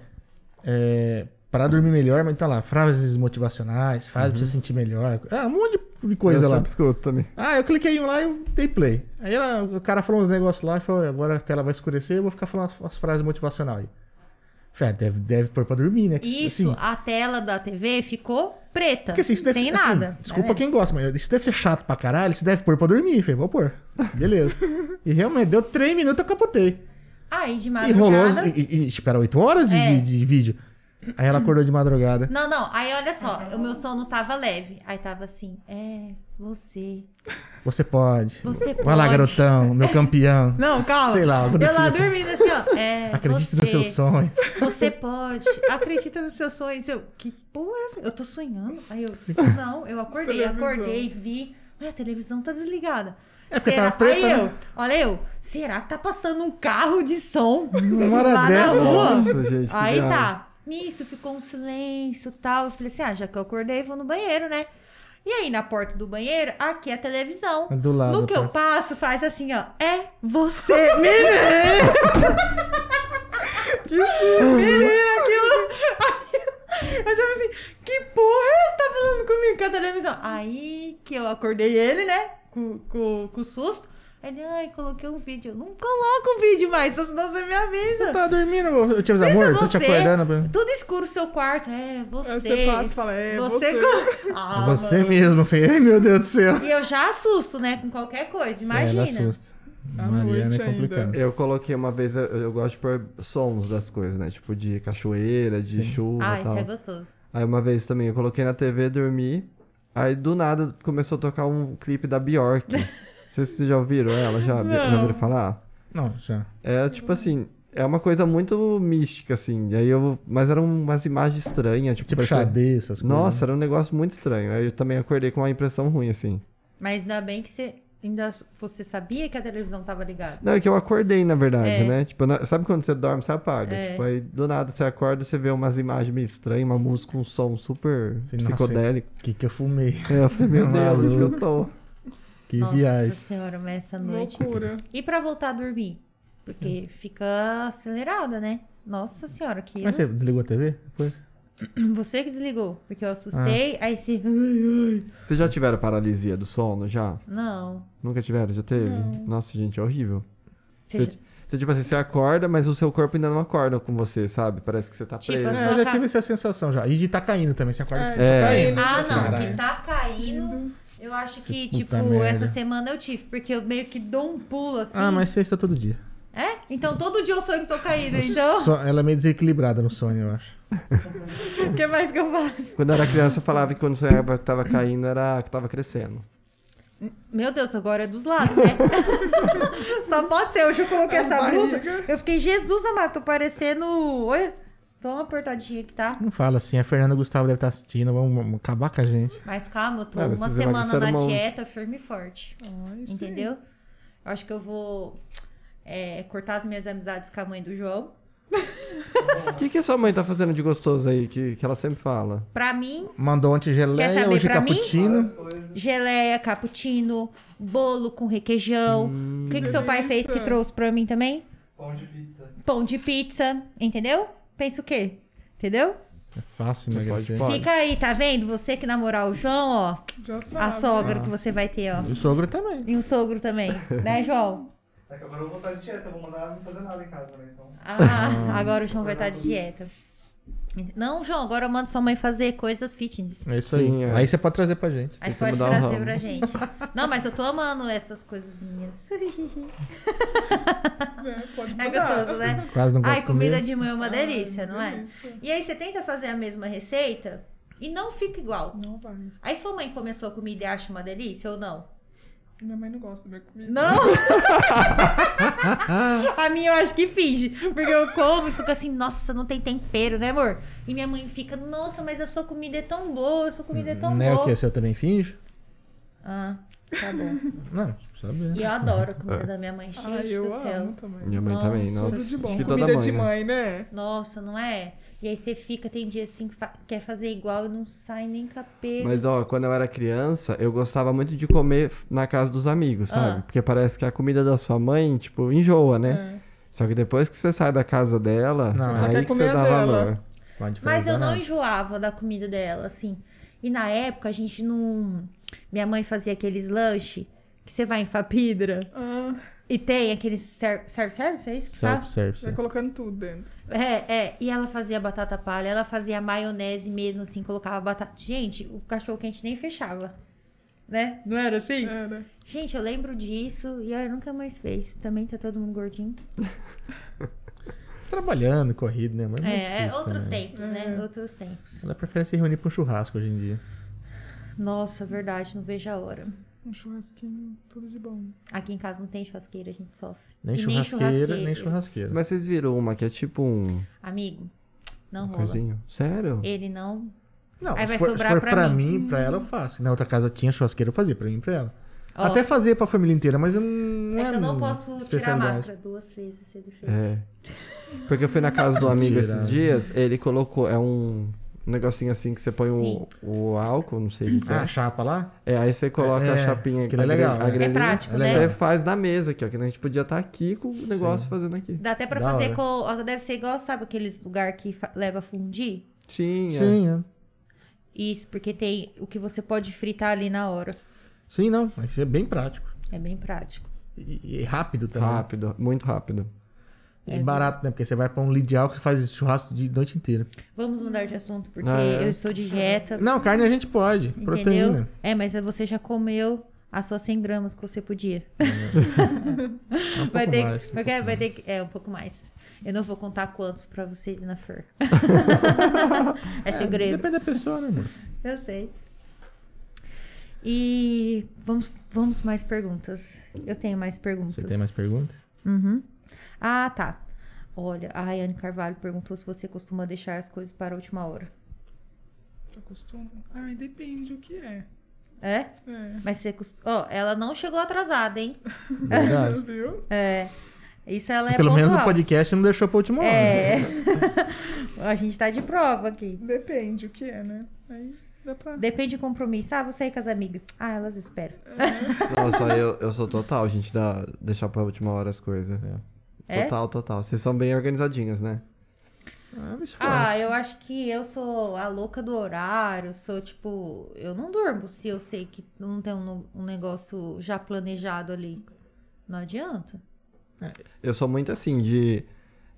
[SPEAKER 2] é pra dormir melhor, mas tá lá, frases motivacionais, frases pra você sentir melhor. Ah, um monte de coisa
[SPEAKER 3] eu
[SPEAKER 2] lá.
[SPEAKER 3] sempre escuto também.
[SPEAKER 2] Ah, eu cliquei em um lá e eu dei play. Aí ela- o cara falou uns negócios lá e falou: "É, agora a tela vai escurecer, eu vou ficar falando as, as frases motivacionais aí. Falei, ah, deve, deve pôr pra dormir, né? Que,
[SPEAKER 1] Isso,
[SPEAKER 2] assim,
[SPEAKER 1] a tela da TV ficou preta,
[SPEAKER 2] porque assim, isso deve
[SPEAKER 1] sem
[SPEAKER 2] assim,
[SPEAKER 1] nada.
[SPEAKER 2] Desculpa
[SPEAKER 1] Tá vendo?
[SPEAKER 2] quem gosta, mas isso deve ser chato pra caralho, isso deve pôr pra dormir. Falei, vou pôr. Beleza. e realmente, deu três minutos, eu capotei.
[SPEAKER 1] Aí de
[SPEAKER 2] E rolou,
[SPEAKER 1] Tá madrugada...
[SPEAKER 2] e, e, e espera 8 horas de,
[SPEAKER 1] É.
[SPEAKER 2] de- de vídeo. Aí ela acordou de madrugada.
[SPEAKER 1] Não, não, aí olha só, o meu sono tava leve. Aí tava assim, é, você,
[SPEAKER 2] Você pode.
[SPEAKER 1] você pode...
[SPEAKER 2] Vai lá, garotão, meu campeão.
[SPEAKER 1] <laughs> Não, calma.
[SPEAKER 2] Sei lá, algo do
[SPEAKER 1] Eu lá
[SPEAKER 2] tipo.
[SPEAKER 1] dormindo assim, ó. É,
[SPEAKER 2] Acredite
[SPEAKER 1] você,
[SPEAKER 2] nos seus sonhos.
[SPEAKER 1] Você pode. Acredita nos seus sonhos. Eu, que porra é essa? Eu tô sonhando. Aí eu, não, eu acordei,
[SPEAKER 4] Televisão.
[SPEAKER 1] acordei, vi. Ué, a televisão tá desligada.
[SPEAKER 2] É porque tava preta,
[SPEAKER 1] Aí
[SPEAKER 2] né?
[SPEAKER 1] eu, olha eu, será que tá passando um carro de som
[SPEAKER 2] Uma hora
[SPEAKER 1] lá na
[SPEAKER 2] dessa.
[SPEAKER 1] rua?
[SPEAKER 3] Nossa, gente, que
[SPEAKER 1] Aí
[SPEAKER 3] viagem.
[SPEAKER 1] tá. Nisso ficou um silêncio e tal. Eu falei assim: ah, já que eu acordei, vou no banheiro, né? E aí, na porta do banheiro, aqui é a televisão.
[SPEAKER 2] Do lado
[SPEAKER 1] No
[SPEAKER 2] da
[SPEAKER 1] que eu
[SPEAKER 2] tá porta.
[SPEAKER 1] passo, faz assim, ó. É você, menina! que Menina, aquilo. Eu já falei assim: que porra você tá falando comigo com a televisão? Aí que eu acordei ele, né? Com, com, com susto. Ele, ai, coloquei um vídeo. Eu não coloco o vídeo mais, senão você me avisa.
[SPEAKER 2] Tá dormindo, eu te aviso, amor, tô te
[SPEAKER 1] é você.
[SPEAKER 2] acordando. pra-
[SPEAKER 1] Tudo escuro seu quarto. É, você.
[SPEAKER 4] Aí você passa e fala, é,
[SPEAKER 1] você.
[SPEAKER 4] você.
[SPEAKER 1] co-
[SPEAKER 2] <laughs>
[SPEAKER 1] Ah,
[SPEAKER 2] Você
[SPEAKER 1] mano.
[SPEAKER 2] mesmo, Fê. Ai, meu Deus do céu.
[SPEAKER 1] E eu já assusto, né? Com qualquer coisa. Imagina.
[SPEAKER 2] é, Ela assusta.
[SPEAKER 4] À
[SPEAKER 2] Mariana
[SPEAKER 4] noite
[SPEAKER 2] é complicado.
[SPEAKER 3] Eu coloquei uma vez, eu, eu gosto de pôr sons das coisas, né? Tipo de cachoeira, de chuva
[SPEAKER 1] ah,
[SPEAKER 3] e
[SPEAKER 1] isso
[SPEAKER 3] tal.
[SPEAKER 1] é gostoso.
[SPEAKER 3] Aí uma vez
[SPEAKER 1] <laughs>
[SPEAKER 3] também, eu coloquei na TV, dormi. Aí do nada começou a tocar um clipe da Bjork. Vocês vocês já ouviram ela? Já, vi- já
[SPEAKER 1] Não.
[SPEAKER 3] ouviram falar?
[SPEAKER 2] Não, já.
[SPEAKER 3] É tipo assim, é uma coisa muito mística, assim. E aí eu, mas eram umas imagens estranhas, tipo,
[SPEAKER 2] Tipo assim.
[SPEAKER 3] parecia-
[SPEAKER 2] xadê, essas coisas.
[SPEAKER 3] Nossa, era um negócio muito estranho. Aí eu também acordei com uma impressão ruim, assim.
[SPEAKER 1] Mas ainda bem que você ainda você sabia que a televisão tava ligada.
[SPEAKER 3] Não, é que eu acordei, na verdade,
[SPEAKER 1] É.
[SPEAKER 3] né? Tipo, na- sabe quando você dorme, você apaga.
[SPEAKER 1] É.
[SPEAKER 3] Tipo, aí do nada você acorda, você vê umas imagens meio estranhas, uma música, um som super
[SPEAKER 2] Nossa,
[SPEAKER 3] psicodélico.
[SPEAKER 2] O que que eu fumei?
[SPEAKER 3] É, eu falei, meu Deus, onde que eu
[SPEAKER 2] Maluco.
[SPEAKER 3] tô?
[SPEAKER 2] Que
[SPEAKER 1] Nossa
[SPEAKER 2] viagem.
[SPEAKER 1] senhora, mas essa noite.
[SPEAKER 4] Loucura.
[SPEAKER 1] E pra voltar a dormir?
[SPEAKER 2] Hum.
[SPEAKER 1] Porque fica acelerada, né? Nossa senhora, que.
[SPEAKER 2] Mas você desligou a TV? Depois?
[SPEAKER 1] <clears throat> Você que desligou. Porque eu assustei,
[SPEAKER 2] Ah.
[SPEAKER 1] aí você.
[SPEAKER 3] Vocês já tiveram paralisia do sono, já?
[SPEAKER 1] <gasps> Não.
[SPEAKER 3] Nunca tiveram? Já teve? Nossa, gente, é horrível.
[SPEAKER 1] Você
[SPEAKER 3] Você,
[SPEAKER 1] já-
[SPEAKER 3] você, tipo assim, você acorda, mas o seu corpo ainda não acorda com você, sabe? Parece que você tá
[SPEAKER 1] Tipo
[SPEAKER 3] preso.
[SPEAKER 1] assim,
[SPEAKER 2] É, eu já
[SPEAKER 1] Colocar-
[SPEAKER 2] tive essa sensação já. E de tá caindo também. Você acorda e fica
[SPEAKER 3] É.
[SPEAKER 2] caindo.
[SPEAKER 1] Ah, não,
[SPEAKER 2] Caralho.
[SPEAKER 1] que tá caindo. Eu acho que,
[SPEAKER 2] Que
[SPEAKER 1] tipo,
[SPEAKER 2] puta merda.
[SPEAKER 1] essa semana eu tive, porque eu meio que dou um pulo assim.
[SPEAKER 2] Ah, mas sexta todo dia.
[SPEAKER 1] É? Então todo dia eu sonho que tô caindo, então.
[SPEAKER 2] Só- ela é meio desequilibrada no sonho, eu acho.
[SPEAKER 1] <laughs> O que mais que eu faço?
[SPEAKER 3] Quando eu era criança, eu falava que quando você era- que tava caindo, era que tava crescendo.
[SPEAKER 1] Meu Deus, agora é dos lados, né? <laughs> Só pode ser. Hoje eu
[SPEAKER 2] É
[SPEAKER 1] coloquei essa blusa. Eu fiquei, Jesus amado, tô parecendo. Oi? Tô uma apertadinha que tá.
[SPEAKER 2] Não fala assim, a Fernanda Gustavo deve estar assistindo, vamos, vamos acabar com a gente.
[SPEAKER 1] Mas calma, eu tô
[SPEAKER 3] Ah,
[SPEAKER 1] uma
[SPEAKER 3] vocês
[SPEAKER 1] semana na
[SPEAKER 3] emagreceram um monte.
[SPEAKER 1] dieta, firme e forte.
[SPEAKER 2] É
[SPEAKER 4] Ai, sim.
[SPEAKER 1] Entendeu? Eu acho que eu vou é, cortar as minhas amizades com a mãe do João. É.
[SPEAKER 3] O que, que a sua mãe tá fazendo de gostoso aí, que, que ela sempre fala?
[SPEAKER 1] Pra mim,
[SPEAKER 2] Mandou ontem
[SPEAKER 1] Quer
[SPEAKER 2] geleia,
[SPEAKER 1] saber
[SPEAKER 2] hoje
[SPEAKER 1] pra mim?
[SPEAKER 2] cappuccino.
[SPEAKER 5] Várias coisas.
[SPEAKER 1] geleia, cappuccino, bolo com requeijão.
[SPEAKER 3] Hum.
[SPEAKER 1] o que, que seu pai fez que
[SPEAKER 4] delícia.
[SPEAKER 1] trouxe pra mim também?
[SPEAKER 5] Pão de pizza.
[SPEAKER 1] Pão de pizza, entendeu? Pensa o quê? Entendeu?
[SPEAKER 2] É fácil
[SPEAKER 3] Você
[SPEAKER 2] emagrecer.
[SPEAKER 3] pode, Olha.
[SPEAKER 1] Fica aí, tá vendo? Você que namorar o João, ó.
[SPEAKER 4] Já sabe.
[SPEAKER 1] A sogra que você vai ter, ó.
[SPEAKER 2] E o sogro também.
[SPEAKER 1] E o sogro também, né,
[SPEAKER 3] <laughs>
[SPEAKER 1] João?
[SPEAKER 5] Daqui a pouco É eu vou voltar de dieta, eu vou mandar ela não fazer nada em casa, né? Então,
[SPEAKER 1] Ah, agora o João vai estar de dieta. Não, João, agora eu mando sua mãe fazer coisas fitness.
[SPEAKER 2] É isso
[SPEAKER 3] Sim,
[SPEAKER 2] aí.
[SPEAKER 3] é.
[SPEAKER 2] Aí você pode trazer pra gente.
[SPEAKER 1] Aí você pode
[SPEAKER 3] Tem que mudar o
[SPEAKER 1] trazer
[SPEAKER 3] ramo.
[SPEAKER 1] pra gente. Não, mas eu tô amando essas coisinhas.
[SPEAKER 4] É, pode
[SPEAKER 1] É
[SPEAKER 4] mudar.
[SPEAKER 1] gostoso, né?
[SPEAKER 2] Quase não gosto
[SPEAKER 1] Ai,
[SPEAKER 2] de
[SPEAKER 1] comida
[SPEAKER 2] comer.
[SPEAKER 1] de mãe é uma
[SPEAKER 4] Ai,
[SPEAKER 1] delícia, não é?
[SPEAKER 4] Ah, delícia.
[SPEAKER 1] E aí você tenta fazer a mesma receita e não fica igual.
[SPEAKER 4] Não vai.
[SPEAKER 1] Aí sua mãe começou a comida e acha uma delícia ou não?
[SPEAKER 4] Minha mãe não gosta da minha
[SPEAKER 1] <laughs>
[SPEAKER 4] comida.
[SPEAKER 1] Não! a minha eu acho que finge. Porque eu como e fico assim, nossa, não tem tempero, né, amor? E minha mãe fica, nossa, mas a sua comida é tão boa, a sua comida é tão
[SPEAKER 2] Não é o
[SPEAKER 1] boa.
[SPEAKER 2] que? O seu também finge?
[SPEAKER 1] Ah,
[SPEAKER 4] Tá bom.
[SPEAKER 2] Não, tipo, sabe?
[SPEAKER 1] e eu adoro a comida da minha mãe, gente
[SPEAKER 4] Ai, eu
[SPEAKER 1] do céu.
[SPEAKER 4] amo também.
[SPEAKER 3] Minha mãe também,
[SPEAKER 1] Nossa.
[SPEAKER 3] nossa.
[SPEAKER 4] Tudo de bom.
[SPEAKER 3] Acho que toda
[SPEAKER 4] Comida de
[SPEAKER 3] né?
[SPEAKER 4] mãe, né?
[SPEAKER 1] Nossa, não é? E aí você fica, tem dia assim que fa- quer fazer igual e não sai nem capeta.
[SPEAKER 3] Mas ó, quando eu era criança, eu gostava muito de comer f- na casa dos amigos, sabe?
[SPEAKER 1] Ah.
[SPEAKER 3] Porque parece que a comida da sua mãe, tipo, enjoa, né?
[SPEAKER 4] É.
[SPEAKER 3] Só que depois que você sai da casa dela,
[SPEAKER 2] Não,
[SPEAKER 3] aí
[SPEAKER 2] Você só
[SPEAKER 4] quer
[SPEAKER 3] que
[SPEAKER 4] comer
[SPEAKER 3] você
[SPEAKER 4] a
[SPEAKER 3] dá
[SPEAKER 4] dela.
[SPEAKER 3] valor.
[SPEAKER 2] Pode Ah,
[SPEAKER 1] Mas eu não enjoava da comida dela, assim. E na época a gente não. Minha mãe fazia aqueles lanches que você vai em Fapidra
[SPEAKER 4] Ah,
[SPEAKER 1] e tem aqueles serve-service, é isso que fala?
[SPEAKER 2] Self-service.
[SPEAKER 4] vai colocando tudo dentro.
[SPEAKER 1] É, é. E ela fazia batata palha, ela fazia maionese mesmo, assim, colocava batata. Gente, o cachorro quente nem fechava. Né? Não era assim?
[SPEAKER 2] É.
[SPEAKER 4] Era.
[SPEAKER 1] Gente, eu lembro disso e aí nunca mais fez. Também tá todo mundo gordinho.
[SPEAKER 2] Trabalhando, corrido, né? Mas é, muito
[SPEAKER 1] É,
[SPEAKER 2] difícil
[SPEAKER 1] outros
[SPEAKER 2] também. É.
[SPEAKER 1] tempos, né? Outros tempos.
[SPEAKER 2] Ela prefere se reunir pra um churrasco hoje em dia.
[SPEAKER 1] Nossa, verdade, não vejo a hora.
[SPEAKER 4] Um churrasquinho, tudo de bom.
[SPEAKER 1] Aqui em casa não tem churrasqueira, a gente sofre.
[SPEAKER 2] Nem
[SPEAKER 1] E
[SPEAKER 2] churrasqueira, nem churrasqueira.
[SPEAKER 3] Mas vocês viram uma que é tipo um
[SPEAKER 1] Amigo, não rola.
[SPEAKER 3] coisinho. Sério?
[SPEAKER 1] Ele não.
[SPEAKER 2] Não,
[SPEAKER 1] Aí vai
[SPEAKER 2] se for,
[SPEAKER 1] sobrar
[SPEAKER 2] se for
[SPEAKER 1] pra
[SPEAKER 2] pra,
[SPEAKER 1] mim.
[SPEAKER 2] mim, pra ela, eu faço. Na outra casa tinha churrasqueira, eu fazia pra mim e pra ela.
[SPEAKER 1] Ó,
[SPEAKER 2] Até fazia pra família inteira, mas eu não.
[SPEAKER 1] é que eu não
[SPEAKER 2] minha
[SPEAKER 1] posso tirar a
[SPEAKER 2] especialidade.
[SPEAKER 1] máscara duas vezes se ele fez.
[SPEAKER 3] É. Porque eu fui na casa do amigo esses
[SPEAKER 2] Mentira.
[SPEAKER 3] dias, ele colocou, é um negocinho assim que você põe
[SPEAKER 1] Sim.
[SPEAKER 3] o, o álcool, não sei o que que
[SPEAKER 2] Ah, a
[SPEAKER 3] é.
[SPEAKER 2] chapa lá?
[SPEAKER 3] É, aí você coloca a
[SPEAKER 2] É,
[SPEAKER 3] chapinha
[SPEAKER 2] aquilo é
[SPEAKER 3] a gre-
[SPEAKER 2] legal,
[SPEAKER 3] a
[SPEAKER 2] né?
[SPEAKER 3] graninha,
[SPEAKER 1] É prático,
[SPEAKER 2] É
[SPEAKER 1] né?
[SPEAKER 2] legal.
[SPEAKER 3] Você faz na mesa aqui, ó, que a gente podia estar aqui com o negócio fazendo aqui.
[SPEAKER 1] Dá até pra
[SPEAKER 2] Da
[SPEAKER 1] fazer
[SPEAKER 2] hora.
[SPEAKER 1] com. ó, Deve ser igual, sabe, aqueles lugar que fa- leva fundir?
[SPEAKER 3] Sim, é.
[SPEAKER 2] Sim, é.
[SPEAKER 1] Isso, porque tem o que você pode fritar ali na hora.
[SPEAKER 2] Sim, não. Isso é bem prático.
[SPEAKER 1] É bem prático.
[SPEAKER 2] E, e rápido
[SPEAKER 3] Tá.
[SPEAKER 2] também.
[SPEAKER 3] Rápido, muito rápido.
[SPEAKER 2] E barato, né? Porque você vai pra um lidial que faz churrasco de noite inteira.
[SPEAKER 1] Vamos mudar de assunto, porque
[SPEAKER 3] Ah, é?
[SPEAKER 1] eu estou de dieta.
[SPEAKER 2] Não, carne a gente pode.
[SPEAKER 1] Entendeu?
[SPEAKER 2] Proteína.
[SPEAKER 1] É, mas você já comeu as suas 100 gramas que você podia.
[SPEAKER 2] É um
[SPEAKER 1] Vai
[SPEAKER 2] pouco
[SPEAKER 1] ter,
[SPEAKER 2] mais.
[SPEAKER 1] vai, ter- vai ter que. É, um pouco mais. Eu não vou contar quantos pra vocês e na
[SPEAKER 2] <laughs>
[SPEAKER 1] Fer. é segredo.
[SPEAKER 2] Depende da pessoa, né, amor?
[SPEAKER 1] Eu sei. E vamos, vamos mais perguntas. Eu tenho mais perguntas.
[SPEAKER 2] Você tem mais perguntas?
[SPEAKER 1] Uhum. Ah, tá. Olha, a Rayane Carvalho perguntou se você costuma deixar as coisas para a última hora.
[SPEAKER 4] Eu costumo. Tá Ai, depende o que é.
[SPEAKER 1] É?
[SPEAKER 4] É.
[SPEAKER 1] Mas você costuma. Ó, ela não chegou atrasada, hein?
[SPEAKER 2] Verdade.
[SPEAKER 4] Viu?
[SPEAKER 1] É. Isso ela é
[SPEAKER 2] Pelo menos o
[SPEAKER 1] pontual.
[SPEAKER 2] podcast não deixou pra última hora.
[SPEAKER 1] É. <laughs> a gente tá de prova aqui.
[SPEAKER 4] Depende o que é, né? Aí dá pra.
[SPEAKER 1] Depende do compromisso. Ah, vou sair com as amigas. Ah, elas esperam.
[SPEAKER 3] Nossa, eu, eu sou total, gente, da, deixar pra última hora as coisas. né?
[SPEAKER 1] É?
[SPEAKER 3] Total, total. Vocês são bem organizadinhas, né?
[SPEAKER 2] Ah, me esforço.
[SPEAKER 1] Ah, eu acho que eu sou a louca do horário, sou tipo, eu não durmo se eu sei que não tem um, um negócio já planejado ali. Não adianta? Ah,
[SPEAKER 3] Eu sou muito assim de.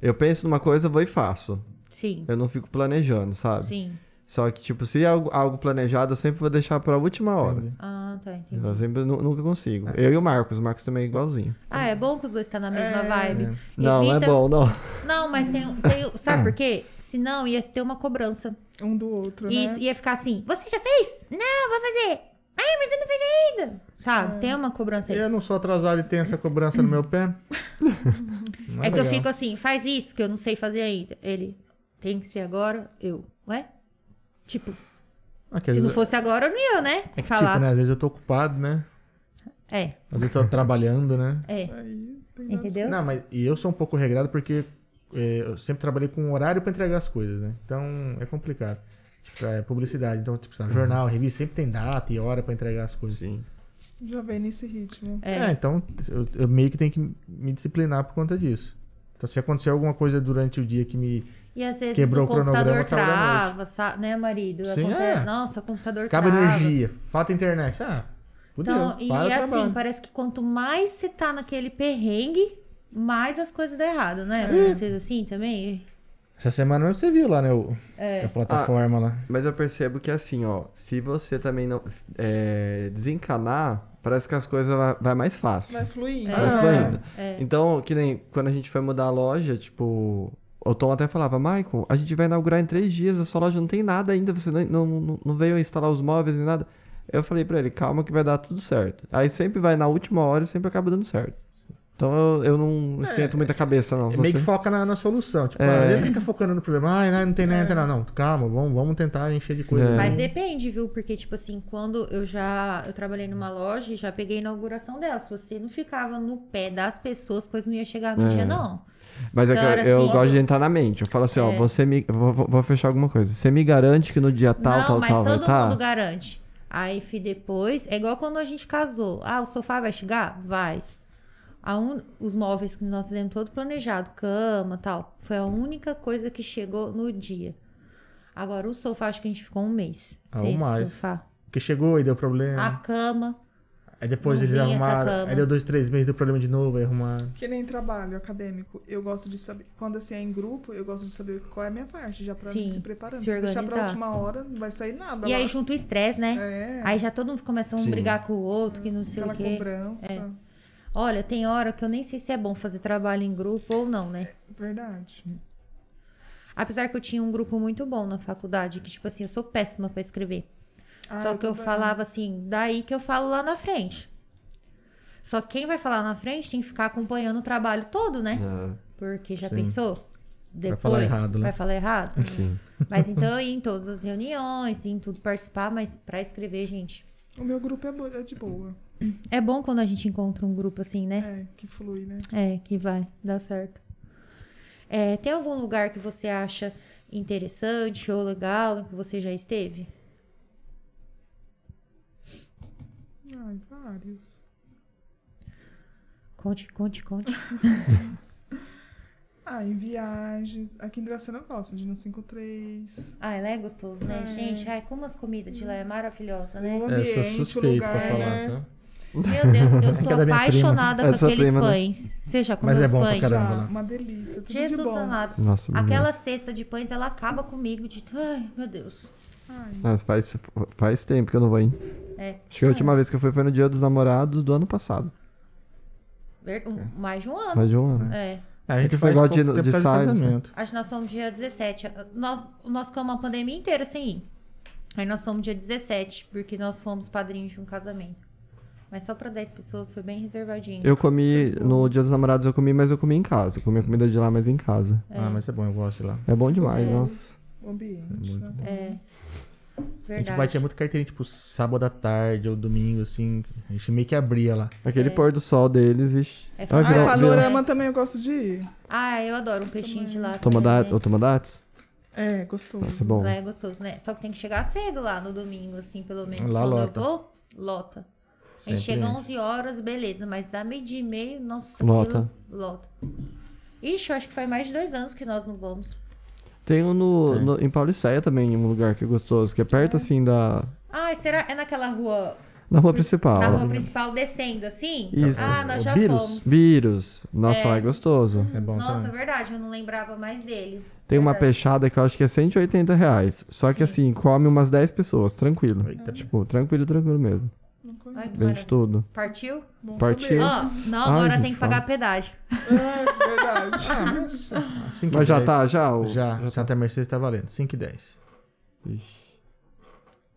[SPEAKER 3] Eu penso numa coisa, vou e faço.
[SPEAKER 1] Sim.
[SPEAKER 3] Eu não fico planejando, sabe?
[SPEAKER 1] Sim.
[SPEAKER 3] Só que, tipo, se é algo, algo planejado, eu sempre vou deixar pra última hora.
[SPEAKER 2] Entendi.
[SPEAKER 1] Ah, tá, entendi.
[SPEAKER 3] Eu sempre nu- nunca consigo. Eu e o Marcos. O Marcos também é igualzinho.
[SPEAKER 1] Ah, é bom que os dois estão na mesma vibe.
[SPEAKER 3] Não, não é bom, não.
[SPEAKER 1] Não, mas tem, tem- sabe por quê? Senão ia ter uma cobrança.
[SPEAKER 4] Um do outro,
[SPEAKER 1] E
[SPEAKER 4] né?
[SPEAKER 1] ia ficar assim, você já fez? Não, vou fazer. Ai, mas eu não fiz ainda. Sabe? Tem uma cobrança aí.
[SPEAKER 2] Eu não sou atrasado e tenho essa cobrança no
[SPEAKER 1] <laughs>
[SPEAKER 2] meu pé. Não
[SPEAKER 1] É que eu
[SPEAKER 2] legal.
[SPEAKER 1] fico assim, faz isso que eu não sei fazer ainda. Ele, tem que ser agora, eu, ué? Tipo,
[SPEAKER 2] Ah, que às
[SPEAKER 1] se não
[SPEAKER 2] vezes-
[SPEAKER 1] fosse agora, eu não ia, né?
[SPEAKER 2] É que,
[SPEAKER 1] Falar.
[SPEAKER 2] tipo, né? Às vezes eu tô ocupado, né?
[SPEAKER 1] É,
[SPEAKER 2] Às vezes eu
[SPEAKER 1] <laughs>
[SPEAKER 2] tô trabalhando, né?
[SPEAKER 1] é.
[SPEAKER 4] Aí tem nada-
[SPEAKER 1] Entendeu?
[SPEAKER 2] Não, mas e eu sou um pouco regrado porque é, eu sempre trabalhei com horário pra entregar as coisas, né? Então é complicado. Tipo, é publicidade. Então, tipo,
[SPEAKER 1] Uhum.
[SPEAKER 2] sabe, jornal, revista, sempre tem data e hora pra entregar as coisas.
[SPEAKER 3] Sim.
[SPEAKER 4] Já vem nesse ritmo.
[SPEAKER 1] É.
[SPEAKER 2] É, então eu, eu meio que tenho que me disciplinar por conta disso. Então, se acontecer alguma coisa durante o dia que me.
[SPEAKER 1] E às vezes o
[SPEAKER 2] Quebrou o cronograma,
[SPEAKER 1] computador
[SPEAKER 2] acaba da noite.
[SPEAKER 1] trava, sabe? né, marido?
[SPEAKER 2] Sim,
[SPEAKER 1] Acontece-
[SPEAKER 2] é.
[SPEAKER 1] Nossa, o computador
[SPEAKER 2] Acaba
[SPEAKER 1] trava.
[SPEAKER 2] energia, falta internet. Ah, fudeu.
[SPEAKER 1] Então, e
[SPEAKER 2] para o
[SPEAKER 1] assim,
[SPEAKER 2] trabalho.
[SPEAKER 1] parece que quanto mais você tá naquele perrengue, mais as coisas dão errado, né?
[SPEAKER 2] É.
[SPEAKER 1] Vocês assim também?
[SPEAKER 2] Essa semana mesmo você viu lá, né? O,
[SPEAKER 1] É.
[SPEAKER 2] A plataforma lá.
[SPEAKER 3] Mas eu percebo que assim, ó, se você também não é, desencanar, parece que as coisas vai, vai mais fácil.
[SPEAKER 4] Vai fluindo.
[SPEAKER 2] É.
[SPEAKER 3] Vai
[SPEAKER 2] Ah,
[SPEAKER 3] fluindo.
[SPEAKER 1] é.
[SPEAKER 3] Então, que nem quando a gente foi mudar a loja, tipo, o Tom até falava, Maicon, a gente vai inaugurar em três dias, a sua loja não tem nada ainda, você não, não, não- não veio instalar os móveis nem nada. Eu falei pra ele, calma que vai dar tudo certo. Aí sempre vai na última hora e sempre acaba dando certo. Então eu, eu
[SPEAKER 1] É,
[SPEAKER 3] não esquento muita cabeça, não.
[SPEAKER 2] É
[SPEAKER 3] Você-
[SPEAKER 2] meio que foca na, na solução. Tipo, ah, não adianta ficar focando no problema. Ai, não tem nada, não tem nada. Não, calma, vamos, vamos tentar encher de coisa.
[SPEAKER 1] É. Mas
[SPEAKER 3] É.
[SPEAKER 1] depende, viu? Porque, tipo assim, quando eu já. Eu trabalhei numa loja e já peguei a inauguração dela. Se você não ficava no pé das pessoas, coisa não ia chegar no
[SPEAKER 3] É.
[SPEAKER 1] dia, não.
[SPEAKER 3] Mas é que
[SPEAKER 1] Então, era
[SPEAKER 3] eu, eu
[SPEAKER 1] assim-
[SPEAKER 3] gosto de entrar na mente. Eu falo assim,
[SPEAKER 1] É.
[SPEAKER 3] ó, você me. Vou, vou- vou fechar alguma coisa. Você me garante que no dia tal,
[SPEAKER 1] não,
[SPEAKER 3] tal,
[SPEAKER 1] mas
[SPEAKER 3] tal, vai
[SPEAKER 1] todo
[SPEAKER 3] tá?
[SPEAKER 1] mundo garante. Aí, fi, depois. É igual quando a gente casou. Ah, o sofá vai chegar? Vai. A un... Os móveis que nós fizemos todo planejado, cama tal. Foi a única coisa que chegou no dia. Agora, o sofá, acho que a gente ficou um mês.
[SPEAKER 2] Ah,
[SPEAKER 1] sem
[SPEAKER 2] ou mais.
[SPEAKER 1] sofá.
[SPEAKER 2] Porque chegou e deu
[SPEAKER 3] É.
[SPEAKER 2] problema.
[SPEAKER 1] A cama.
[SPEAKER 2] aí depois
[SPEAKER 1] não
[SPEAKER 2] eles
[SPEAKER 1] vinha essa
[SPEAKER 2] arrumaram.
[SPEAKER 1] cama.
[SPEAKER 2] Aí deu dois, três meses, deu problema de novo, aí arrumaram.
[SPEAKER 4] Que nem trabalho acadêmico. Eu gosto de saber. Quando assim é em grupo, eu gosto de saber qual é a minha parte, já pra
[SPEAKER 1] Sim,
[SPEAKER 4] me se preparando.
[SPEAKER 1] se
[SPEAKER 4] deixar pra
[SPEAKER 1] organizar.
[SPEAKER 4] última hora, não vai sair nada.
[SPEAKER 1] E
[SPEAKER 4] lá.
[SPEAKER 1] aí junta o estresse, né?
[SPEAKER 4] É,
[SPEAKER 1] Aí já todo mundo começa um
[SPEAKER 3] Sim.
[SPEAKER 1] brigar com o outro, que não sei
[SPEAKER 4] aquela
[SPEAKER 1] o quê. é.
[SPEAKER 4] cobrança.
[SPEAKER 1] Olha, tem hora que eu nem sei se é bom fazer trabalho em grupo ou não, né?
[SPEAKER 4] Verdade.
[SPEAKER 1] Hum. Apesar que eu tinha um grupo muito bom na faculdade, que tipo assim, eu sou péssima pra escrever.
[SPEAKER 4] Ah,
[SPEAKER 1] Só que eu
[SPEAKER 4] também.
[SPEAKER 1] falava assim, daí que eu falo lá na frente. Só que quem vai falar na frente tem que ficar acompanhando o trabalho todo, né?
[SPEAKER 3] É,
[SPEAKER 1] Porque já
[SPEAKER 2] Hum. Sim.
[SPEAKER 1] pensou?
[SPEAKER 2] Vai
[SPEAKER 1] Depois
[SPEAKER 2] falar errado, né?
[SPEAKER 1] vai falar
[SPEAKER 2] <laughs>
[SPEAKER 1] errado.
[SPEAKER 3] sim.
[SPEAKER 1] Mas então eu ia em todas as reuniões, ia em tudo participar, mas pra escrever, gente,
[SPEAKER 4] O meu grupo é, bo- é de boa.
[SPEAKER 1] É bom quando a gente encontra um grupo assim, né?
[SPEAKER 4] É, que flui, né?
[SPEAKER 1] É, que vai, dá certo. É, tem algum lugar que você acha interessante ou legal em que você já esteve?
[SPEAKER 4] Ai, vários.
[SPEAKER 1] Conte, conte, conte.
[SPEAKER 4] Ah, em viagens. Aqui em Dracena eu gosto, de no 53.
[SPEAKER 1] Ai, lá é gostoso, né? Gente, ai, como as comidas de lá é maravilhosa, né?
[SPEAKER 4] O
[SPEAKER 2] É, eu
[SPEAKER 4] ambiente,
[SPEAKER 2] sou suspeito
[SPEAKER 4] o lugar.
[SPEAKER 2] pra falar,
[SPEAKER 4] né?
[SPEAKER 2] tá?
[SPEAKER 1] Meu Deus, eu
[SPEAKER 2] É que
[SPEAKER 1] sou
[SPEAKER 2] é da minha
[SPEAKER 1] apaixonada
[SPEAKER 3] prima. É
[SPEAKER 1] com
[SPEAKER 3] sua
[SPEAKER 1] aqueles
[SPEAKER 3] prima, né?
[SPEAKER 1] pães. Você já comeu
[SPEAKER 2] Mas é
[SPEAKER 1] os
[SPEAKER 2] bom pra
[SPEAKER 1] pães?
[SPEAKER 2] caramba.
[SPEAKER 4] Já,
[SPEAKER 2] lá.
[SPEAKER 4] Ah, uma delícia, tudo de
[SPEAKER 1] Jesus
[SPEAKER 4] bom.
[SPEAKER 1] amado.
[SPEAKER 3] Nossa,
[SPEAKER 1] Aquela cesta de pães, ela acaba comigo de... Ai, meu Deus.
[SPEAKER 4] Ai,
[SPEAKER 3] é. Nossa, faz, faz tempo que eu não vou, hein?
[SPEAKER 1] É.
[SPEAKER 3] Acho que a última vez que eu fui foi no dia dos namorados do ano passado.
[SPEAKER 1] Ver- um- Mais de um ano.
[SPEAKER 3] Mais de um ano.
[SPEAKER 1] É.
[SPEAKER 2] A gente
[SPEAKER 3] esse
[SPEAKER 2] faz
[SPEAKER 3] negócio
[SPEAKER 2] pouco tempo
[SPEAKER 3] de- de
[SPEAKER 2] por causa do
[SPEAKER 3] site.
[SPEAKER 2] casamento.
[SPEAKER 1] Acho que nós fomos dia 17. Nós, nós ficamos a pandemia inteira sem ir. Aí nós fomos dia 17, porque nós fomos padrinhos de um casamento. Mas só pra 10 pessoas foi bem reservadinho.
[SPEAKER 3] Eu
[SPEAKER 1] É
[SPEAKER 3] comi, no Dia dos Namorados eu comi, mas eu comi em casa. Eu comi a comida de lá, mas em casa.
[SPEAKER 2] Ah, mas é bom, eu gosto de lá.
[SPEAKER 3] É bom demais,
[SPEAKER 1] Gostoso.
[SPEAKER 3] nossa.
[SPEAKER 4] O ambiente, né?
[SPEAKER 1] É.
[SPEAKER 2] A gente
[SPEAKER 1] Verdade.
[SPEAKER 2] batia muito carteirinha, tipo, sábado à tarde ou domingo, assim. A gente meio que abria lá.
[SPEAKER 3] Aquele pôr do sol deles, vixe.
[SPEAKER 1] É
[SPEAKER 3] Ah,
[SPEAKER 4] Ah,
[SPEAKER 3] virou-
[SPEAKER 4] panorama também eu gosto de ir.
[SPEAKER 1] Ah, eu adoro um peixinho de lá.
[SPEAKER 3] Toma da,
[SPEAKER 1] também,
[SPEAKER 3] ou Tomodatos?
[SPEAKER 4] É, gostoso.
[SPEAKER 3] Nossa, é bom.
[SPEAKER 1] Lá é gostoso, né? Só que tem que chegar cedo lá no domingo, assim, pelo menos.
[SPEAKER 2] Lá
[SPEAKER 1] Quando
[SPEAKER 2] lota.
[SPEAKER 1] eu vou, lota. A gente
[SPEAKER 2] Sempre
[SPEAKER 1] chega
[SPEAKER 2] antes.
[SPEAKER 1] 11 horas, beleza. Mas dá meio dia e meio, nossa.
[SPEAKER 3] Lota.
[SPEAKER 1] aquilo- Lota. Ixi, eu acho que faz mais de dois anos que nós não vamos.
[SPEAKER 3] Tem um no,
[SPEAKER 2] Tem.
[SPEAKER 3] no- em Pauliceia também, um lugar que é gostoso, que é perto assim da,
[SPEAKER 1] Ah, será? É naquela rua,
[SPEAKER 3] da rua principal.
[SPEAKER 1] na
[SPEAKER 3] lá.
[SPEAKER 1] rua principal, descendo assim?
[SPEAKER 3] Isso.
[SPEAKER 1] Ah, nós
[SPEAKER 2] O
[SPEAKER 1] já
[SPEAKER 2] É Birus.
[SPEAKER 1] fomos.
[SPEAKER 3] Vírus. Nossa, lá é gostoso.
[SPEAKER 2] É bom
[SPEAKER 1] Nossa,
[SPEAKER 2] também.
[SPEAKER 1] verdade, eu não lembrava mais dele.
[SPEAKER 3] Tem uma
[SPEAKER 1] Verdade. Uhum.
[SPEAKER 3] peixada que eu acho que é 180 reais. Só que assim, come umas 10 pessoas, tranquilo.
[SPEAKER 2] Eita,
[SPEAKER 3] Tipo, tranquilo, tranquilo mesmo.
[SPEAKER 4] Não conheço.
[SPEAKER 1] Ai, que
[SPEAKER 3] Vende
[SPEAKER 1] maravilha.
[SPEAKER 3] tudo.
[SPEAKER 1] Partiu?
[SPEAKER 4] Bom
[SPEAKER 3] Partiu.
[SPEAKER 4] saber.
[SPEAKER 1] Ó, não,
[SPEAKER 3] Ai,
[SPEAKER 1] agora
[SPEAKER 3] gente,
[SPEAKER 1] tem que
[SPEAKER 3] fala.
[SPEAKER 1] pagar pedágio.
[SPEAKER 4] É, verdade.
[SPEAKER 2] Ah, mas. Cinco e
[SPEAKER 3] Mas já
[SPEAKER 2] dez.
[SPEAKER 3] tá, já? o-
[SPEAKER 2] Já, Santa Mercedes tá valendo. 5 e 10.
[SPEAKER 3] Ixi.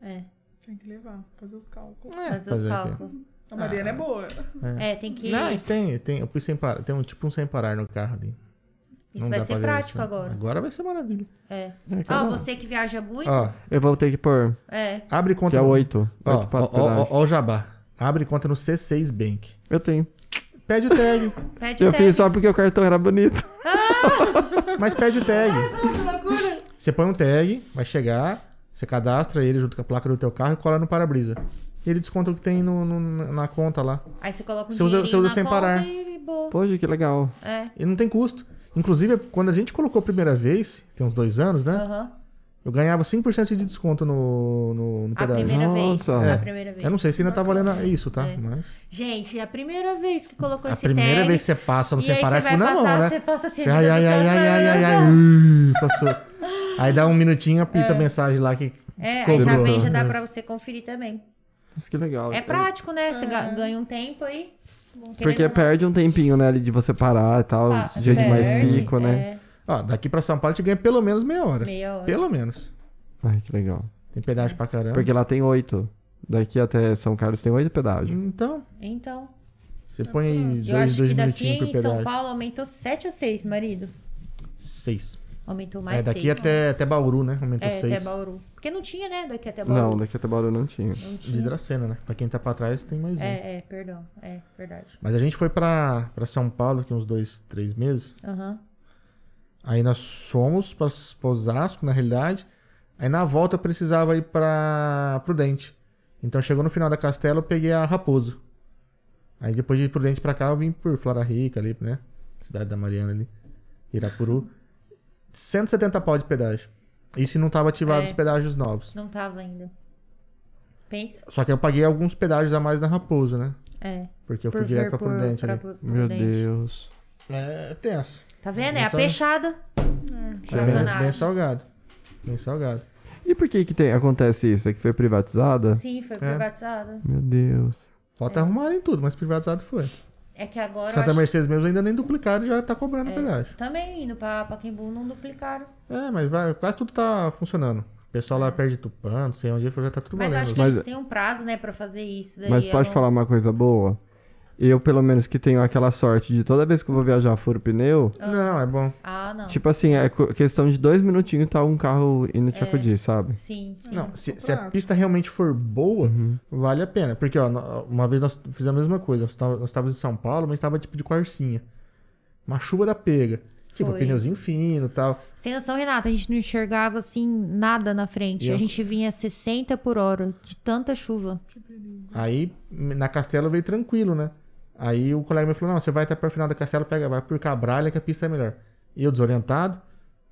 [SPEAKER 1] É,
[SPEAKER 4] Tem que levar, fazer os cálculos.
[SPEAKER 1] fazer os
[SPEAKER 2] Ah, É, fazer o quê?
[SPEAKER 1] cálculos.
[SPEAKER 4] A Mariana é boa.
[SPEAKER 1] É, tem que.
[SPEAKER 2] Não, isso tem, tem, eu pus sem parar, tem um tipo um sem parar no carro ali.
[SPEAKER 1] Isso
[SPEAKER 2] Não
[SPEAKER 1] vai
[SPEAKER 2] dá pra
[SPEAKER 1] ser
[SPEAKER 2] ver
[SPEAKER 1] prático
[SPEAKER 2] né?
[SPEAKER 1] agora.
[SPEAKER 2] Agora vai ser maravilha.
[SPEAKER 1] É.
[SPEAKER 3] É,
[SPEAKER 1] Ó,
[SPEAKER 3] cada um.
[SPEAKER 1] você que viaja muito.
[SPEAKER 2] Ó,
[SPEAKER 3] Eu vou ter que pôr,
[SPEAKER 2] Ah.
[SPEAKER 1] É.
[SPEAKER 2] abre conta.
[SPEAKER 3] que é
[SPEAKER 2] no-
[SPEAKER 3] 8. 8
[SPEAKER 2] Ó,
[SPEAKER 3] pra
[SPEAKER 2] ó, ó, ó, ó o jabá. Abre conta no C6 Bank.
[SPEAKER 3] Eu tenho.
[SPEAKER 2] Pede o tag,
[SPEAKER 1] Pede
[SPEAKER 3] Eu
[SPEAKER 1] tag.
[SPEAKER 3] fiz só porque o cartão era bonito. <laughs>
[SPEAKER 2] mas pede
[SPEAKER 1] <laughs>
[SPEAKER 2] o tag. Você põe um tag, vai chegar, você cadastra ele junto com a placa do teu carro e cola no para-brisa. E ele desconta o que tem no- no- na conta lá.
[SPEAKER 1] Aí você coloca um
[SPEAKER 2] Você usa-
[SPEAKER 1] dinheirinho
[SPEAKER 2] você usa
[SPEAKER 1] na
[SPEAKER 2] sem
[SPEAKER 1] conta
[SPEAKER 2] parar.
[SPEAKER 1] E boa.
[SPEAKER 3] Poxa, que legal.
[SPEAKER 1] É.
[SPEAKER 2] E não tem custo. Inclusive, quando a gente colocou a primeira vez, tem uns dois anos, né?
[SPEAKER 1] Aham.
[SPEAKER 2] Eu ganhava 5% de desconto no, no, no
[SPEAKER 1] A
[SPEAKER 2] pedágio.
[SPEAKER 1] primeira
[SPEAKER 3] Nossa.
[SPEAKER 1] vez.
[SPEAKER 2] É.
[SPEAKER 1] A primeira vez.
[SPEAKER 2] Eu não sei se ainda tá valendo isso, tá?
[SPEAKER 1] É.
[SPEAKER 2] Mas
[SPEAKER 1] Gente, é a primeira vez que colocou
[SPEAKER 2] a
[SPEAKER 1] esse
[SPEAKER 2] primeira
[SPEAKER 1] tag.
[SPEAKER 2] vez que você passa no
[SPEAKER 1] e aí
[SPEAKER 2] separar
[SPEAKER 1] você
[SPEAKER 2] é
[SPEAKER 1] vai
[SPEAKER 2] com na mão,
[SPEAKER 1] passar,
[SPEAKER 2] né?
[SPEAKER 1] você passa assim.
[SPEAKER 2] Ai,
[SPEAKER 1] meu Deus do
[SPEAKER 2] ai, ai,
[SPEAKER 1] céu,
[SPEAKER 2] ai,
[SPEAKER 1] meu
[SPEAKER 2] ai, ai,
[SPEAKER 1] Deus
[SPEAKER 2] ai,
[SPEAKER 1] do céu.
[SPEAKER 2] ui, passou. Aí dá um minutinho, apita a mensagem lá que
[SPEAKER 1] É, aí já
[SPEAKER 2] cobrou.
[SPEAKER 1] vem, já dá pra você conferir também.
[SPEAKER 3] Nossa, que legal.
[SPEAKER 2] Então,
[SPEAKER 1] É prático, né? Você ga- ganha um tempo aí.
[SPEAKER 3] Porque perde um tempinho, né, ali de você parar e tal.
[SPEAKER 1] Ah,
[SPEAKER 3] Os dias de mais
[SPEAKER 1] perde,
[SPEAKER 3] pico, né?
[SPEAKER 1] é,
[SPEAKER 2] Ó, daqui pra São Paulo a gente ganha pelo menos meia hora.
[SPEAKER 1] meia hora.
[SPEAKER 2] Pelo menos.
[SPEAKER 1] É.
[SPEAKER 3] Ai, que legal.
[SPEAKER 2] Tem pedágio pra caramba.
[SPEAKER 3] Porque lá tem oito. Daqui até São Carlos tem oito pedágios.
[SPEAKER 2] Então,
[SPEAKER 1] Então,
[SPEAKER 2] você põe aí
[SPEAKER 1] eu
[SPEAKER 2] dois,
[SPEAKER 1] acho
[SPEAKER 2] dois
[SPEAKER 1] que daqui
[SPEAKER 2] minutinhos pro
[SPEAKER 1] em São
[SPEAKER 2] pedágio.
[SPEAKER 1] Paulo aumentou 7 ou 6, marido?
[SPEAKER 2] Seis.
[SPEAKER 1] Aumentou mais
[SPEAKER 2] é,
[SPEAKER 1] 6.
[SPEAKER 2] daqui até, até Bauru, né? Aumentou
[SPEAKER 1] É, até
[SPEAKER 2] seis.
[SPEAKER 1] Bauru. Porque não tinha, né? Daqui até Bauru.
[SPEAKER 3] Não, daqui até Bauru não tinha.
[SPEAKER 1] Não
[SPEAKER 2] De
[SPEAKER 1] tinha.
[SPEAKER 2] Dracena, né? Pra quem tá pra trás, tem mais um.
[SPEAKER 1] É, é, perdão. É, verdade.
[SPEAKER 2] Mas a gente foi pra, pra São Paulo aqui uns dois, três meses.
[SPEAKER 1] Aham.
[SPEAKER 2] Aí nós fomos para Osasco, na realidade. Aí na volta eu precisava ir para Prudente. Então chegou no final da Castelo, eu peguei a Raposo. Aí depois de ir Prudente pra cá, eu vim por Flora Rica ali, né? Cidade da Mariana ali. Irapuru. 170 pau de pedágio. Isso não tava ativado
[SPEAKER 1] É.
[SPEAKER 2] os pedágios novos.
[SPEAKER 1] Não tava ainda. Pensa.
[SPEAKER 2] Só que eu paguei alguns pedágios a mais na Raposo, né?
[SPEAKER 1] É.
[SPEAKER 2] Porque eu fui
[SPEAKER 1] por
[SPEAKER 2] direto
[SPEAKER 1] vir
[SPEAKER 2] pra
[SPEAKER 1] por,
[SPEAKER 2] Prudente
[SPEAKER 1] pra
[SPEAKER 2] ali.
[SPEAKER 1] Pru-
[SPEAKER 3] Meu
[SPEAKER 1] Prudente.
[SPEAKER 3] Deus.
[SPEAKER 2] É tenso.
[SPEAKER 1] Tá vendo? É a
[SPEAKER 2] Só-
[SPEAKER 1] peixada.
[SPEAKER 2] É bem,
[SPEAKER 1] Sacanagem.
[SPEAKER 2] bem salgado. Bem salgado.
[SPEAKER 3] E por que que tem, acontece isso? É que foi privatizada?
[SPEAKER 1] Sim,
[SPEAKER 2] É.
[SPEAKER 1] foi privatizada.
[SPEAKER 3] Meu Deus.
[SPEAKER 2] Falta arrumarem tudo, mas privatizado foi.
[SPEAKER 1] É que agora eu
[SPEAKER 2] Santa
[SPEAKER 1] acho É.
[SPEAKER 2] Mercedes mesmo ainda nem duplicaram e já tá cobrando pedágio.
[SPEAKER 1] que também indo pra Paquembu não duplicaram.
[SPEAKER 2] É, mas vai, quase tudo tá funcionando. O pessoal lá perde Tupã, não sei onde foi, já tá tudo
[SPEAKER 1] Mas
[SPEAKER 2] valendo.
[SPEAKER 1] acho que
[SPEAKER 3] Mas-
[SPEAKER 1] eles têm um prazo, né, pra fazer isso. Daí é
[SPEAKER 3] Mas
[SPEAKER 1] eu
[SPEAKER 3] pode
[SPEAKER 1] não-
[SPEAKER 3] falar uma coisa boa? Eu, pelo menos, que tenho aquela sorte de toda vez que eu vou viajar furo pneu,
[SPEAKER 2] Não, é bom.
[SPEAKER 1] Ah, não.
[SPEAKER 3] tipo assim, é co- questão de dois minutinhos tá um carro indo
[SPEAKER 1] É.
[SPEAKER 3] te acudir, sabe?
[SPEAKER 1] Sim, sim.
[SPEAKER 2] Não, se,
[SPEAKER 4] comprar.
[SPEAKER 2] se a pista realmente for boa, vale a pena. Porque, ó, no- uma vez nós fizemos a mesma coisa. Nós tava- nós estávamos em São Paulo, mas estava tipo de quarcinha. Uma chuva da pega. Tipo,
[SPEAKER 1] Foi.
[SPEAKER 2] pneuzinho fino e tal.
[SPEAKER 1] Sem noção, Renata, a gente não enxergava assim nada na frente.
[SPEAKER 2] Eu-
[SPEAKER 1] A gente vinha 60 por hora de tanta chuva.
[SPEAKER 2] Aí, na Castelo veio tranquilo, né? Aí o colega me falou, não, você vai até para o final da Castelo, pega, vai por Cabralha que a pista é melhor. E eu desorientado,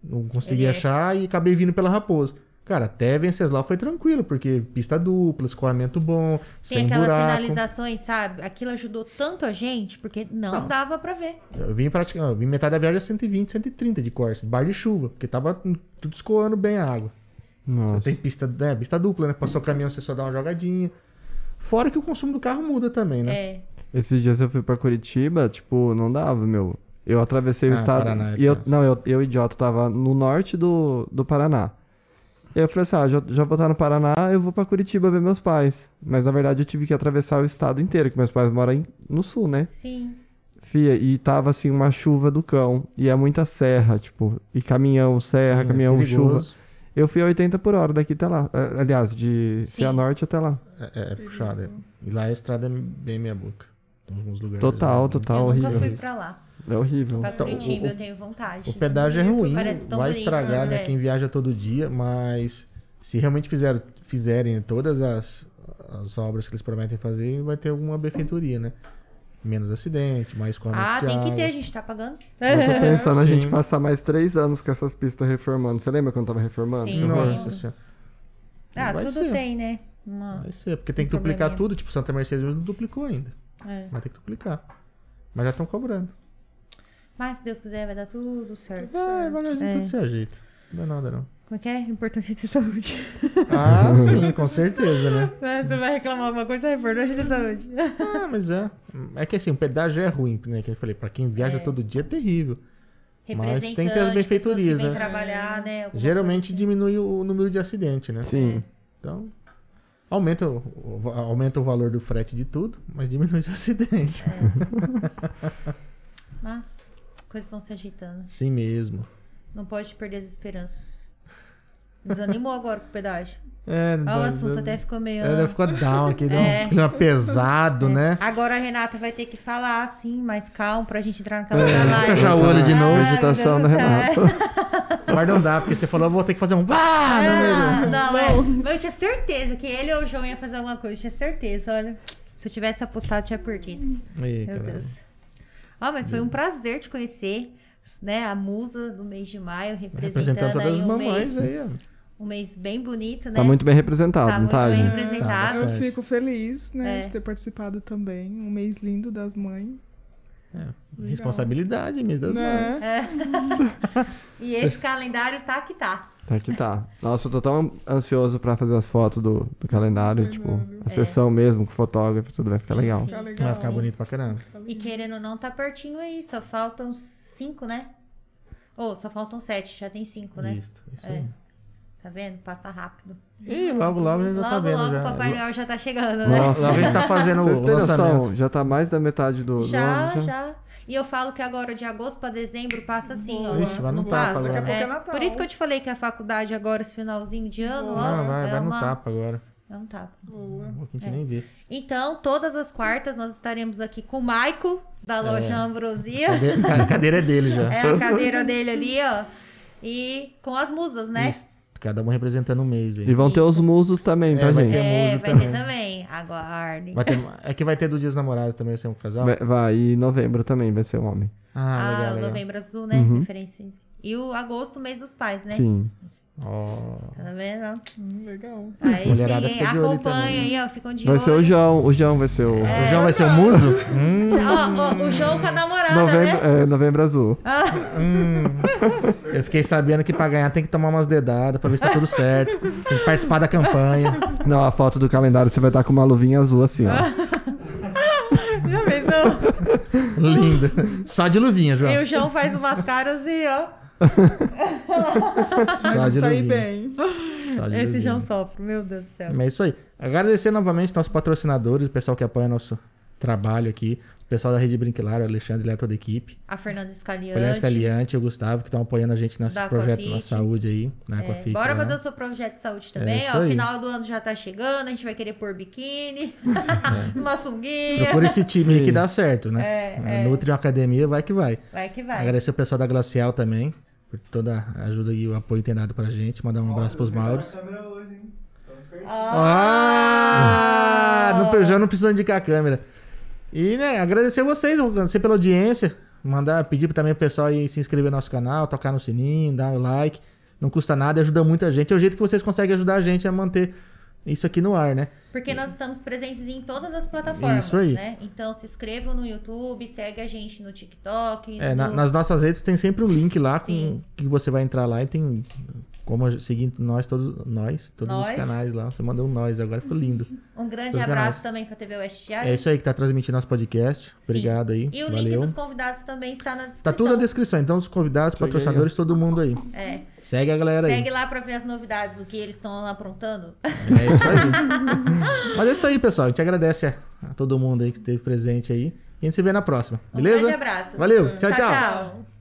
[SPEAKER 2] não consegui
[SPEAKER 1] É.
[SPEAKER 2] achar e acabei vindo pela Raposo. Cara, até Venceslau foi tranquilo, porque pista dupla, escoamento bom,
[SPEAKER 1] Tem
[SPEAKER 2] sem
[SPEAKER 1] aquelas
[SPEAKER 2] buraco.
[SPEAKER 1] sinalizações, sabe? Aquilo ajudou tanto a gente, porque não, dava pra ver.
[SPEAKER 2] Eu vim, pratica... eu vim metade da viagem a 120, 130 de Corsa, bar de chuva, porque tava hum, tudo escoando bem a água. Você
[SPEAKER 3] Nossa.
[SPEAKER 2] tem pista, né, pista dupla, né? Passou o caminhão, você só dá uma jogadinha. Fora que o consumo do carro muda também, né?
[SPEAKER 1] É.
[SPEAKER 3] Esses dias eu fui pra Curitiba, tipo, não dava, meu. Eu atravessei o
[SPEAKER 2] Ah,
[SPEAKER 3] estado.
[SPEAKER 2] Paraná é
[SPEAKER 3] e eu,
[SPEAKER 2] tenso.
[SPEAKER 3] não, eu, eu, idiota, tava no norte do, do Paraná. E aí eu falei assim, ah, já, já vou estar no Paraná, eu vou pra Curitiba ver meus pais. Mas na verdade eu tive que atravessar o estado inteiro, que meus pais moram em- no sul, né?
[SPEAKER 1] Sim.
[SPEAKER 3] Fia, e tava assim uma chuva do cão. E é muita serra, tipo, e caminhão, serra,
[SPEAKER 2] Sim, é
[SPEAKER 3] caminhão, chuva.
[SPEAKER 2] perigoso.
[SPEAKER 3] Eu fui a 80 por hora daqui até lá. Ah, Aliás, de
[SPEAKER 1] Sim.
[SPEAKER 3] Cianorte até lá.
[SPEAKER 2] É, é, é puxado. é. E lá a estrada é bem meia boca. Em alguns lugares.
[SPEAKER 3] Total,
[SPEAKER 2] né?
[SPEAKER 3] total,
[SPEAKER 1] eu
[SPEAKER 3] horrível.
[SPEAKER 1] nunca fui pra lá.
[SPEAKER 3] É horrível.
[SPEAKER 1] Pra
[SPEAKER 2] Então,
[SPEAKER 1] Curitiba,
[SPEAKER 2] o-
[SPEAKER 1] eu tenho vontade.
[SPEAKER 2] O pedágio é
[SPEAKER 1] Bonito,
[SPEAKER 2] ruim,
[SPEAKER 1] parece tão
[SPEAKER 2] vai
[SPEAKER 1] bonito,
[SPEAKER 2] estragar, né?
[SPEAKER 1] parece.
[SPEAKER 2] Quem viaja todo dia, mas se realmente fizer, fizerem todas as, as obras que eles prometem fazer, vai ter alguma benfeitoria, né? Menos acidente, mais corrente
[SPEAKER 1] Ah,
[SPEAKER 2] de
[SPEAKER 1] tem que
[SPEAKER 2] né? água.
[SPEAKER 1] ter, a gente tá pagando.
[SPEAKER 3] Eu Então, tô pensando a
[SPEAKER 2] Sim.
[SPEAKER 3] gente passar mais três anos com essas pistas reformando. Você lembra quando tava reformando?
[SPEAKER 1] Sim.
[SPEAKER 2] Nossa
[SPEAKER 1] Nossa.
[SPEAKER 2] senhora.
[SPEAKER 1] Ah,
[SPEAKER 2] Vai
[SPEAKER 1] tudo
[SPEAKER 2] ser.
[SPEAKER 1] tem, né? Uma-
[SPEAKER 2] Vai ser, porque tem que
[SPEAKER 1] Tem
[SPEAKER 2] duplicar
[SPEAKER 1] probleminha.
[SPEAKER 2] tudo. Tipo, Santa Mercedes não duplicou ainda.
[SPEAKER 1] é.
[SPEAKER 2] Vai ter que duplicar. Mas já estão cobrando.
[SPEAKER 1] Mas se Deus quiser, vai dar tudo certo.
[SPEAKER 2] Vai, devagarzinho
[SPEAKER 1] É.
[SPEAKER 2] tudo se ajeita. Não é nada, não.
[SPEAKER 1] Como é que é? Importante ter saúde.
[SPEAKER 2] <laughs> Ah, sim, com certeza, né?
[SPEAKER 1] Né, Você vai reclamar alguma coisa, é importante ter <laughs> saúde.
[SPEAKER 2] Ah, mas é. É que assim, o pedágio é ruim, né? Que eu falei, pra quem viaja todo dia é terrível. Mas tem que ter as
[SPEAKER 1] Representante, pessoas
[SPEAKER 2] benfeitorias,
[SPEAKER 1] que vêm
[SPEAKER 2] né?
[SPEAKER 1] trabalhar, né? Alguma
[SPEAKER 2] Geralmente diminui o número de acidente, né?
[SPEAKER 3] Sim.
[SPEAKER 2] Então, aumenta o, o- aumenta o valor do frete de tudo, mas diminui os <laughs> acidentes.
[SPEAKER 1] É. coisa. Mas as coisas vão se ajeitando.
[SPEAKER 2] Sim Assim mesmo.
[SPEAKER 1] Não pode perder as esperanças. Desanimou agora com o pedágio.
[SPEAKER 2] É,
[SPEAKER 1] Ó, o assunto até ficou meio.
[SPEAKER 2] Ela ficou
[SPEAKER 1] <laughs>
[SPEAKER 2] down aqui, deu
[SPEAKER 1] É.
[SPEAKER 2] um clima pesado, né?
[SPEAKER 1] Agora a Renata vai ter que falar assim, mais calmo, pra gente entrar naquela outra live.
[SPEAKER 2] É, fechar o olho de novo.
[SPEAKER 1] Ah,
[SPEAKER 3] Meditação
[SPEAKER 1] meu Deus
[SPEAKER 3] da
[SPEAKER 1] do céu. <laughs>
[SPEAKER 3] Renata.
[SPEAKER 2] Mas não dá, porque você falou, eu vou ter que fazer um. Ah, não, mesmo.
[SPEAKER 1] Ah, não, é. Mas eu tinha certeza que ele ou o João ia fazer alguma coisa. Eu tinha certeza, olha. Se eu tivesse apostado, eu tinha perdido.
[SPEAKER 2] Ih,
[SPEAKER 1] Meu
[SPEAKER 2] caralho.
[SPEAKER 1] Deus. Ó, mas foi um prazer te conhecer, né? A musa do mês de maio,
[SPEAKER 2] Representando
[SPEAKER 1] representando
[SPEAKER 2] todas
[SPEAKER 1] aí
[SPEAKER 2] as
[SPEAKER 1] um
[SPEAKER 2] mamães
[SPEAKER 1] mês,
[SPEAKER 2] aí, ó.
[SPEAKER 1] um mês bem bonito, né?
[SPEAKER 3] Tá muito bem representado,
[SPEAKER 1] Tá
[SPEAKER 3] não
[SPEAKER 1] muito
[SPEAKER 3] tá,
[SPEAKER 1] bem
[SPEAKER 3] gente?
[SPEAKER 1] representado.
[SPEAKER 4] Ah, Eu
[SPEAKER 2] Mas-
[SPEAKER 4] fico feliz, né,
[SPEAKER 1] É.
[SPEAKER 4] de ter participado também. Um mês lindo das mães.
[SPEAKER 2] Responsabilidade mesmo das
[SPEAKER 4] né?
[SPEAKER 2] mães.
[SPEAKER 1] <laughs> E esse calendário tá que tá.
[SPEAKER 3] Tá que tá. Nossa, eu tô tão ansioso pra fazer as fotos do, do calendário,
[SPEAKER 4] Do
[SPEAKER 3] tipo,
[SPEAKER 4] calendário.
[SPEAKER 3] a sessão mesmo com o fotógrafo, tudo vai ficar
[SPEAKER 1] Uhum. É. Sim,
[SPEAKER 3] legal.
[SPEAKER 1] sim.
[SPEAKER 4] Tá legal.
[SPEAKER 2] Vai ficar bonito pra caramba.
[SPEAKER 1] E querendo ou não, tá pertinho aí. Só faltam cinco, né? Ou só faltam sete, já tem cinco, né?
[SPEAKER 2] Isso, isso
[SPEAKER 1] É.
[SPEAKER 2] aí.
[SPEAKER 1] Tá vendo? Passa rápido.
[SPEAKER 2] Ih, logo, logo a gente já
[SPEAKER 1] Logo,
[SPEAKER 2] tá vendo
[SPEAKER 1] logo o
[SPEAKER 2] já.
[SPEAKER 1] Papai Noel já tá chegando, né?
[SPEAKER 3] Nossa,
[SPEAKER 2] Logo a gente tá fazendo
[SPEAKER 3] vocês
[SPEAKER 2] o
[SPEAKER 3] têm
[SPEAKER 2] lançamento.
[SPEAKER 3] noção? Já tá mais da metade do, do
[SPEAKER 1] <laughs> Já,
[SPEAKER 3] ano,
[SPEAKER 1] já, E eu falo que agora de agosto pra dezembro passa assim, ó.
[SPEAKER 2] Ixi, vai
[SPEAKER 1] não
[SPEAKER 2] no tapa
[SPEAKER 1] passa.
[SPEAKER 2] agora.
[SPEAKER 4] Daqui a pouco é Natal.
[SPEAKER 1] Por isso que eu te falei que a faculdade agora, esse finalzinho de ano, ó.
[SPEAKER 2] Não, vai,
[SPEAKER 1] é
[SPEAKER 2] vai no
[SPEAKER 1] uma...
[SPEAKER 2] tapa agora.
[SPEAKER 1] É um tapa.
[SPEAKER 4] Boa.
[SPEAKER 2] Um pouquinho que nem vê.
[SPEAKER 1] Então, todas as quartas nós estaremos aqui com o Maico,
[SPEAKER 2] É.
[SPEAKER 1] da loja Ambrosia.
[SPEAKER 2] Cade- <laughs> ca- A cadeira é dele já.
[SPEAKER 1] É a cadeira dele ali, ó. E com as musas, né?
[SPEAKER 2] Isso. Cada um representando um mês aí.
[SPEAKER 3] E vão ter os musos também,
[SPEAKER 2] É,
[SPEAKER 3] tá,
[SPEAKER 2] vai
[SPEAKER 3] gente?
[SPEAKER 2] ter.
[SPEAKER 1] É,
[SPEAKER 2] musa
[SPEAKER 1] vai
[SPEAKER 2] também.
[SPEAKER 1] ter também. Aguardem.
[SPEAKER 2] Vai ter- é que vai ter do Dias Namorados também, vai ser um casal.
[SPEAKER 3] Vai, vai, e novembro também vai ser um homem.
[SPEAKER 2] Ah,
[SPEAKER 1] Ah,
[SPEAKER 2] legal,
[SPEAKER 1] o
[SPEAKER 2] legal.
[SPEAKER 1] novembro azul, né?
[SPEAKER 3] Uhum.
[SPEAKER 1] Referência. E o agosto, mês dos pais, né?
[SPEAKER 3] Sim.
[SPEAKER 2] Ó.
[SPEAKER 1] Tá vendo?
[SPEAKER 4] Hum, Legal.
[SPEAKER 1] Aí
[SPEAKER 2] Mulherada
[SPEAKER 1] sim, hein?
[SPEAKER 2] fica de olho
[SPEAKER 1] acompanha
[SPEAKER 2] também. né?
[SPEAKER 1] aí, ó. Ficam de
[SPEAKER 3] Vai
[SPEAKER 1] olho.
[SPEAKER 2] é
[SPEAKER 1] É,
[SPEAKER 3] ser o João, o João vai ser o... <laughs>
[SPEAKER 2] O João vai ser o muso?
[SPEAKER 1] <laughs>
[SPEAKER 2] Hum,
[SPEAKER 1] Ó, ó, o João com a namorada,
[SPEAKER 3] Novembro,
[SPEAKER 1] né?
[SPEAKER 3] é, novembro azul.
[SPEAKER 2] Hum. eu fiquei sabendo que pra ganhar tem que tomar umas dedadas pra ver se tá tudo certo. Tem que participar da campanha.
[SPEAKER 3] Não, a foto do calendário você vai estar com uma luvinha azul assim, ó.
[SPEAKER 1] Já
[SPEAKER 2] <laughs>
[SPEAKER 1] pensou?
[SPEAKER 2] Linda. Só de luvinha, João.
[SPEAKER 1] E o João faz umas caras e, ó.
[SPEAKER 2] Só
[SPEAKER 4] Mas
[SPEAKER 2] de
[SPEAKER 4] eu saí
[SPEAKER 2] luvinha.
[SPEAKER 4] bem.
[SPEAKER 2] Só de
[SPEAKER 1] Esse
[SPEAKER 2] luvinha.
[SPEAKER 1] João sofre, meu Deus do céu.
[SPEAKER 2] É isso aí. Agradecer novamente nossos patrocinadores, o pessoal que apoia nosso trabalho aqui. O pessoal da Rede Brinquilar, o Alexandre e toda a equipe.
[SPEAKER 1] A Fernanda
[SPEAKER 2] Fernando
[SPEAKER 1] Scaliante.
[SPEAKER 2] Escaliante e o Gustavo, que estão apoiando a gente nesse
[SPEAKER 1] Da
[SPEAKER 2] projeto
[SPEAKER 1] Aquafit.
[SPEAKER 2] na saúde aí, na
[SPEAKER 1] É,
[SPEAKER 2] Aquafit. né?
[SPEAKER 1] bora
[SPEAKER 2] lá.
[SPEAKER 1] fazer o seu projeto de saúde também,
[SPEAKER 2] É isso
[SPEAKER 1] ó.
[SPEAKER 2] aí.
[SPEAKER 1] Final do ano já tá chegando, a gente vai querer pôr
[SPEAKER 2] <laughs>
[SPEAKER 1] biquíni, <laughs> uma sunguinha.
[SPEAKER 2] <laughs> Procura esse time aí
[SPEAKER 3] Sim.
[SPEAKER 2] que dá certo, né? É, Nutri uma academia, vai que vai.
[SPEAKER 1] Vai que vai.
[SPEAKER 2] Agradecer o pessoal da Glacial também, por toda a ajuda e o apoio que tem dado pra gente. Mandar um abraço pros Mauros.
[SPEAKER 5] câmera hoje, hein? Estamos perdidos.
[SPEAKER 2] Ah! Não, pre- já não precisa indicar a câmera. E, né, agradecer vocês, agradecer pela audiência. Mandar, pedir também pro pessoal aí se inscrever no nosso canal, tocar no sininho, dar o like. Não custa nada, ajuda muita gente. É o jeito que vocês conseguem ajudar a gente a manter isso aqui no ar, né?
[SPEAKER 1] Porque nós estamos presentes em todas as plataformas,
[SPEAKER 2] Isso aí.
[SPEAKER 1] né? Então se inscrevam no YouTube, segue a gente no TikTok,
[SPEAKER 2] É,
[SPEAKER 1] no...
[SPEAKER 2] na- nas nossas redes tem sempre um link lá com,
[SPEAKER 1] Sim.
[SPEAKER 2] que você vai entrar lá e tem Como a- seguindo nós todos, nós, todos os
[SPEAKER 1] Nós.
[SPEAKER 2] canais lá. Você mandou um nós, agora ficou lindo.
[SPEAKER 1] Um grande
[SPEAKER 2] Os
[SPEAKER 1] abraço também
[SPEAKER 2] canais.
[SPEAKER 1] pra TV Oeste
[SPEAKER 2] É isso aí que tá transmitindo nosso podcast. Obrigado aí.
[SPEAKER 1] E o link
[SPEAKER 2] Valeu.
[SPEAKER 1] dos convidados também está na descrição.
[SPEAKER 2] Tá tudo na descrição, então os convidados,
[SPEAKER 3] Cheguei
[SPEAKER 2] patrocinadores, todo mundo aí.
[SPEAKER 1] É.
[SPEAKER 2] Segue a galera aí.
[SPEAKER 1] Segue lá pra ver as novidades, o que eles estão lá aprontando.
[SPEAKER 2] É isso aí. Mas é isso aí, pessoal. A gente agradece a, a todo mundo aí que esteve presente aí. E a gente se vê na próxima,
[SPEAKER 1] Um
[SPEAKER 2] beleza?
[SPEAKER 1] grande abraço.
[SPEAKER 2] Valeu, tchau. tchau.
[SPEAKER 4] Tá.
[SPEAKER 1] tchau.